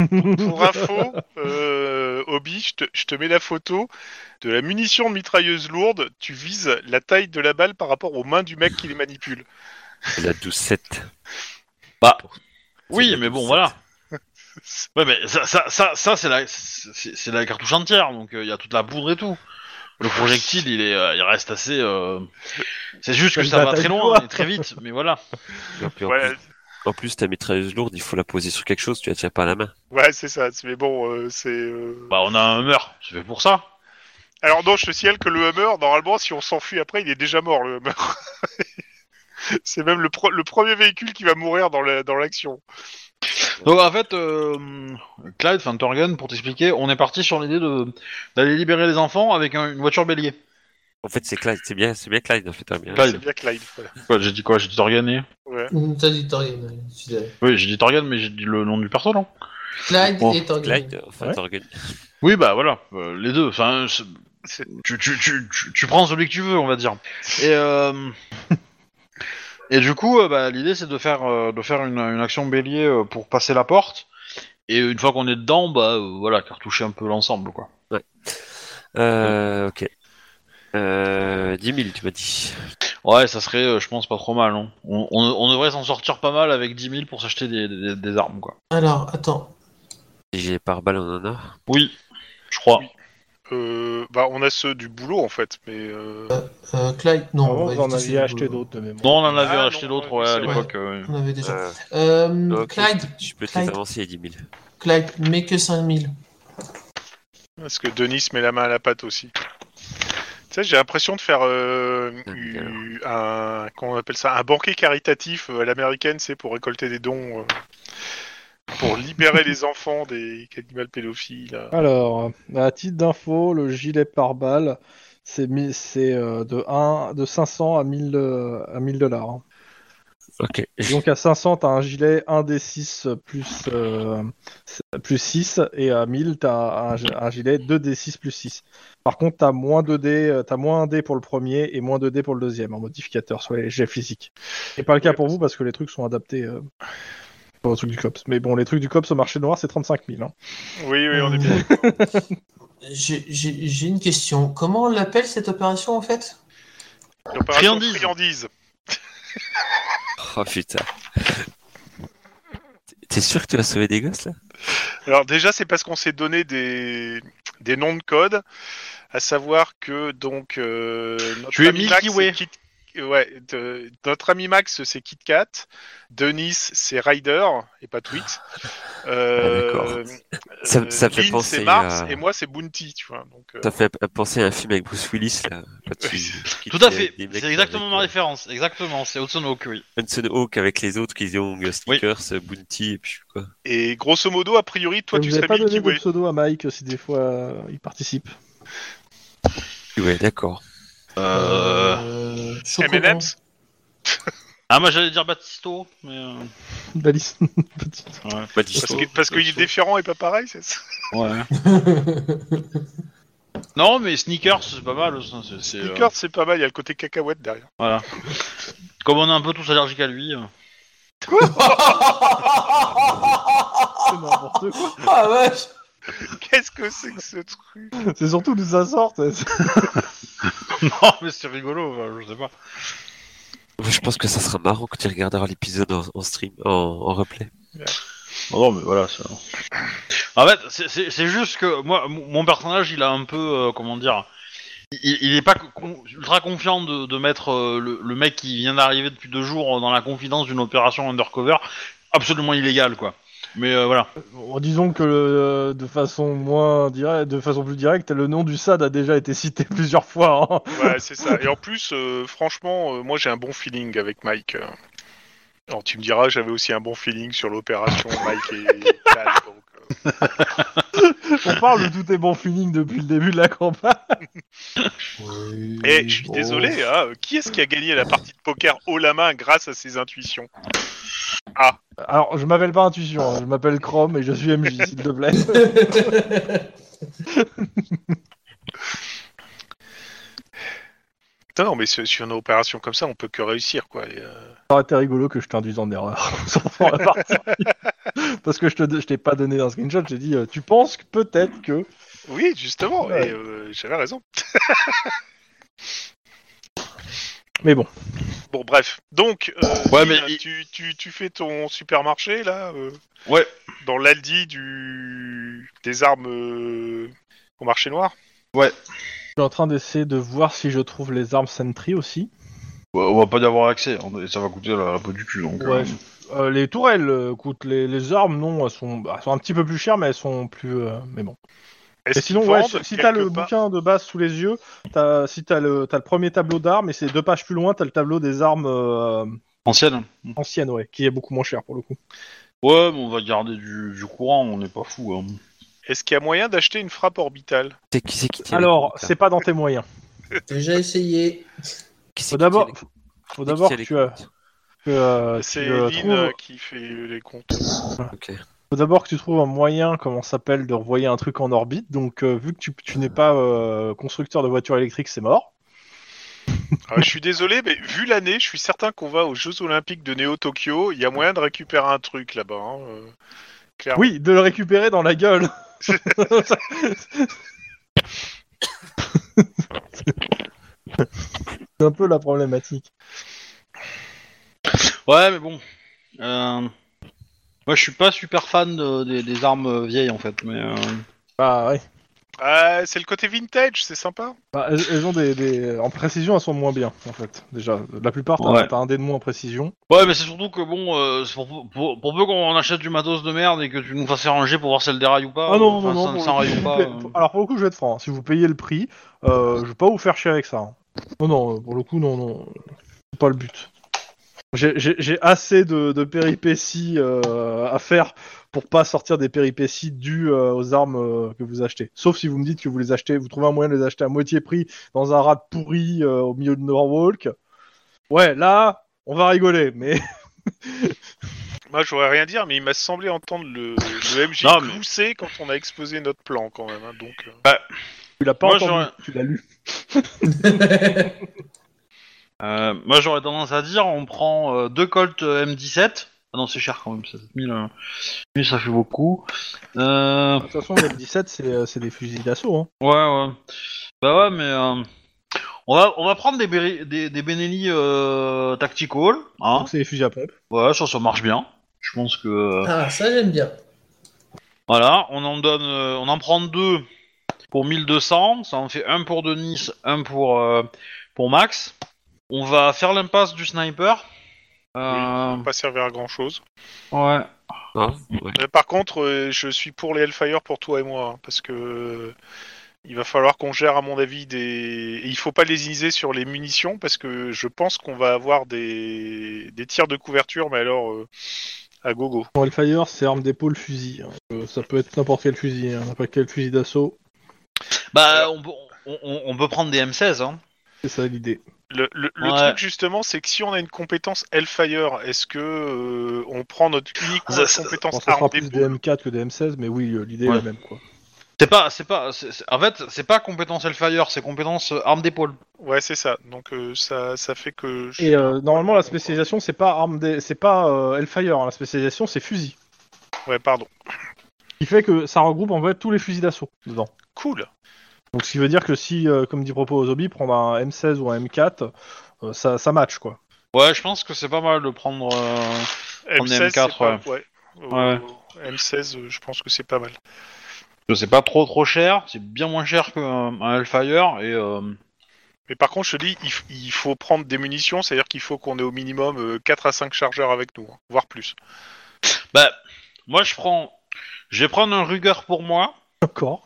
C: pour info, euh, Obi, je te, je te mets la photo de la munition de mitrailleuse lourde. Tu vises la taille de la balle par rapport aux mains du mec qui les manipule.
F: C'est la 12-7.
A: Oui,
F: C'est
A: Bah, mais bon,
F: sept.
A: voilà. Ouais, mais ça, ça, ça, ça, c'est la, c'est c'est la cartouche entière, donc euh, il y a toute la poudre et tout. Le projectile, il est, euh, il reste assez. euh, C'est juste que
B: Une
A: ça va
B: bataille
A: très
B: de
A: loin
B: quoi
A: et très vite, mais voilà.
F: Et puis, en,
C: Ouais,
F: plus, en plus, ta mitrailleuse lourde, il faut la poser sur quelque chose, tu la tiens pas à la main.
C: ouais c'est ça. C'est- Mais bon, euh, c'est. euh,
A: Bah, on a un meurt, c'est fait pour ça.
C: Alors non, je te signale que le Hummer, normalement, si on s'enfuit après, il est déjà mort, le Hummer. C'est même le, pro- le premier véhicule qui va mourir dans la- dans l'action.
A: Donc en fait, euh, Clyde, enfin Torgan, pour t'expliquer, on est parti sur l'idée de d'aller libérer les enfants avec un- une voiture bélier.
F: En fait, c'est Clyde, c'est bien, c'est bien Clyde, en fait. hein, bien.
A: Clyde.
C: C'est bien Clyde. voilà.
A: Quoi, j'ai dit quoi J'ai dit Torgan et...
C: Ouais.
E: T'as dit Torgen, tu disais.
A: Oui, j'ai dit Torgan, mais j'ai dit le nom du perso, non
E: Clyde
A: Bon,
E: et Torgen.
F: Clyde, enfin,
B: Ouais.
F: Torgen.
A: Oui, bah voilà, euh, les deux. Enfin, c'est-
C: C'est-
A: tu, tu, tu, tu, tu prends celui que tu veux, on va dire. Et, euh, et du coup, euh, bah, l'idée c'est de faire, euh, de faire une, une action bélier euh, pour passer la porte. Et une fois qu'on est dedans, bah euh, voilà, cartoucher un peu l'ensemble, quoi.
F: Euh, ok. Euh, 10 000, tu m'as dit.
A: Ouais, ça serait, euh, je pense, pas trop mal. hein. On, on- on devrait s'en sortir pas mal avec 10 000 pour s'acheter des, des- des armes, quoi.
E: Alors, attends.
F: Si J'ai par balle, on en a.
A: Oui, je crois.
C: Euh, bah, on a ceux du boulot, en fait. Mais euh,
E: Euh, Clyde, non.
B: Avant,
E: on va
B: vous en
E: éviter
B: aviez
E: ça.
B: acheté d'autres de mémoire.
A: Non, on en avait
C: Ah,
A: acheté
C: non,
A: d'autres
C: ouais,
A: ouais, à
C: c'est
E: vrai.
A: l'époque. euh,
E: On avait déjà.
F: Euh,
E: Euh,
F: ok.
E: Clyde,
F: Je peux te les
E: Clyde.
F: avancer à 10 000.
E: Clyde, mais que 5000.
C: Parce que Denis met la main à la pâte aussi. Tu sais, j'ai l'impression de faire euh,
F: Ah,
C: eu-
F: alors.
C: un, comment on appelle ça, un banquet caritatif euh, à l'américaine, c'est pour récolter des dons, euh, pour libérer les enfants des animaux pédophiles. euh.
B: Alors, à titre d'info, le gilet pare-balles, c'est mi- c'est, euh, de, 1, de 500 à 1000 euh, à 1000 dollars. hein.
F: Ok.
B: Et Donc à 500, t'as un gilet 1 des 6 plus, euh, plus 6, et à 1000, t'as un, gi- un gilet 2 des 6 plus 6. Par contre, t'as moins 2 dés, euh, t'as moins 1 dé pour le premier et moins 2 dés pour le deuxième en modificateur sur les jets physiques. C'est pas le cas
C: Ouais,
B: pour vous parce que les trucs sont adaptés euh, aux trucs du COPS. Mais bon, les trucs du COPS au marché noir, c'est 35 000. hein.
C: Oui, oui, on est bien.
E: J'ai- J'ai j'ai une question. Comment on l'appelle cette opération en fait
C: L'opération
A: Friandise.
C: Friandise.
F: Oh putain. T'es sûr que tu vas sauver des gosses là
C: Alors déjà, c'est parce qu'on s'est donné des, des noms de code, à savoir que donc euh, notre
A: Tu es
C: ami Max,
A: Milky Way.
C: c'est Kit- ouais, de- notre ami Max c'est Kit Kat, Denis c'est Ryder et pas Twix. Euh,
F: Ah, Ça-
C: euh,
F: ça me fait
C: Lynn,
F: penser euh,
C: c'est Mars
F: à-
C: et moi c'est Bounty, tu vois. Donc, euh,
F: Ça fait penser à un film avec Bruce Willis là. là-dessus.
A: Tout à fait,
F: Des mecs
A: c'est exactement ma
F: avec,
A: référence. Exactement, c'est Hudson Hawk, oui.
F: euh, Hudson Hawk avec les autres qui ont euh, Sneakers, euh, Bounty et puis quoi.
C: et grosso modo, a priori, toi
B: vous
C: tu
B: avez
C: serais
B: pas donné
C: Milky
B: de
C: Way.
B: pseudo à Mike si des fois euh, il participe.
F: Ouais, d'accord.
A: Euh...
E: Euh, Chocoban.
C: M&M's.
A: Ah, moi j'allais dire Batisto, mais. euh,
B: Alice. Petit.
F: Pas
C: Parce
F: d'histoire.
C: que- parce qu'il est différent et pas pareil, c'est ça
A: Ouais. Non, mais sneakers, c'est pas mal. ça, c'est- c'est, euh,
C: Picard, c'est pas mal, il y a le côté cacahuète derrière.
A: voilà. Comme on est un peu tous allergiques à lui. euh.
B: C'est n'importe quoi.
E: Ah vache
C: Qu'est-ce que c'est que ce truc
B: C'est surtout d'où ça sort. t'as-
A: non, mais c'est rigolo, enfin, je sais pas.
F: Je pense que ça sera marrant quand tu regarderas l'épisode en, en stream, en, en replay.
A: Non, mais voilà. Ça... En fait, c'est- c'est c'est juste que moi, mon mon personnage, il a un peu, euh, comment dire, il, il est pas con- ultra confiant de, de mettre euh, le, le mec qui vient d'arriver depuis deux jours euh, dans la confidence d'une opération undercover, absolument illégale, quoi. Mais euh, voilà.
B: Bon, disons que euh, de façon moins directe, de façon plus directe, le nom du SAD a déjà été cité plusieurs fois. hein.
C: Ouais, c'est ça. Et en plus, euh, franchement, euh, moi j'ai un bon feeling avec Mike. euh. Alors tu me diras, j'avais aussi un bon feeling sur l'opération Mike et Cal. donc, euh,
B: On parle de tout est bon feeling depuis le début de la campagne.
C: Eh, je suis désolé, hein, euh, qui est-ce qui a gagné la partie de poker haut la main grâce à ses intuitions
B: Alors, je m'appelle pas Intuition, hein, je m'appelle Chrome et je suis MJ, s'il te plaît.
C: Putain, non, mais sur, sur une opération comme ça, on peut que réussir, quoi. et, euh,
B: Ça aurait été rigolo que je t'induise en erreur. sur la partie. Parce que je te, je t'ai pas donné un screenshot, j'ai dit, euh, tu penses que peut-être que.
C: Oui, justement,
B: Ouais.
C: et euh, j'avais raison.
B: Mais bon.
C: Bon, bref. Donc, euh,
A: Ouais,
C: Lynn,
A: mais-
C: tu, tu, tu fais ton supermarché, là euh,
A: Ouais.
C: Dans l'Aldi du... des armes euh, au marché noir
B: Je suis en train d'essayer de voir si je trouve les armes Sentry aussi.
A: Bah, On va pas y avoir accès, on- ça va coûter la, la peau du cul. Donc, euh,
B: Ouais. Euh, les tourelles euh, coûtent les, les armes, non, elles sont, bah, elles sont un petit peu plus chères, mais elles sont plus. euh, mais bon.
C: Est-ce
B: Et sinon,
C: qu'ils
B: ouais,
C: vendent
B: si- si t'as
C: quelque
B: le
C: part-
B: bouquin de base sous les yeux, t'as, si t'as le, t'as le premier tableau d'armes, et c'est deux pages plus loin, t'as le tableau des armes euh,
A: Ancienne
B: anciennes, ouais, qui est beaucoup moins cher pour le coup.
A: Ouais, mais on va garder du, du courant, on n'est pas fou. Hein.
C: Est-ce qu'il y a moyen d'acheter une frappe orbitale
F: C'est qui c'est qui tient
B: Alors,
F: les comptes, là
B: c'est pas dans tes moyens.
E: Déjà essayé.
F: Qui c'est
B: Faut
F: qui tient
B: d'abord,
F: les- qui
B: faut
F: c'est
B: d'abord
F: qui
B: que tu,
F: tient les
B: euh,
F: comptes
B: que, euh,
C: C'est
B: tu, euh,
C: Lynn
B: trouves-
C: euh, qui fait les comptes.
F: Ok.
B: Faut d'abord que tu trouves un moyen, comment ça s'appelle, de renvoyer un truc en orbite. Donc, euh, vu que tu, tu n'es pas euh, constructeur de voitures électriques, c'est mort.
C: Alors, Ah, je suis désolé, mais vu l'année, je suis certain qu'on va aux Jeux Olympiques de Néo-Tokyo. Il y a moyen de récupérer un truc là-bas. hein, euh, clairement.
B: Oui, de le récupérer dans la gueule. c'est un peu la problématique.
A: Ouais, mais bon. euh, Moi, je suis pas super fan de- des, des armes euh, vieilles en fait, mais. euh,
B: Bah ouais.
C: Ah, c'est le côté vintage, c'est sympa.
B: Bah, elles, elles ont des, des- En précision, elles sont moins bien, en fait. Déjà, la plupart, t'as
A: Ouais.
B: t'as un dé de moins en précision.
A: Ouais, mais c'est surtout que bon, euh, c'est pour, pour, pour peu qu'on achète du matos de merde et que tu nous fasses ranger pour voir si elle déraille ou
B: Ah
A: pas. enfin, ça-
B: pour
A: ça
B: le coup,
A: raille
B: si
A: ou
B: vous
A: pas.
B: payez-
A: euh.
B: Alors, pour le coup, je vais être franc. hein. Si vous payez le prix, euh, je vais pas vous faire chier avec ça. hein. Non, non, euh, pour le coup, non, non. C'est pas le but. J'ai- J'ai j'ai assez de, de péripéties euh, à faire pour pas sortir des péripéties dues euh, aux armes euh, que vous achetez. Sauf si vous me dites que vous les achetez, vous trouvez un moyen de les acheter à moitié prix dans un rat pourri euh, au milieu de Norwalk. Ouais, là, on va rigoler, mais
C: Moi, j'aurais rien dire, mais il m'a semblé entendre le, le MJ
A: Non, mais-
C: glousser quand on a exposé notre plan, quand même. hein, donc, euh.
B: tu l'as pas
A: Moi,
B: entendu,
A: j'aurais-
B: tu l'as lu.
A: Euh, moi, j'aurais tendance à dire, on prend euh, deux Colt euh, M17. Ah non, c'est cher quand même, 7000. euh, mais ça fait beaucoup. Euh...
B: De toute façon, le 17, c'est euh, c'est des fusils d'assaut. Hein.
A: Ouais, ouais. Bah ouais, mais euh, on va on va prendre des Beri- des, des Benelli euh, tactical, hein.
B: Donc, c'est des fusils à pompe.
A: Voilà, ça ça marche bien. Je pense que euh,
E: Ah, ça j'aime bien.
A: voilà, on en donne, euh, on en prend deux pour 1200, ça en fait un pour Denis, un pour euh, pour Max. On va faire l'impasse du sniper. Euh,
C: pas servir à grand chose.
A: Ouais.
F: Hein Ouais.
C: par contre, euh, je suis pour les Hellfire pour toi et moi, hein, parce que euh, il va falloir qu'on gère, à mon avis, des. Et il faut pas lésiner sur les munitions, parce que je pense qu'on va avoir des, des tirs de couverture, mais alors euh, à gogo.
B: Bon, Hellfire, c'est arme d'épaule, fusil. hein. Euh, ça peut être n'importe quel fusil, hein, n'importe quel fusil d'assaut.
A: Bah on peut on, on- on peut prendre des M16, hein.
B: C'est ça l'idée.
C: Le, le- le
A: Ouais.
C: truc justement, c'est que si on a une compétence Hellfire, est-ce que euh, on prend notre unique
A: Ça, ça-
B: Je pense
C: compétence
B: que ça
C: arme
B: sera plus
C: d'épaule
B: des M4 que des M16, mais oui, euh, l'idée
A: Ouais.
B: est la même. Quoi.
A: C'est pas, c'est pas, c'est- c'est- en fait, c'est pas compétence Hellfire, c'est compétence euh, arme d'épaule.
C: Ouais, c'est ça. Donc euh, ça, ça fait que. je-
B: Et euh, normalement, la spécialisation, c'est pas arme, des- c'est pas euh, Hellfire. hein. La spécialisation, c'est fusil.
C: Ouais, pardon.
B: Ce qui fait que ça regroupe en fait tous les fusils d'assaut dedans.
C: Cool.
B: Donc, ce qui veut dire que si, euh, comme dit propos Ozobi, prendre un M16 ou un M4, euh, ça, ça match quoi.
A: Ouais, je pense que c'est pas mal de prendre. euh, On est
C: M16, c'est
A: M4,
C: pas- ouais. Euh,
A: Ouais.
C: M16, euh, je pense que c'est pas mal.
A: C'est pas trop trop cher, c'est bien moins cher qu'un un Hellfire et. euh,
C: Mais par contre, je te dis, il, f- il faut prendre des munitions, c'est-à-dire qu'il faut qu'on ait au minimum euh, 4 à 5 chargeurs avec nous, hein, voire plus.
A: Bah, moi je prends. Je vais prendre un Ruger pour moi.
B: D'accord.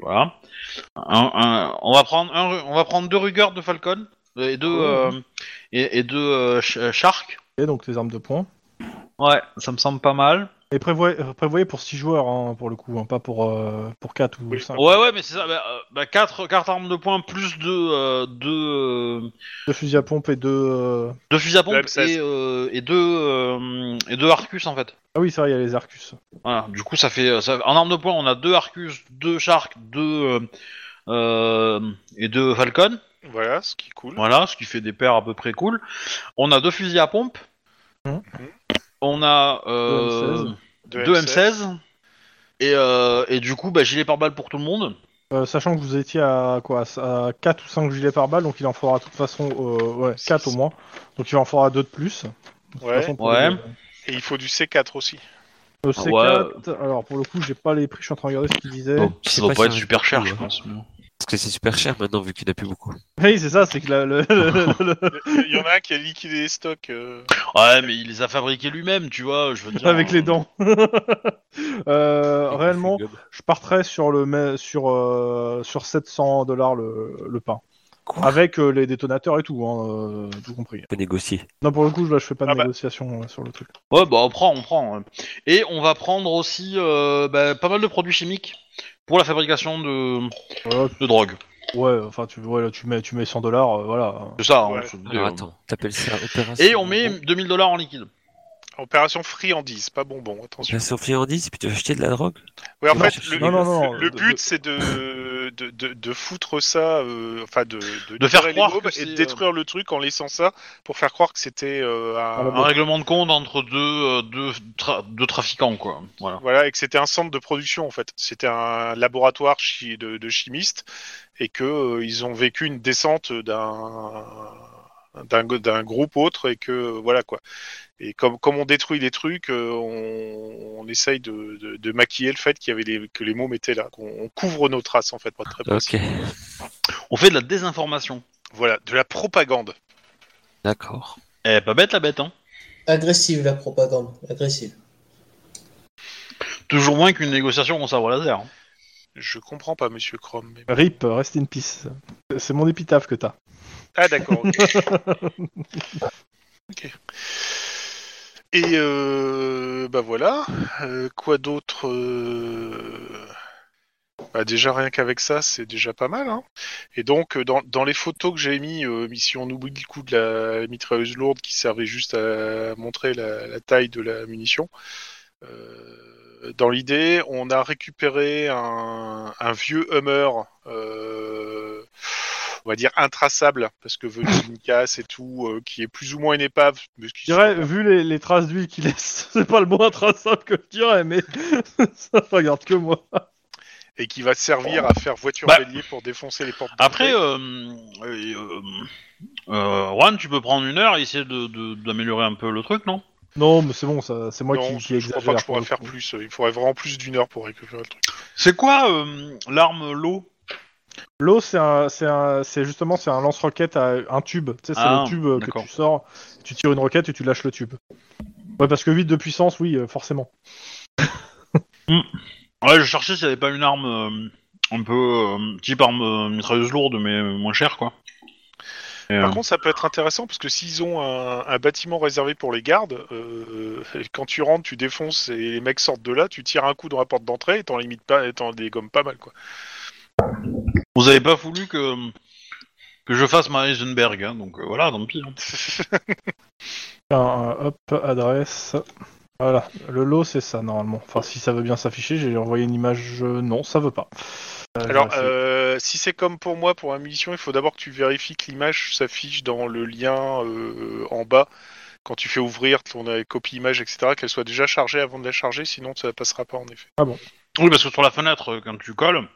A: Voilà. Un- un- on, va prendre un, Ru- on va prendre deux Ruger de Falcon euh, et deux, euh, et, et deux euh, Sh- euh, Shark.
B: Et donc tes armes de poing.
A: Ouais, ça me semble pas mal.
B: Et prévoyez, prévoyez pour 6 joueurs hein, pour le coup, hein, pas pour, euh, pour 4 ou
C: Oui.
B: 5.
A: Ouais, ouais, mais c'est ça. Bah, euh, bah, quatre, quatre armes de poing plus deux, euh, deux, euh,
B: Deux fusils à pompe et deux. euh,
A: deux fusils à pompe
C: Le M16.
A: et, euh, et deux, euh, et deux Arcus en fait.
B: Ah oui, ça, il y a les Arcus.
A: Voilà, du coup, ça fait. euh, ça- en armes de poing, on a deux Arcus, deux Shark, deux. euh, euh, et deux Falcon.
C: Voilà, ce qui est cool.
A: Voilà, ce qui fait des paires à peu près cool. On a deux fusils à pompe.
B: Mhm.
A: On a euh,
B: M16.
C: Deux
A: deux M16. Et, euh, et du coup, bah, gilet pare-balles pour tout le monde.
B: Euh, sachant que vous étiez à quoi à 4 ou 5 gilets par balle, donc il en faudra de toute façon euh, ouais, 4 au moins. Donc il en faudra 2 de plus. De toute
C: Ouais.
B: façon, pour
A: Ouais.
B: le-
C: Et il faut du C4 aussi.
B: le C4, alors pour le coup, j'ai pas les prix, je suis en train de regarder ce qu'il disait.
F: Bon, je sais
A: Ça va
F: pas
A: pas
F: si
A: être
F: ça
A: super
F: reste
A: cher,
F: beaucoup,
A: je
F: hein.
A: pense. mais-
F: Parce que c'est super cher maintenant vu qu'il n'y en a plus beaucoup.
B: Oui, c'est ça, c'est que la- le- le- le- le-
C: Euh, Il y en a un qui a liquidé les stocks. euh.
A: Ouais, mais il les a fabriqués lui-même, tu vois. Je veux dire,
B: avec
A: euh,
B: les dents. Euh, réellement, je partirais sur le ma- sur euh, sur 700 dollars le, le pain.
F: Quoi
B: Avec euh, les détonateurs et tout, hein, euh, tout compris.
F: Faut négocier.
B: Non, pour le coup, je- là, je fais pas de
C: Ah bah.
B: négociation euh, sur le truc.
A: Ouais, bah on prend, on prend. ouais. Et on va prendre aussi euh, bah, pas mal de produits chimiques pour la fabrication de,
B: Voilà,
A: de drogue.
B: ouais, enfin, tu, ouais, là, tu mets, tu mets 100 dollars, euh, voilà.
A: C'est ça. hein,
C: Ouais.
A: c'est-
F: Alors attends, t'appelles ça opération.
A: et on met 2000 dollars en liquide.
C: Opération friandise, pas bonbon, attention.
F: Opération friandise, puis tu vas acheter de la drogue
C: Ouais, en
F: Non,
C: fait,
F: je-
C: le,
B: non, non, non,
C: le
B: de-
C: but
B: de-
C: c'est de, de, de, de foutre ça, euh, enfin de,
A: De faire
C: tirer les
A: croire
C: bobes
A: que
C: et
A: c'est,
C: de
A: euh,
C: détruire le truc en laissant ça pour faire croire que c'était euh,
B: Ah,
C: un,
B: la
A: Un règlement de compte entre deux, euh, deux, tra- deux trafiquants, quoi. Voilà.
C: Voilà, et que c'était un centre de production en fait. C'était un laboratoire chi- de, de chimistes et que euh, ils ont vécu une descente d'un d'un go- d'un groupe autre et que euh, voilà quoi. Et comme comme on détruit les trucs, euh, on, on essaye de, de, de maquiller le fait qu'il y avait les, que les mômes étaient là. qu'on on couvre nos traces en fait, pour être très précis.
F: Ok,
A: On fait de la désinformation.
C: Voilà, de la propagande.
F: d'accord.
A: Eh, pas bête la bête, hein.
E: Agressive la propagande, agressive.
A: Toujours moins qu'une négociation en sabre laser. hein.
C: Je comprends pas, Monsieur Chrome. mais-
B: RIP, rest in peace. C'est mon épitaphe que t'as.
C: Ah d'accord. ok. Ok. Et euh, bah voilà. Euh, quoi d'autre euh, bah déjà rien qu'avec ça, c'est déjà pas mal. hein. Et donc euh, dans, dans les photos que j'ai mis, euh, si on oublie le coup de la mitrailleuse lourde qui servait juste à montrer la, la taille de la munition. euh, Dans l'idée, on a récupéré un, un vieux Hummer euh, on va dire intraçable parce que venu d'une casse et tout, euh, qui est plus ou moins une épave. Mais qui
B: Je dirais, vu les, les traces d'huile qu'il laisse, c'est pas le mot traçable que je dirais, mais ça regarde que moi.
C: et qui va servir à faire voiture
A: Bah.
C: bélier pour défoncer les portes.
A: Après,
C: d'entrée.
A: euh, euh, euh, euh, Juan, tu peux prendre une heure et essayer de- de- d'améliorer un peu le truc, non
B: Non, mais c'est bon, ça- c'est moi
C: non,
B: qui, qui
C: je crois pas
B: exagère.
C: que je pourrais
B: pour
C: faire
B: le coup.
C: plus. Il faudrait vraiment plus d'une heure pour récupérer le truc.
A: C'est quoi euh, l'arme l'eau
B: L'eau, c'est un, c'est un- c'est justement, c'est un lance-roquette à un tube. Tu sais, c'est
A: Ah,
B: le tube euh, que
A: d'accord.
B: tu sors, tu tires une roquette et tu lâches le tube. Ouais, parce que 8 de puissance, oui, euh, forcément.
A: Ouais, je cherchais s'il n'y avait pas une arme euh, un peu euh, type arme euh, mitrailleuse lourde, mais euh, moins chère, quoi. Et, euh,
C: Par contre, ça peut être intéressant parce que s'ils ont un, un bâtiment réservé pour les gardes, euh, quand tu rentres, tu défonces et les mecs sortent de là, tu tires un coup dans la porte d'entrée et t'en limites pas, et t'en dégommes pas mal quoi.
A: vous avez pas voulu que, que je fasse ma Heisenberg, hein, donc euh, voilà, tant pis. hein.
B: Un- un- hop, adresse. Voilà, le lot c'est ça normalement. Enfin, si ça veut bien s'afficher, j'ai envoyé une image. euh, Non, ça veut pas. Euh,
C: Alors,
B: je vais essayer.
C: euh, si c'est comme pour moi, pour la munition, il faut d'abord que tu vérifies que l'image s'affiche dans le lien euh, en bas. Quand tu fais ouvrir ton euh, copie image, etc., qu'elle soit déjà chargée avant de la charger, sinon ça passera pas en effet.
A: Oui, parce que sur la fenêtre, euh, quand tu colles,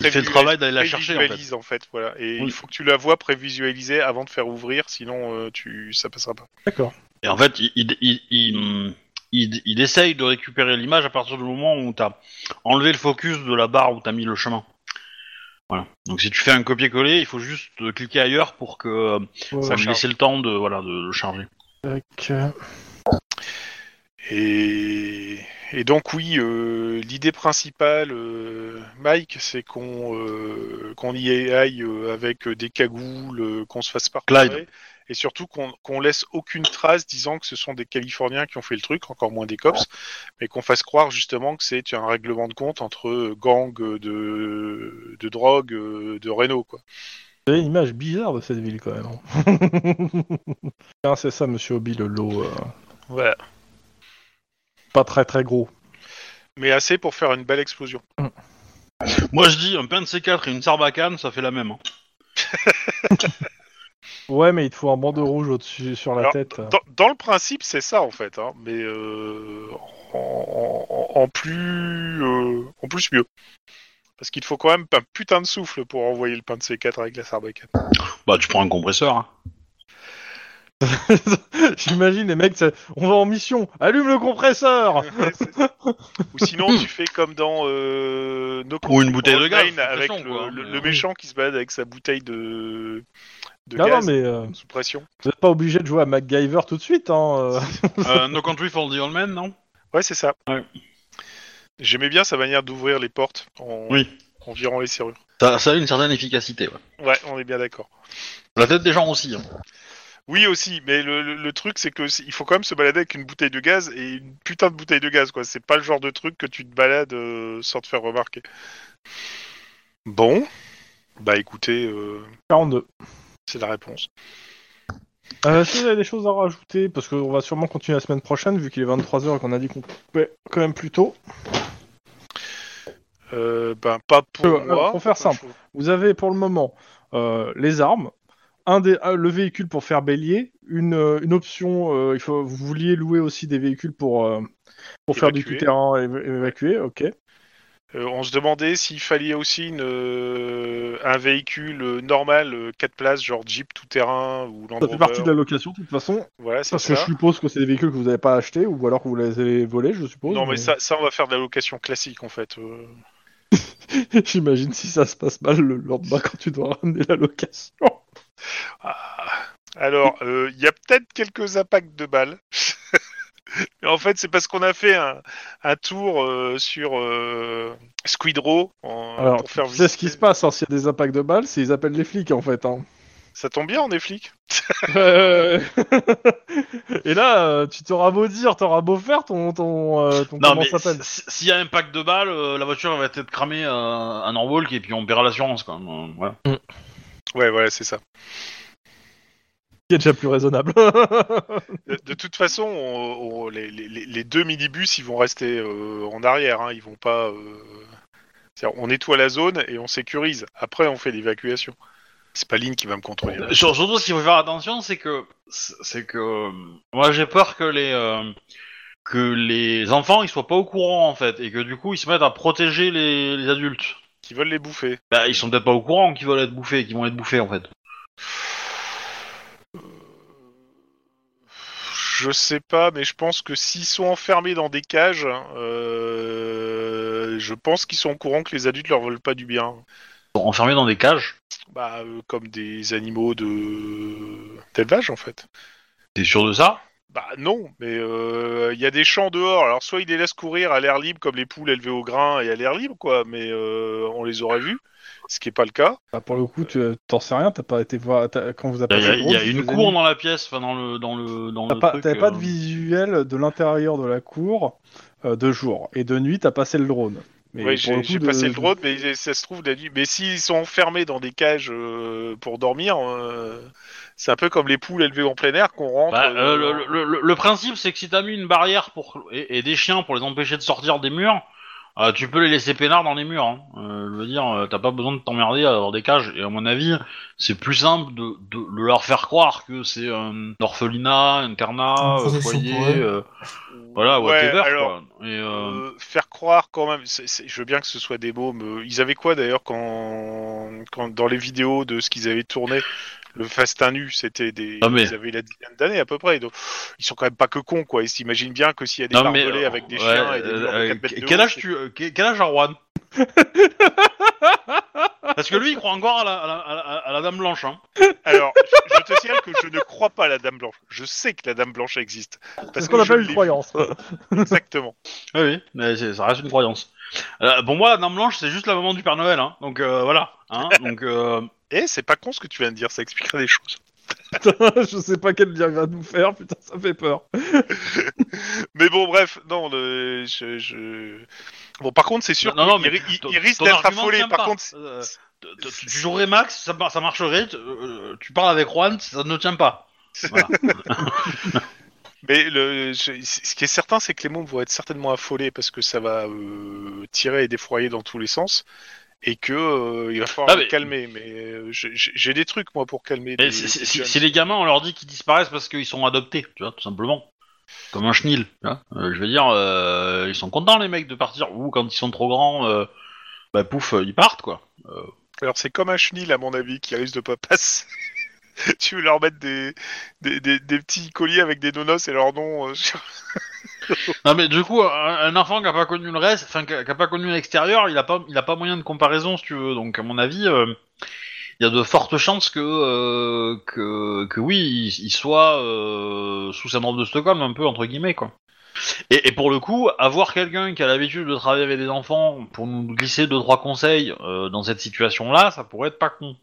A: il fait le
C: Prévisualise-
A: travail d'aller la chercher en fait.
C: Prévisualise en fait, voilà. Et
A: Oui.
C: il faut que tu la vois prévisualisée avant de faire ouvrir, sinon euh, tu ça passera pas.
B: D'accord.
A: Et en fait, il, il, il, il- il- il essaye de récupérer l'image à partir du moment où t'as enlevé le focus de la barre où t'as mis le chemin. Voilà. Donc si tu fais un copier-coller, il faut juste euh, cliquer ailleurs pour que euh, ça
C: charge.
A: me laisse le temps de voilà de le charger.
B: Tac, euh,
C: Et, et donc oui, euh, l'idée principale, euh, Mike, c'est qu'on euh, qu'on y aille euh, avec des cagoules, euh, qu'on se fasse
A: Clyde.
C: parcourir, et surtout qu'on qu'on laisse aucune trace disant que ce sont des Californiens qui ont fait le truc, encore moins des cops, mais qu'on fasse croire justement que c'est un règlement de compte entre euh, gangs de, de drogue euh, de Renault, quoi.
B: Vous avez une image bizarre de cette ville quand même. hein. Tiens, c'est ça, Monsieur Obi, le lot. euh,
C: Voilà.
B: pas très très gros.
C: Mais assez pour faire une belle explosion.
A: Moi je dis un pain de C4 et une sarbacane, ça fait la même. hein.
B: Ouais, mais il te faut un bandeau rouge au-dessus sur la
C: Alors,
B: tête.
C: Dans, dans le principe, c'est ça en fait, hein, mais euh, en, en- en plus, euh, en plus mieux. Parce qu'il te faut quand même un putain de souffle pour envoyer le pain de C4 avec la sarbacane.
A: Bah tu prends un compresseur. hein.
B: J'imagine les mecs, ça- on va en mission. Allume le compresseur.
C: Ou sinon, tu fais comme dans euh, No
A: Ou une bouteille de
C: Control
A: gaz,
C: Nine
A: de toute
C: avec
A: façon,
C: le,
A: quoi,
C: le-
A: mais,
C: le
A: euh,
C: méchant qui se balade avec sa bouteille de, de
B: Non, non,
C: gaz
B: mais euh,
C: sous pression.
B: vous n'êtes pas obligé de jouer à MacGyver tout de suite. Hein. euh.
A: Euh, no Country for the Old Men, non
C: Ouais, c'est ça.
A: Ouais.
C: J'aimais bien sa manière d'ouvrir les portes en,
A: Oui.
C: en virant les serrures.
A: ça, ça a une certaine efficacité. ouais.
C: Ouais, on est bien d'accord.
A: La tête des gens aussi. hein.
C: Oui aussi, mais le, le- le truc c'est que c'est- il faut quand même se balader avec une bouteille de gaz et une putain de bouteille de gaz quoi. C'est pas le genre de truc que tu te balades euh, sans te faire remarquer. Bon, bah écoutez, euh,
B: 42.
C: c'est la réponse.
B: Euh, Est-ce que vous avez des choses à rajouter Parce qu'on va sûrement continuer la semaine prochaine, vu qu'il est 23h et qu'on a dit qu'on coupait quand même plus tôt.
C: Euh, ben pas pour
B: Euh,
C: moi.
B: euh, pour faire simple. Vous avez pour le moment euh, les armes, un des, un- le véhicule pour faire bélier, une, euh, une option, euh, il faut, vous vouliez louer aussi des véhicules pour, euh, pour faire du
C: Évacuer.
B: tout-terrain et éva- évacuer, ok.
C: Euh, on se demandait s'il fallait aussi une, euh, un véhicule euh, normal 4 places genre Jeep tout terrain ou Land
B: Ça fait partie
C: Rover.
B: de la location de toute façon,
C: Voilà, ben, c'est
B: parce que
C: ça.
B: je suppose que c'est des véhicules que vous n'avez pas achetés ou alors que vous les avez volés, je suppose.
C: Non mais ça, ça on va faire de la location classique en fait. euh.
B: J'imagine si ça se passe mal le lendemain quand tu dois ramener la location.
C: Alors, euh, il y a peut-être quelques impacts de balles. Mais en fait, c'est parce qu'on a fait un, un tour euh, sur euh, Squid Row en-
B: Alors,
C: pour faire
B: tu sais ce qui
C: visiter-
B: se passe, hein, s'il y a des impacts de balles, c'est ils appellent les flics en fait. Hein.
C: Ça tombe bien, on est flics.
B: Euh, Et là, euh, tu t'auras beau dire, t'auras beau faire ton. ton, euh, ton-
A: Non
B: comment
A: mais
B: ça s'appelle
A: si- s'il y a un pack de balles, euh, la voiture elle va être cramée euh, à Norwalk et puis on paiera l'assurance quand même. euh, voilà.
C: Ouais, voilà, c'est ça.
B: qui est déjà plus raisonnable. Bah,
C: De, de toute façon, on- on- les, les- les deux minibus, ils vont rester euh, en arrière. hein, ils vont pas. euh, c'est-à-dire, on nettoie la zone et on sécurise. Après, on fait l'évacuation. C'est pas Lynn qui va me contrôler.
A: Sur- Surtout ce qu'il faut faire attention, c'est que c'est que euh, moi j'ai peur que les euh, que les enfants ils soient pas au courant en fait et que du coup ils se mettent à protéger les, les adultes.
C: Qui veulent les bouffer.
A: Bah ils sont peut-être pas au courant qu'ils veulent être bouffés, qu'ils vont être bouffés en fait.
C: Je sais pas, mais je pense que s'ils sont enfermés dans des cages, euh, je pense qu'ils sont au courant que les adultes leur veulent pas du bien.
A: Ils sont enfermés dans des cages.
C: Bah, euh, comme des animaux de d'élevage en fait.
A: T'es sûr de ça
C: Bah non, mais euh, il y a des champs dehors. Alors soit ils les laissent courir à l'air libre comme les poules élevées au grain et à l'air libre quoi, mais euh, on les aurait vus, ce qui est pas le cas.
B: Bah, pour le coup, tu euh, t'en sais rien, t'as pas été voir. t'as- Quand
A: Bah,
B: vous
A: Il y a,
B: appelez
A: il y a une cour dans la pièce, enfin dans le dans le dans
B: T'as
A: le
B: pas,
A: truc,
B: t'avais pas de
A: euh.
B: visuel de l'intérieur de la cour euh, de jour. Et de nuit, t'as passé le drone.
D: Mais
C: Ouais,
D: pour
C: j'ai
D: le coup,
C: j'ai
D: de-
C: passé le drone, mais il- ça se trouve la nuit. Mais s'ils sont enfermés dans des cages euh, pour dormir, euh, c'est un peu comme les poules élevées en plein air qu'on rentre.
A: Bah, euh,
C: euh,
A: le, le- le- le principe, c'est que si t'as mis une barrière pour et, et des chiens pour les empêcher de sortir des murs, euh, tu peux les laisser peinards dans les murs. hein. Euh, je veux dire, euh, t'as pas besoin de t'emmerder à avoir des cages. Et à mon avis, c'est plus simple de, de- de leur faire croire que c'est euh, un orphelinat, un internat,
E: Une
A: euh,
E: protection
A: foyer,
E: pour eux.
A: euh, voilà,
C: Ouais,
A: whatever.
C: alors,
A: quoi. Et, euh,
C: euh, faire croire quand même. c'est- c'est- je veux bien que ce soit des mômes. euh, Ils avaient quoi d'ailleurs quand, quand dans les vidéos de ce qu'ils avaient tourné le festin nu, c'était des.
A: Non, Ah, mais-
C: Ils avaient la dizaine d'années à peu près. Donc, ils sont quand même pas que cons quoi. Ils s'imaginent bien que s'il y a des
A: non, mais,
C: barbelés
A: euh,
C: avec des
A: ouais,
C: chiens et des
A: euh,
C: murs de
A: euh,
C: quatre mètres de
A: quel
C: haut,
A: âge
C: c'est-
A: tu euh, quel quel âge Arwan Parce que lui, il croit encore à la, à la- à la- à la dame blanche. Hein.
C: Alors, je, je te signale que je ne crois pas à la Dame Blanche. Je sais que la Dame Blanche existe.
B: C'est
C: Parce
B: ce qu'on
C: que je
B: appelle une
C: l'ai
B: croyance.
C: vue, Exactement.
A: Oui, oui, mais c'est- ça reste une croyance. Euh, pour moi, la Dame Blanche, c'est juste la maman du Père Noël, hein. donc euh, voilà. Hein, donc, euh,
C: Eh, c'est pas con ce que tu viens de dire, ça expliquerait des choses.
B: je sais pas quel lien il va nous faire, putain, ça fait peur.
C: Mais bon, bref, non, le, je, je- Bon, par contre, c'est sûr
A: Non, non,
C: qu'il
A: mais
C: ri- il,
A: ton-
C: il risque
A: ton
C: d'être
A: argument
C: affolé.
A: tient
C: Par
A: pas.
C: contre,
A: Euh, t- t- tu jouerais Max, ça, mar- ça marcherait. t- euh, tu parles avec Juan, ça ne tient pas.
C: mais le, je- ce qui est certain, c'est que les mômes vont être certainement affolés parce que ça va euh, tirer et défroyer dans tous les sens. Et que euh, il va falloir
A: Ah,
C: les
A: mais-
C: calmer, mais euh, je- je- j'ai des trucs moi pour calmer.
A: Mais
C: des-
A: c'est- c'est-
C: des
A: c'est-
C: jeunes.
A: c'est les gamins, on leur dit qu'ils disparaissent parce qu'ils sont adoptés, tu vois, tout simplement. Comme un chenil. tu vois. Euh, je veux dire, euh, ils sont contents, les mecs, de partir. Ou quand ils sont trop grands, euh, bah pouf, euh, ils partent, quoi.
C: Alors c'est comme un chenil à mon avis qui risque de pas passer. tu veux leur mettre des, des, des- des petits colliers avec des donuts et leur nom. euh, sur-
A: Non mais du coup, un, un enfant qui a pas connu le reste, enfin qui a qui a pas connu l'extérieur, il a pas, il a pas moyen de comparaison si tu veux. Donc à mon avis, euh, il y a de fortes chances que euh, que, que oui, il, il soit euh, sous syndrome de Stockholm un peu entre guillemets quoi. Et, et pour le coup, avoir quelqu'un qui a l'habitude de travailler avec des enfants pour nous glisser deux trois conseils euh, dans cette situation-là, ça pourrait être pas con.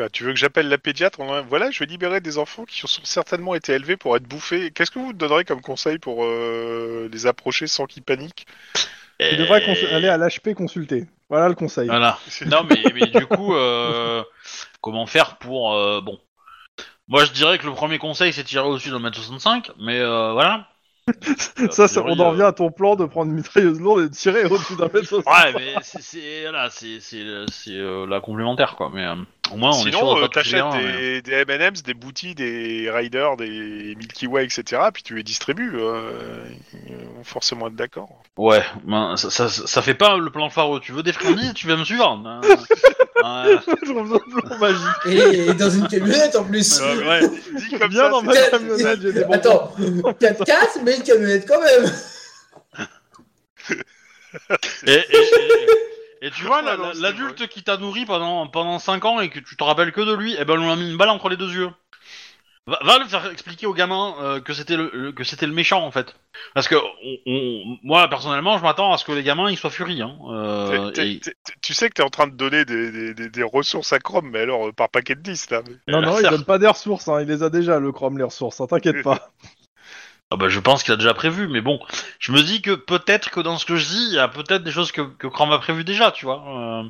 C: Ah, tu veux que j'appelle la pédiatre On en- Voilà, je vais libérer des enfants qui ont certainement été élevés pour être bouffés. Qu'est-ce que vous donnerez comme conseil pour euh, les approcher sans qu'ils paniquent
B: Tu devrais
A: Et-
B: cons- aller à l'HP consulter. Voilà le conseil.
A: Voilà. Non, mais, mais du coup, euh, comment faire pour. euh, bon. Moi, je dirais que le premier conseil, c'est de tirer au-dessus d'un mètre 65, mais euh, voilà. euh,
B: ça, ça- on en
A: revient
B: revient à ton plan de prendre une mitrailleuse lourde et de tirer au-dessus d'un mètre.
A: Ouais, mais c'est- c'est voilà, c'est- c'est, euh, c'est, euh, la complémentaire, quoi. Mais euh, au moins, on est sûr
C: Sinon,
A: de
C: euh,
A: pas toucher
C: t'achètes
A: un, mais-
C: des, des M&M's, des Booty, des Riders, des Milky Way, etc. Puis tu les distribues. euh, ils vont forcément être d'accord.
A: Ouais, ben, ça, ça, ça fait pas le plan phare. Tu veux des friandises, tu vas me suivre. hein. Ouais.
B: Je reviens au plan magique.
E: Et, et dans une camionnette en plus.
C: Ah, ouais. Dit comme
B: Bien
C: ça,
B: dans
C: c'est-
B: ma
E: c'est-
B: camionnette, j'ai des Oh, bonbons.
E: Attends, 4-4, mais une camionnette quand même.
A: Et, et- et- et tu vois, la-
C: Ouais, non,
A: la-
C: c'est
A: l'adulte qui t'a nourri pendant, pendant 5 ans et que tu te rappelles que de lui, eh ben, on lui a mis une balle entre les deux yeux. Va, va le faire expliquer au gamin euh, que c'était le, le- que c'était le méchant, en fait. Parce que on- on- moi, personnellement, je m'attends à ce que les gamins ils soient furies. Hein. Euh,
C: T'es-
A: et-
C: t'es- t'es- Tu sais que t'es en train de donner des, des- des- des ressources à Chrome, mais alors euh, par paquet de 10 là. mais-
B: Non,
A: la
B: non, il
A: serre.
B: donne pas des ressources, hein, il les a déjà, le Chrome, les ressources, hein, t'inquiète pas.
A: Ah bah, je pense qu'il a déjà prévu, mais bon, je me dis que peut-être que dans ce que je dis, il y a peut-être des choses que, que Chrome a prévu déjà, tu vois. Euh,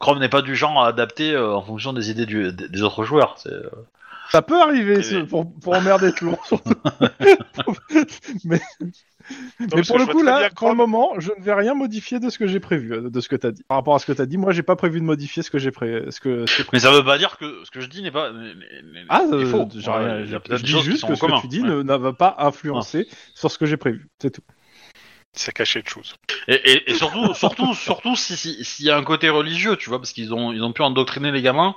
A: Chrome n'est pas du genre à adapter euh, en fonction des idées du- des, des autres joueurs. c'est-
B: Ça peut arriver ce- pour, pour emmerder tout le monde, surtout. mais
C: Non,
B: mais
C: parce que
B: pour le
C: je vois
B: coup,
C: très
B: là,
C: bien
B: pour le
C: Chrome-
B: moment, je ne vais rien modifier de ce que j'ai prévu, euh, de ce que t'as dit. Par rapport à ce que t'as dit, moi, j'ai pas prévu de modifier ce que j'ai pré... ce que... ce que-
A: Mais ça veut pas dire que ce que je dis n'est pas. n'est- n'est- n'est-
B: Ah,
A: est
B: euh,
A: faux.
B: j'ai
A: Ouais, il
B: rien-
A: y a
B: je
A: peut-être des
B: dis
A: choses qui
B: juste
A: sont
B: que
A: en
B: ce que
A: commun,
B: tu dis
A: ouais.
B: ne ne va pas influencer sur ce que j'ai prévu, c'est tout.
C: C'est caché de choses.
A: Et, et- et surtout, surtout, surtout si- si- s'il y a un côté religieux, tu vois, parce qu'ils ont, ils ont pu endoctriner les gamins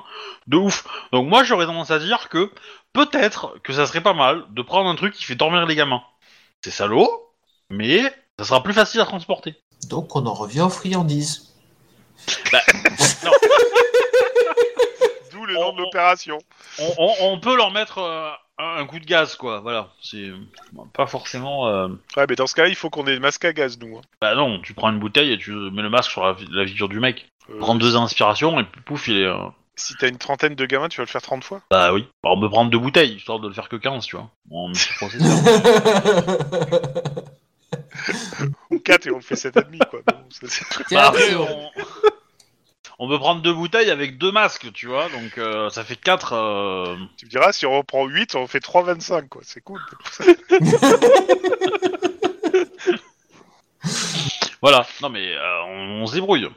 A: de ouf. Donc moi, j'aurais tendance à dire que peut-être que ça serait pas mal de prendre un truc qui fait dormir les gamins. C'est salaud, mais ça sera plus facile à transporter.
E: Donc on en revient aux friandises.
C: D'où le
A: On-
C: nom de l'opération.
A: On, on- on peut leur mettre euh, un un coup de gaz, quoi. Voilà, c'est bon, pas forcément. euh,
C: Ouais, mais dans ce cas-là, il faut qu'on ait le masque à gaz, nous. hein.
A: Bah non, tu prends une bouteille et tu mets le masque sur la, vi- la figure du mec.
C: Euh,
A: Prends deux inspirations et puis pouf, il est. euh,
C: Si t'as une trentaine de gamins, tu vas le faire 30 fois.
A: Bah oui. Bah, on peut prendre deux bouteilles, histoire de le faire que 15, tu vois. En multiprocesseur.
C: 4 et on le fait 7,5 quoi. Bon, ça, c'est-
E: Tiens,
A: Bah, après,
E: c'est-
A: on... on peut prendre deux bouteilles avec deux masques, tu vois, donc euh, ça fait quatre. euh,
C: tu me diras, si on reprend 8, on fait 3,25 quoi. C'est cool.
A: Voilà, non mais euh, on, on se débrouille.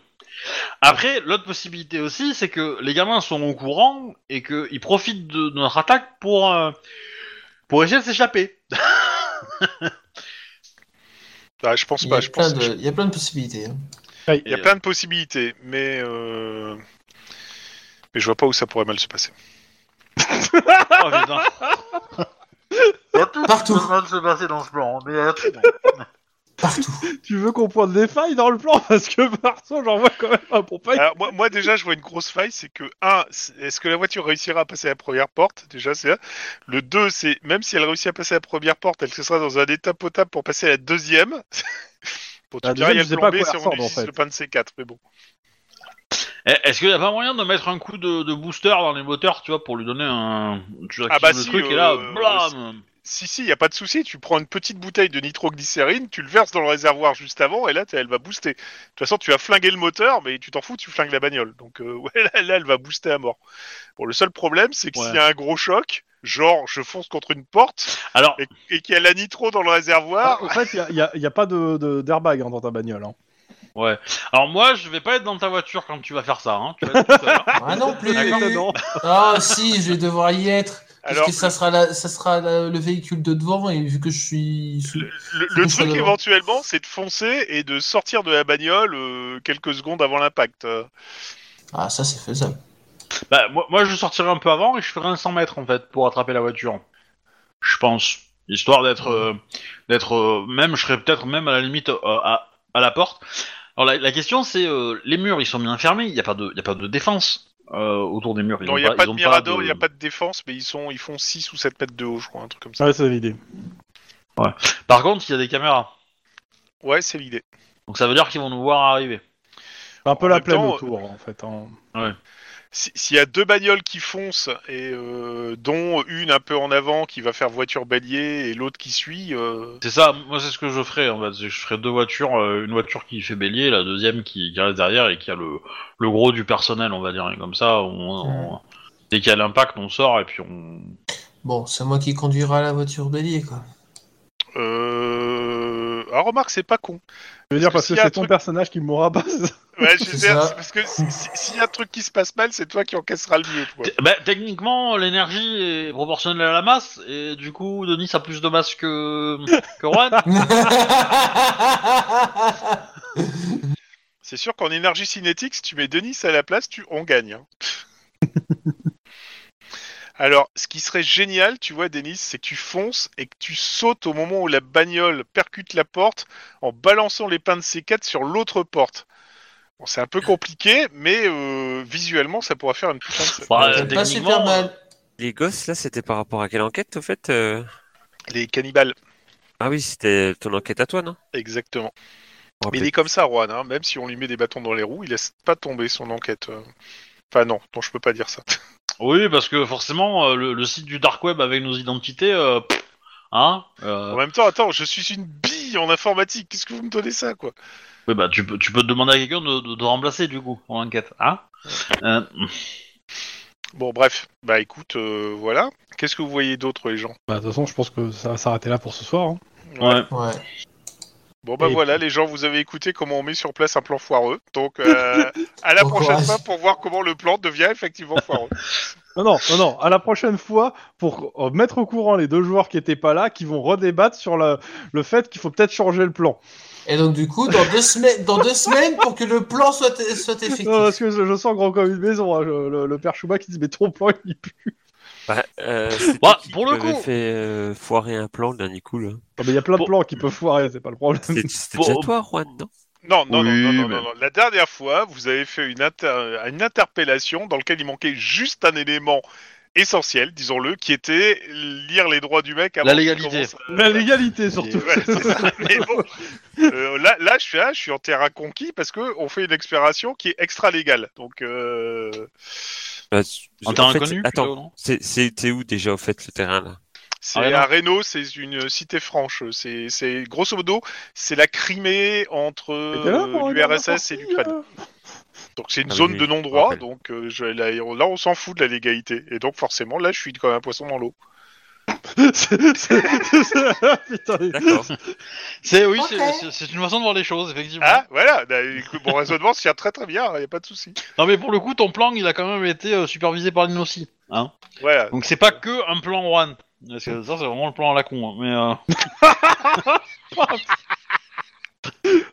A: Après, l'autre possibilité aussi, c'est que les gamins sont au courant et qu'ils profitent de, de notre attaque pour, euh, pour essayer de s'échapper.
C: Ah, je pense
E: Il y,
C: pas.
E: a
C: Je
E: plein
C: pense.
E: de... il y a plein de possibilités. hein.
C: Il y a
A: Et,
C: plein de possibilités, mais euh, mais je vois pas où ça pourrait mal se passer.
A: euh, oh, putain. Il y a tout
E: Partout.
A: qui est en train de se passer dans ce plan, hein. mais euh, il y a tout.
E: Partout.
B: Tu veux qu'on pointe des failles dans le plan Parce que perso, j'en vois quand même un pour pas.
C: Alors, moi, moi, déjà, je vois une grosse faille, c'est que un, c'est- est-ce que la voiture réussira à passer la première porte Déjà, c'est ça. Le deux, c'est même si elle réussit à passer la première porte, elle se sera dans un état potable pour passer à la deuxième. Bon, tu
B: La
C: me diras,
B: deuxième,
C: il y a
B: je sais
C: le
B: pas
C: plan
B: à
C: B
B: quoi
C: si
B: elle
C: on
B: ressemble, en
C: utilise
B: fait.
C: le pain de C4, mais bon.
A: Eh, Est-ce qu'il n'y a pas moyen de mettre un coup de, de booster dans les moteurs, tu vois, pour lui donner un. Tu actives
C: Ah bah
A: le
C: si,
A: truc et là,
C: euh,
A: blam
C: Si, si, il n'y a pas de souci, tu prends une petite bouteille de nitroglycérine, tu le verses dans le réservoir juste avant, et là, t'as- elle va booster. De toute façon, tu as flingué le moteur, mais tu t'en fous, tu flingues la bagnole. Donc euh, ouais, là, là, elle va booster à mort. Bon, le seul problème, c'est que
A: Ouais.
C: s'il y a un gros choc, genre je fonce contre une porte,
A: Alors,
C: et qu'il y a la nitro dans le
E: Ah.
C: réservoir,
B: Ah, En fait, il y a- il y a, il y a pas de de- d'airbag hein, dans ta bagnole. hein.
A: alors moi, je vais pas être dans ta voiture quand tu vas faire ça, hein. Tu vas être tout seul, hein.
E: Ah non plus.
B: Étonnant.
E: Ah si, je vais devoir y être. Parce
C: Alors-
E: que ça sera, la- ça sera la- le véhicule de devant et vu que je suis. sous-
C: le, le
E: Fonce
C: truc
E: devant.
C: éventuellement, c'est de foncer et de sortir de la bagnole euh, quelques secondes avant l'impact. Euh,
E: Ah ça c'est faisable.
A: Bah, moi, moi, je sortirai un peu avant et je ferai un 100 mètres en fait pour attraper la voiture. Je pense. Histoire d'être. euh, d'être euh, même, je serais peut-être même à la limite euh, à, à la porte. Alors la, la question c'est euh, les murs ils sont bien fermés, il n'y a, pas de- y a pas de défense euh, autour des murs. Ils
C: non,
A: ont
C: il n'y a pas
A: ils
C: de
A: ont
C: mirador, il n'y a pas de défense, mais ils sont, ils font 6 ou 7 mètres de haut, je crois, un truc comme ça.
B: Ouais, c'est l'idée.
A: Par contre, il y a des caméras.
C: Ouais, c'est l'idée.
A: Donc ça veut dire qu'ils vont nous voir arriver.
B: Un peu
C: En
B: la
C: même
B: plaine
C: temps,
B: autour, en fait. hein.
C: Si- S'il y a deux bagnoles qui foncent, et euh, dont une un peu en avant qui va faire voiture bélier et l'autre qui suit, euh,
A: C'est ça, moi c'est ce que je ferais en fait. C'est que Je ferais deux voitures, euh, une voiture qui fait bélier, la deuxième qui, qui reste derrière et qui a le, le gros du personnel, on va dire. Et comme ça, on- on- dès qu'il y a l'impact, on sort et puis on.
E: Bon, c'est moi qui conduira la voiture bélier quoi.
C: euh... ah, remarque, c'est pas con.
B: Je veux dire,
C: Parce
B: parce que
C: que s'il y a un
B: c'est ton
C: truc-
B: personnage qui mourra pas. c'est ça
C: Ouais, je
E: C'est
C: sais,
E: ça.
C: c'est parce que si- si- s'il y a un truc qui se passe mal, c'est toi qui encaissera le mieux. Toi.
A: T- bah, techniquement, l'énergie est proportionnelle à la masse et du coup, Denis a plus de masse que, que Juan. Bah,
C: C'est sûr qu'en énergie cinétique, si tu mets Denis à la place, tu on gagne. hein. Alors, ce qui serait génial, tu vois, Denis, c'est que tu fonces et que tu sautes au moment où la bagnole percute la porte en balançant les pains de C4 sur l'autre porte. Bon, c'est un peu compliqué, mais euh, visuellement, ça pourra faire une putain de...
A: Bah,
E: C'est pas super
A: techniquement,
E: mal.
F: Les gosses, là, c'était par rapport à quelle enquête, au fait euh
C: Les cannibales,
F: Ah oui, c'était ton enquête à toi, non
C: exactement.
F: Je me
C: Mais il
F: rappelle.
C: est comme ça, Juan, hein, même si on lui met des bâtons dans les roues, il laisse pas tomber son enquête. euh. Enfin non, non, je peux pas dire ça.
A: Oui, parce que forcément, euh, le, le site du dark web avec nos identités, euh, pff, hein. euh,
C: En même temps, attends, je suis une bille en informatique. Qu'est-ce que vous me donnez ça, quoi
A: Oui, bah, tu peux, tu peux demander à quelqu'un de, de, de remplacer, du coup, en enquête, hein Euh,
C: Bon, bref. Bah, écoute, euh, voilà. Qu'est-ce que vous voyez d'autre, les gens
B: Bah, de toute façon, je pense que ça va s'arrêter là pour ce soir. hein.
A: ouais.
E: Ouais.
C: Bon, bah
A: Eh
B: Et
C: voilà,
A: ben.
C: les gens, vous avez écouté comment on met sur place un plan foireux. Donc, euh, à la
E: Bon
C: prochaine
E: courage.
C: fois pour voir comment le plan devient effectivement foireux.
B: Non, non, non, non. À la prochaine fois, pour euh, mettre au courant les deux joueurs qui étaient pas là, qui vont redébattre sur la- le fait qu'il faut peut-être changer le plan.
E: Et donc du coup, dans deux semaines, dans deux semaines, pour que le plan soit,
C: Oh,
E: soit effectif.
B: Non, parce que je, je sens grand comme une maison. hein, je- le, le père Chouba qui dit Mais ton plan, il pue.
F: Bah, euh, c'était
A: Bah,
F: qui
A: pour
F: qui
A: le
F: m'avait
A: coup-
F: fait euh, foirer un plan le dernier coup, là
B: Non, mais il y a plein de
A: Bon.
B: plans qui peuvent foirer, c'est pas le problème.
F: C'était c'était
A: Pour-
F: déjà toi, Juan, non
C: Non, non,
A: Oui,
C: non, non, non,
A: mais-
C: non, non. La dernière fois, vous avez fait une, inter- une interpellation dans laquelle il manquait juste un élément essentiel, disons-le, qui était lire les droits du mec avant
A: La
C: qu'il
A: légalité.
C: commence à-
B: La légalité, surtout.
C: Ouais, c'est ça. Mais bon, euh, là, là, je suis, là, je suis en terrain conquis parce que on fait une exploration qui est extra légale. Donc, euh,
F: Bah, c-
A: En
F: en
A: terrain
F: Bah, fait,
A: inconnu
F: Attends,
A: plutôt, non
F: c'est- c'était où déjà, au fait, le terrain, là
C: C'est
A: Ah, ouais, non.
C: à Reno, c'est une cité franche. C'est, c'est grosso modo, c'est la Crimée entre
B: T'étais là pour
C: euh,
B: regarder la
C: l'URSS et
B: sortie,
C: l'Ukraine.
B: euh
C: Donc c'est une
F: Ah oui,
C: zone
F: oui,
C: de
F: je
C: non-droit,
F: rappelle.
C: donc euh, je- là, on- là, on s'en fout de la légalité. Et donc forcément là je suis comme un poisson dans l'eau.
B: C'est- c'est- c'est- Putain,
F: D'accord.
A: C'est oui,
E: Ok.
A: c'est- c'est- c'est une façon de voir les choses, effectivement.
C: Ah voilà, bah, écoute, mon raisonnement se tient très très bien, il n'y a pas de souci.
A: non mais pour le coup, ton plan, il a quand même été euh, supervisé par l'INOCI. Hein
C: Voilà.
A: Donc c'est pas que un plan Juan. Parce que ça, c'est vraiment le plan à la con. hein, Mais euh,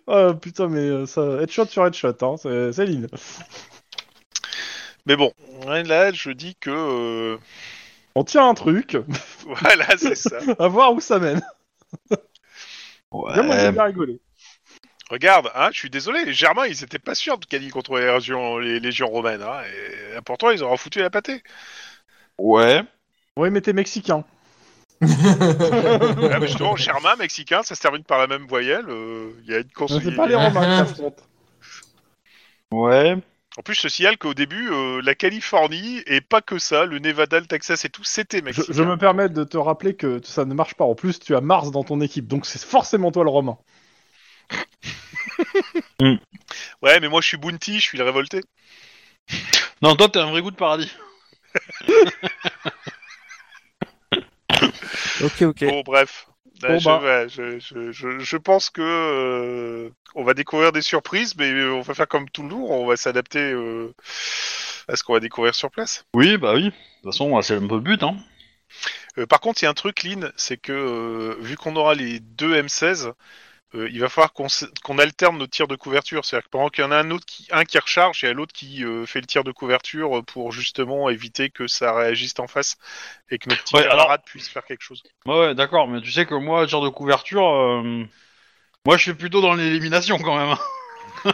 B: Ah, putain, mais euh, ça, headshot sur headshot, hein, c'est Céline.
C: Mais bon, ouais, là je dis que euh,
B: On tient un truc,
C: voilà c'est ça.
B: à voir où ça mène. Comme on a bien rigolé.
C: Regarde, hein, je suis désolé, les Germains ils étaient pas sûrs de gagner contre les légions, les légions romaines, hein, et pourtant ils auront foutu la pâtée.
B: Ah,
A: ouais.
B: Oui, mais t'es mexicain.
C: Là, Ah, mais justement, Germain, Mexicain, ça se termine par la même voyelle, euh, il y a une
B: Non,
C: consonance.
B: C'est pas les Romains qui s'affrontent.
A: Ouais.
C: En plus, je signale qu'au début, euh, la Californie, et pas que ça, le Nevada, le Texas et tout, c'était
B: Je,
C: mexicain.
B: je me permets de te rappeler que ça ne marche pas. En plus, tu as Mars dans ton équipe, donc c'est forcément toi le Romain.
C: Ouais, mais moi je suis Bounty, je suis le révolté.
A: Non, toi, t'es un vrai goût de paradis.
F: Ok, ok.
C: Bon, bref. Ouais,
B: Bon,
C: je,
B: bah.
C: ouais, je, je- je- je pense que euh, on va découvrir des surprises, mais euh, on va faire comme tout le monde, on va s'adapter euh, à ce qu'on va découvrir sur place.
A: Oui, bah oui. De toute façon, c'est un peu le but, hein.
C: Euh, par contre, il y a un truc, Lynn, c'est que euh, vu qu'on aura les deux M16, euh, il va falloir qu'on se- qu'on alterne nos tirs de couverture. C'est-à-dire que pendant qu'il y en a un autre qui, un qui recharge et l'autre qui euh, fait le tir de couverture euh, pour justement éviter que ça réagisse en face et que notre petit
A: Ouais,
C: camarade
A: alors-
C: puisse faire quelque chose.
A: Ouais, ouais, d'accord, mais tu sais que moi, genre de couverture, euh, moi je suis plutôt dans l'élimination quand même. hein.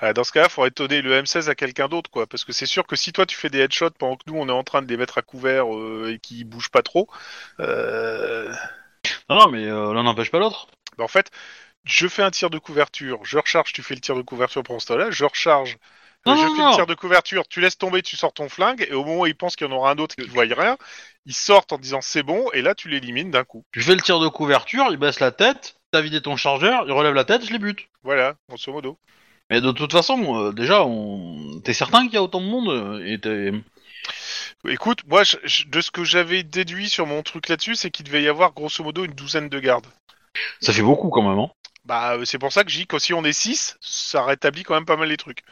C: Ah, dans ce cas-là, il faudrait donner le M16 à quelqu'un d'autre, quoi. Parce que c'est sûr que si toi tu fais des headshots pendant que nous on est en train de les mettre à couvert euh, et qu'ils bougent pas trop, euh,
A: Non, non, mais euh, l'un n'empêche pas l'autre.
C: Bah, en fait, je fais un tir de couverture, je recharge, tu fais le tir de couverture pendant ce temps-là, je recharge, euh,
A: Non,
C: je
A: non,
C: fais
A: non.
C: le tir de couverture, tu laisses tomber, tu sors ton flingue, et au moment où ils pensent qu'il y en aura un autre qui ne voit rien, ils sortent en disant c'est bon, et là tu l'élimines d'un coup.
A: Tu fais le tir de couverture, il baisse la tête, t'as vidé ton chargeur, il relève la tête, je les bute.
C: Voilà, grosso modo.
A: Mais de toute façon, euh, déjà, on... t'es certain qu'il y a autant de monde euh, et t'es-
C: Écoute, moi, je- je- de ce que j'avais déduit sur mon truc là-dessus, c'est qu'il devait y avoir grosso modo une douzaine de gardes.
A: ça fait beaucoup quand même. Hein.
C: Bah, euh, c'est pour ça que je dis que si on est 6, ça rétablit quand même pas mal les trucs.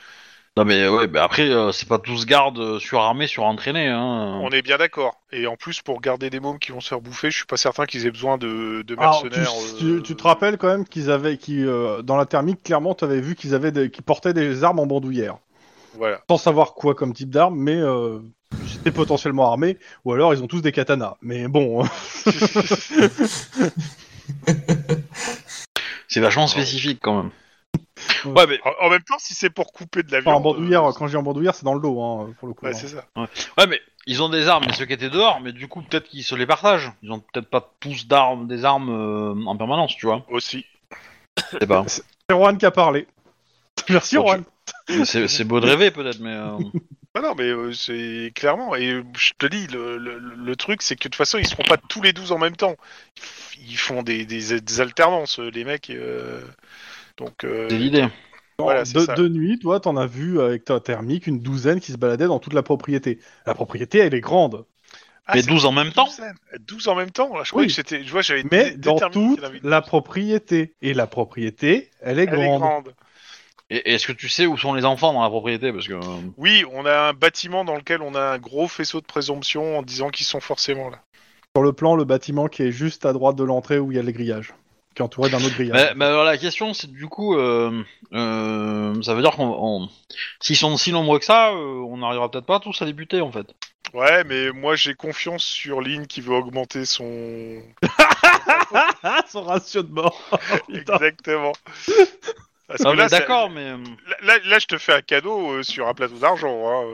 A: Non, mais ouais, bah, après, euh, c'est pas tous gardes euh, surarmés, surentraînés. Hein.
C: On est bien d'accord. Et en plus, pour garder des mômes qui vont se faire bouffer, je suis pas certain qu'ils aient besoin de, de
B: Alors,
C: mercenaires.
B: Ah, tu, tu-
C: euh,
B: tu te rappelles quand même qu'ils avaient, qui euh, dans la thermique, clairement, tu avais vu qu'ils avaient, des- qu'ils portaient des armes en bandoulière,
C: euh, Voilà.
B: sans savoir quoi comme type d'arme, mais euh, c'était potentiellement armé, ou alors ils ont tous des katanas. Mais bon,
A: C'est vachement spécifique quand même. Ouais, mais,
C: En, en même temps, si c'est pour couper de la
B: enfin,
C: viande.
B: en bandoulière,
C: euh,
B: quand je dis en bandoulière, c'est dans le dos, hein, pour le coup.
C: Ouais,
B: hein.
C: c'est ça.
A: ouais, mais ils ont des armes, mais ceux qui étaient dehors, mais du coup, peut-être qu'ils se les partagent. Ils ont peut-être pas tous d'armes, des armes euh, en permanence, tu vois.
C: Aussi.
A: Je sais pas.
B: C'est Juan qui a parlé. Merci
A: Bon,
B: Juan.
A: Mais C'est c'est beau de rêver peut-être, mais euh,
C: Ah non, mais euh, c'est clairement. Et euh, je te dis, le, le- le truc, c'est que de toute façon, ils seront pas tous les 12 en même temps. Ils f- Ils font des, des- des alternances, euh, les mecs. euh, Donc. euh,
A: c'est l'idée.
C: Voilà, c'est
B: de,
C: ça.
B: de nuit, toi, t'en as vu avec ta thermique une douzaine qui se baladait dans toute la propriété. La propriété, elle est grande,
C: ah,
A: Mais
C: c'est
A: 12 en même temps
C: 12, 12 en même temps là, Je croyais
B: Oui.
C: que c'était. Je vois, j'avais
B: mais
C: dé-
B: dans
C: déterminé
B: toute
C: qu'il y en avait une.
B: la propriété. Et la propriété, elle est
C: Elle est
B: grande.
C: grande.
A: Et et est-ce que tu sais où sont les enfants dans la propriété Parce que euh,
C: Oui, on a un bâtiment dans lequel on a un gros faisceau de présomption en disant qu'ils sont forcément là.
B: Sur le plan, le bâtiment qui est juste à droite de l'entrée où il y a les grillages, qui est entouré d'un autre grillage.
A: Bah, bah, alors, la question, c'est du coup, euh, euh, ça veut dire qu'on, on- s'ils sont si nombreux que ça, euh, on n'arrivera peut-être pas tous à débuter en fait.
C: Ouais, mais moi j'ai confiance sur Lynn qui veut augmenter son.
B: Ah, son ratio de mort Putain.
C: Exactement. Parce que
A: Ah, mais
C: là, c'est-
A: D'accord, mais euh,
C: Là, là- là, je te fais un cadeau euh, sur un plateau d'argent. hein.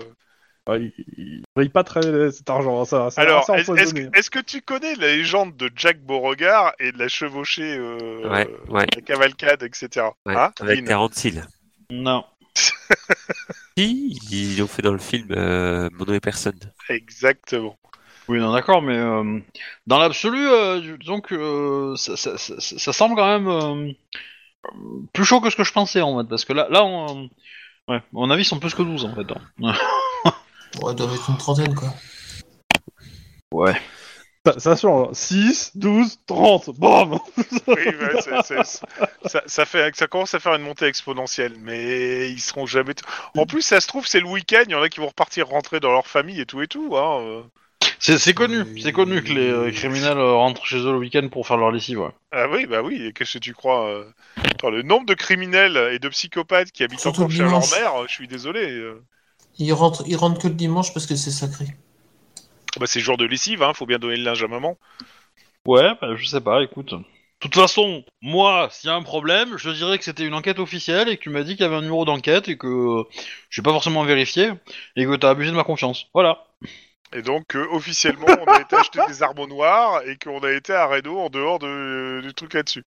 B: Ah, Il il brille pas très cet argent, hein, ça, ça
C: Alors,
B: ça
C: est-ce est-ce
B: empoisonné.
C: que, est-ce que tu connais la légende de Jack Beauregard et de la chevauchée, euh,
F: Ouais, ouais,
C: la cavalcade, etc.
F: ouais.
C: Hein,
F: Avec
C: Lynn
F: Tarantine.
A: non.
F: Si, ils l'ont fait dans le film euh, Mono et personne.
C: Exactement.
A: Oui, non, d'accord, mais euh, dans l'absolu, euh, disons que euh, ça, ça- ça- ça- ça semble quand même euh, euh, plus chaud que ce que je pensais en fait, parce que là, là, on, euh, ouais, à mon avis, ils sont plus que 12 en fait. hein.
E: Ouais, doit être une trentaine, quoi.
B: Ça, hein. ça sent 6, 12, 30. Bon,
C: Oui, ouais, c'est- c'est- c'est- ça, ça fait, ça commence à faire une montée exponentielle, mais ils seront jamais. t- En plus, ça se trouve, c'est le week-end, il y en a qui vont repartir rentrer dans leur famille et tout et tout. Hein. euh.
A: C'est c'est connu, c'est connu que les euh, criminels euh, rentrent chez eux le week-end pour faire leur lessive. Ouais.
C: Ah oui, bah oui, et qu'est-ce que tu crois euh, attends, Le nombre de criminels et de psychopathes qui habitent
E: Surtout
C: encore
E: le
C: chez leur
E: dimanche.
C: mère, je suis désolé. euh.
E: Il rentre, il rentre que le dimanche parce que c'est sacré.
C: Bah, c'est le jour de lessive, hein, faut bien donner le linge à maman.
A: Ouais, bah, je sais pas, écoute. De toute façon, moi, s'il y a un problème, je dirais que c'était une enquête officielle et que tu m'as dit qu'il y avait un numéro d'enquête et que euh, j'ai pas forcément vérifié et que t'as abusé de ma confiance. Voilà.
C: Et donc, euh, officiellement, on a été acheter des armes noirs et qu'on a été à Reno en dehors de- euh, du truc là-dessus.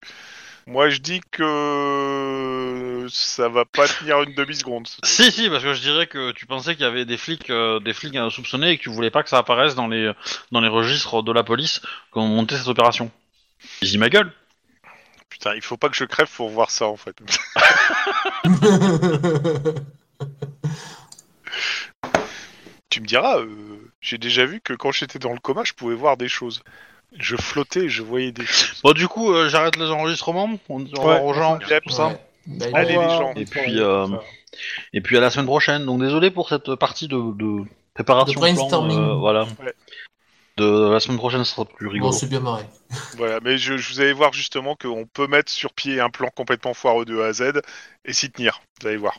C: Moi, je dis que euh, ça va pas tenir une demi-seconde. ce truc.
A: Si, si, parce que je dirais que tu pensais qu'il y avait des flics, euh, des flics euh, soupçonnés et que tu voulais pas que ça apparaisse dans les, dans les registres de la police quand on montait cette opération. J'ai ma gueule.
C: Putain, il faut pas que je crève pour voir ça, en fait. tu me diras, euh, j'ai déjà vu que quand j'étais dans le coma, je pouvais voir des choses. Je flottais, je voyais des choses.
A: Bon, du coup, euh, j'arrête les enregistrements. On dit au revoir aux gens.
C: Yep.
A: Ça.
E: Ouais. Bah, il-
C: Allez, les gens.
A: Et puis, euh, Et puis à la semaine prochaine. Donc désolé pour cette partie de, de préparation.
E: De
A: plan,
E: brainstorming.
A: euh, voilà.
C: Ouais.
A: De la semaine prochaine, ce sera plus
E: Bon,
A: rigolo.
E: c'est bien marré.
C: Voilà, mais je, je vous allez voir justement qu'on peut mettre sur pied un plan complètement foireux de A à Z et s'y tenir. Vous allez voir.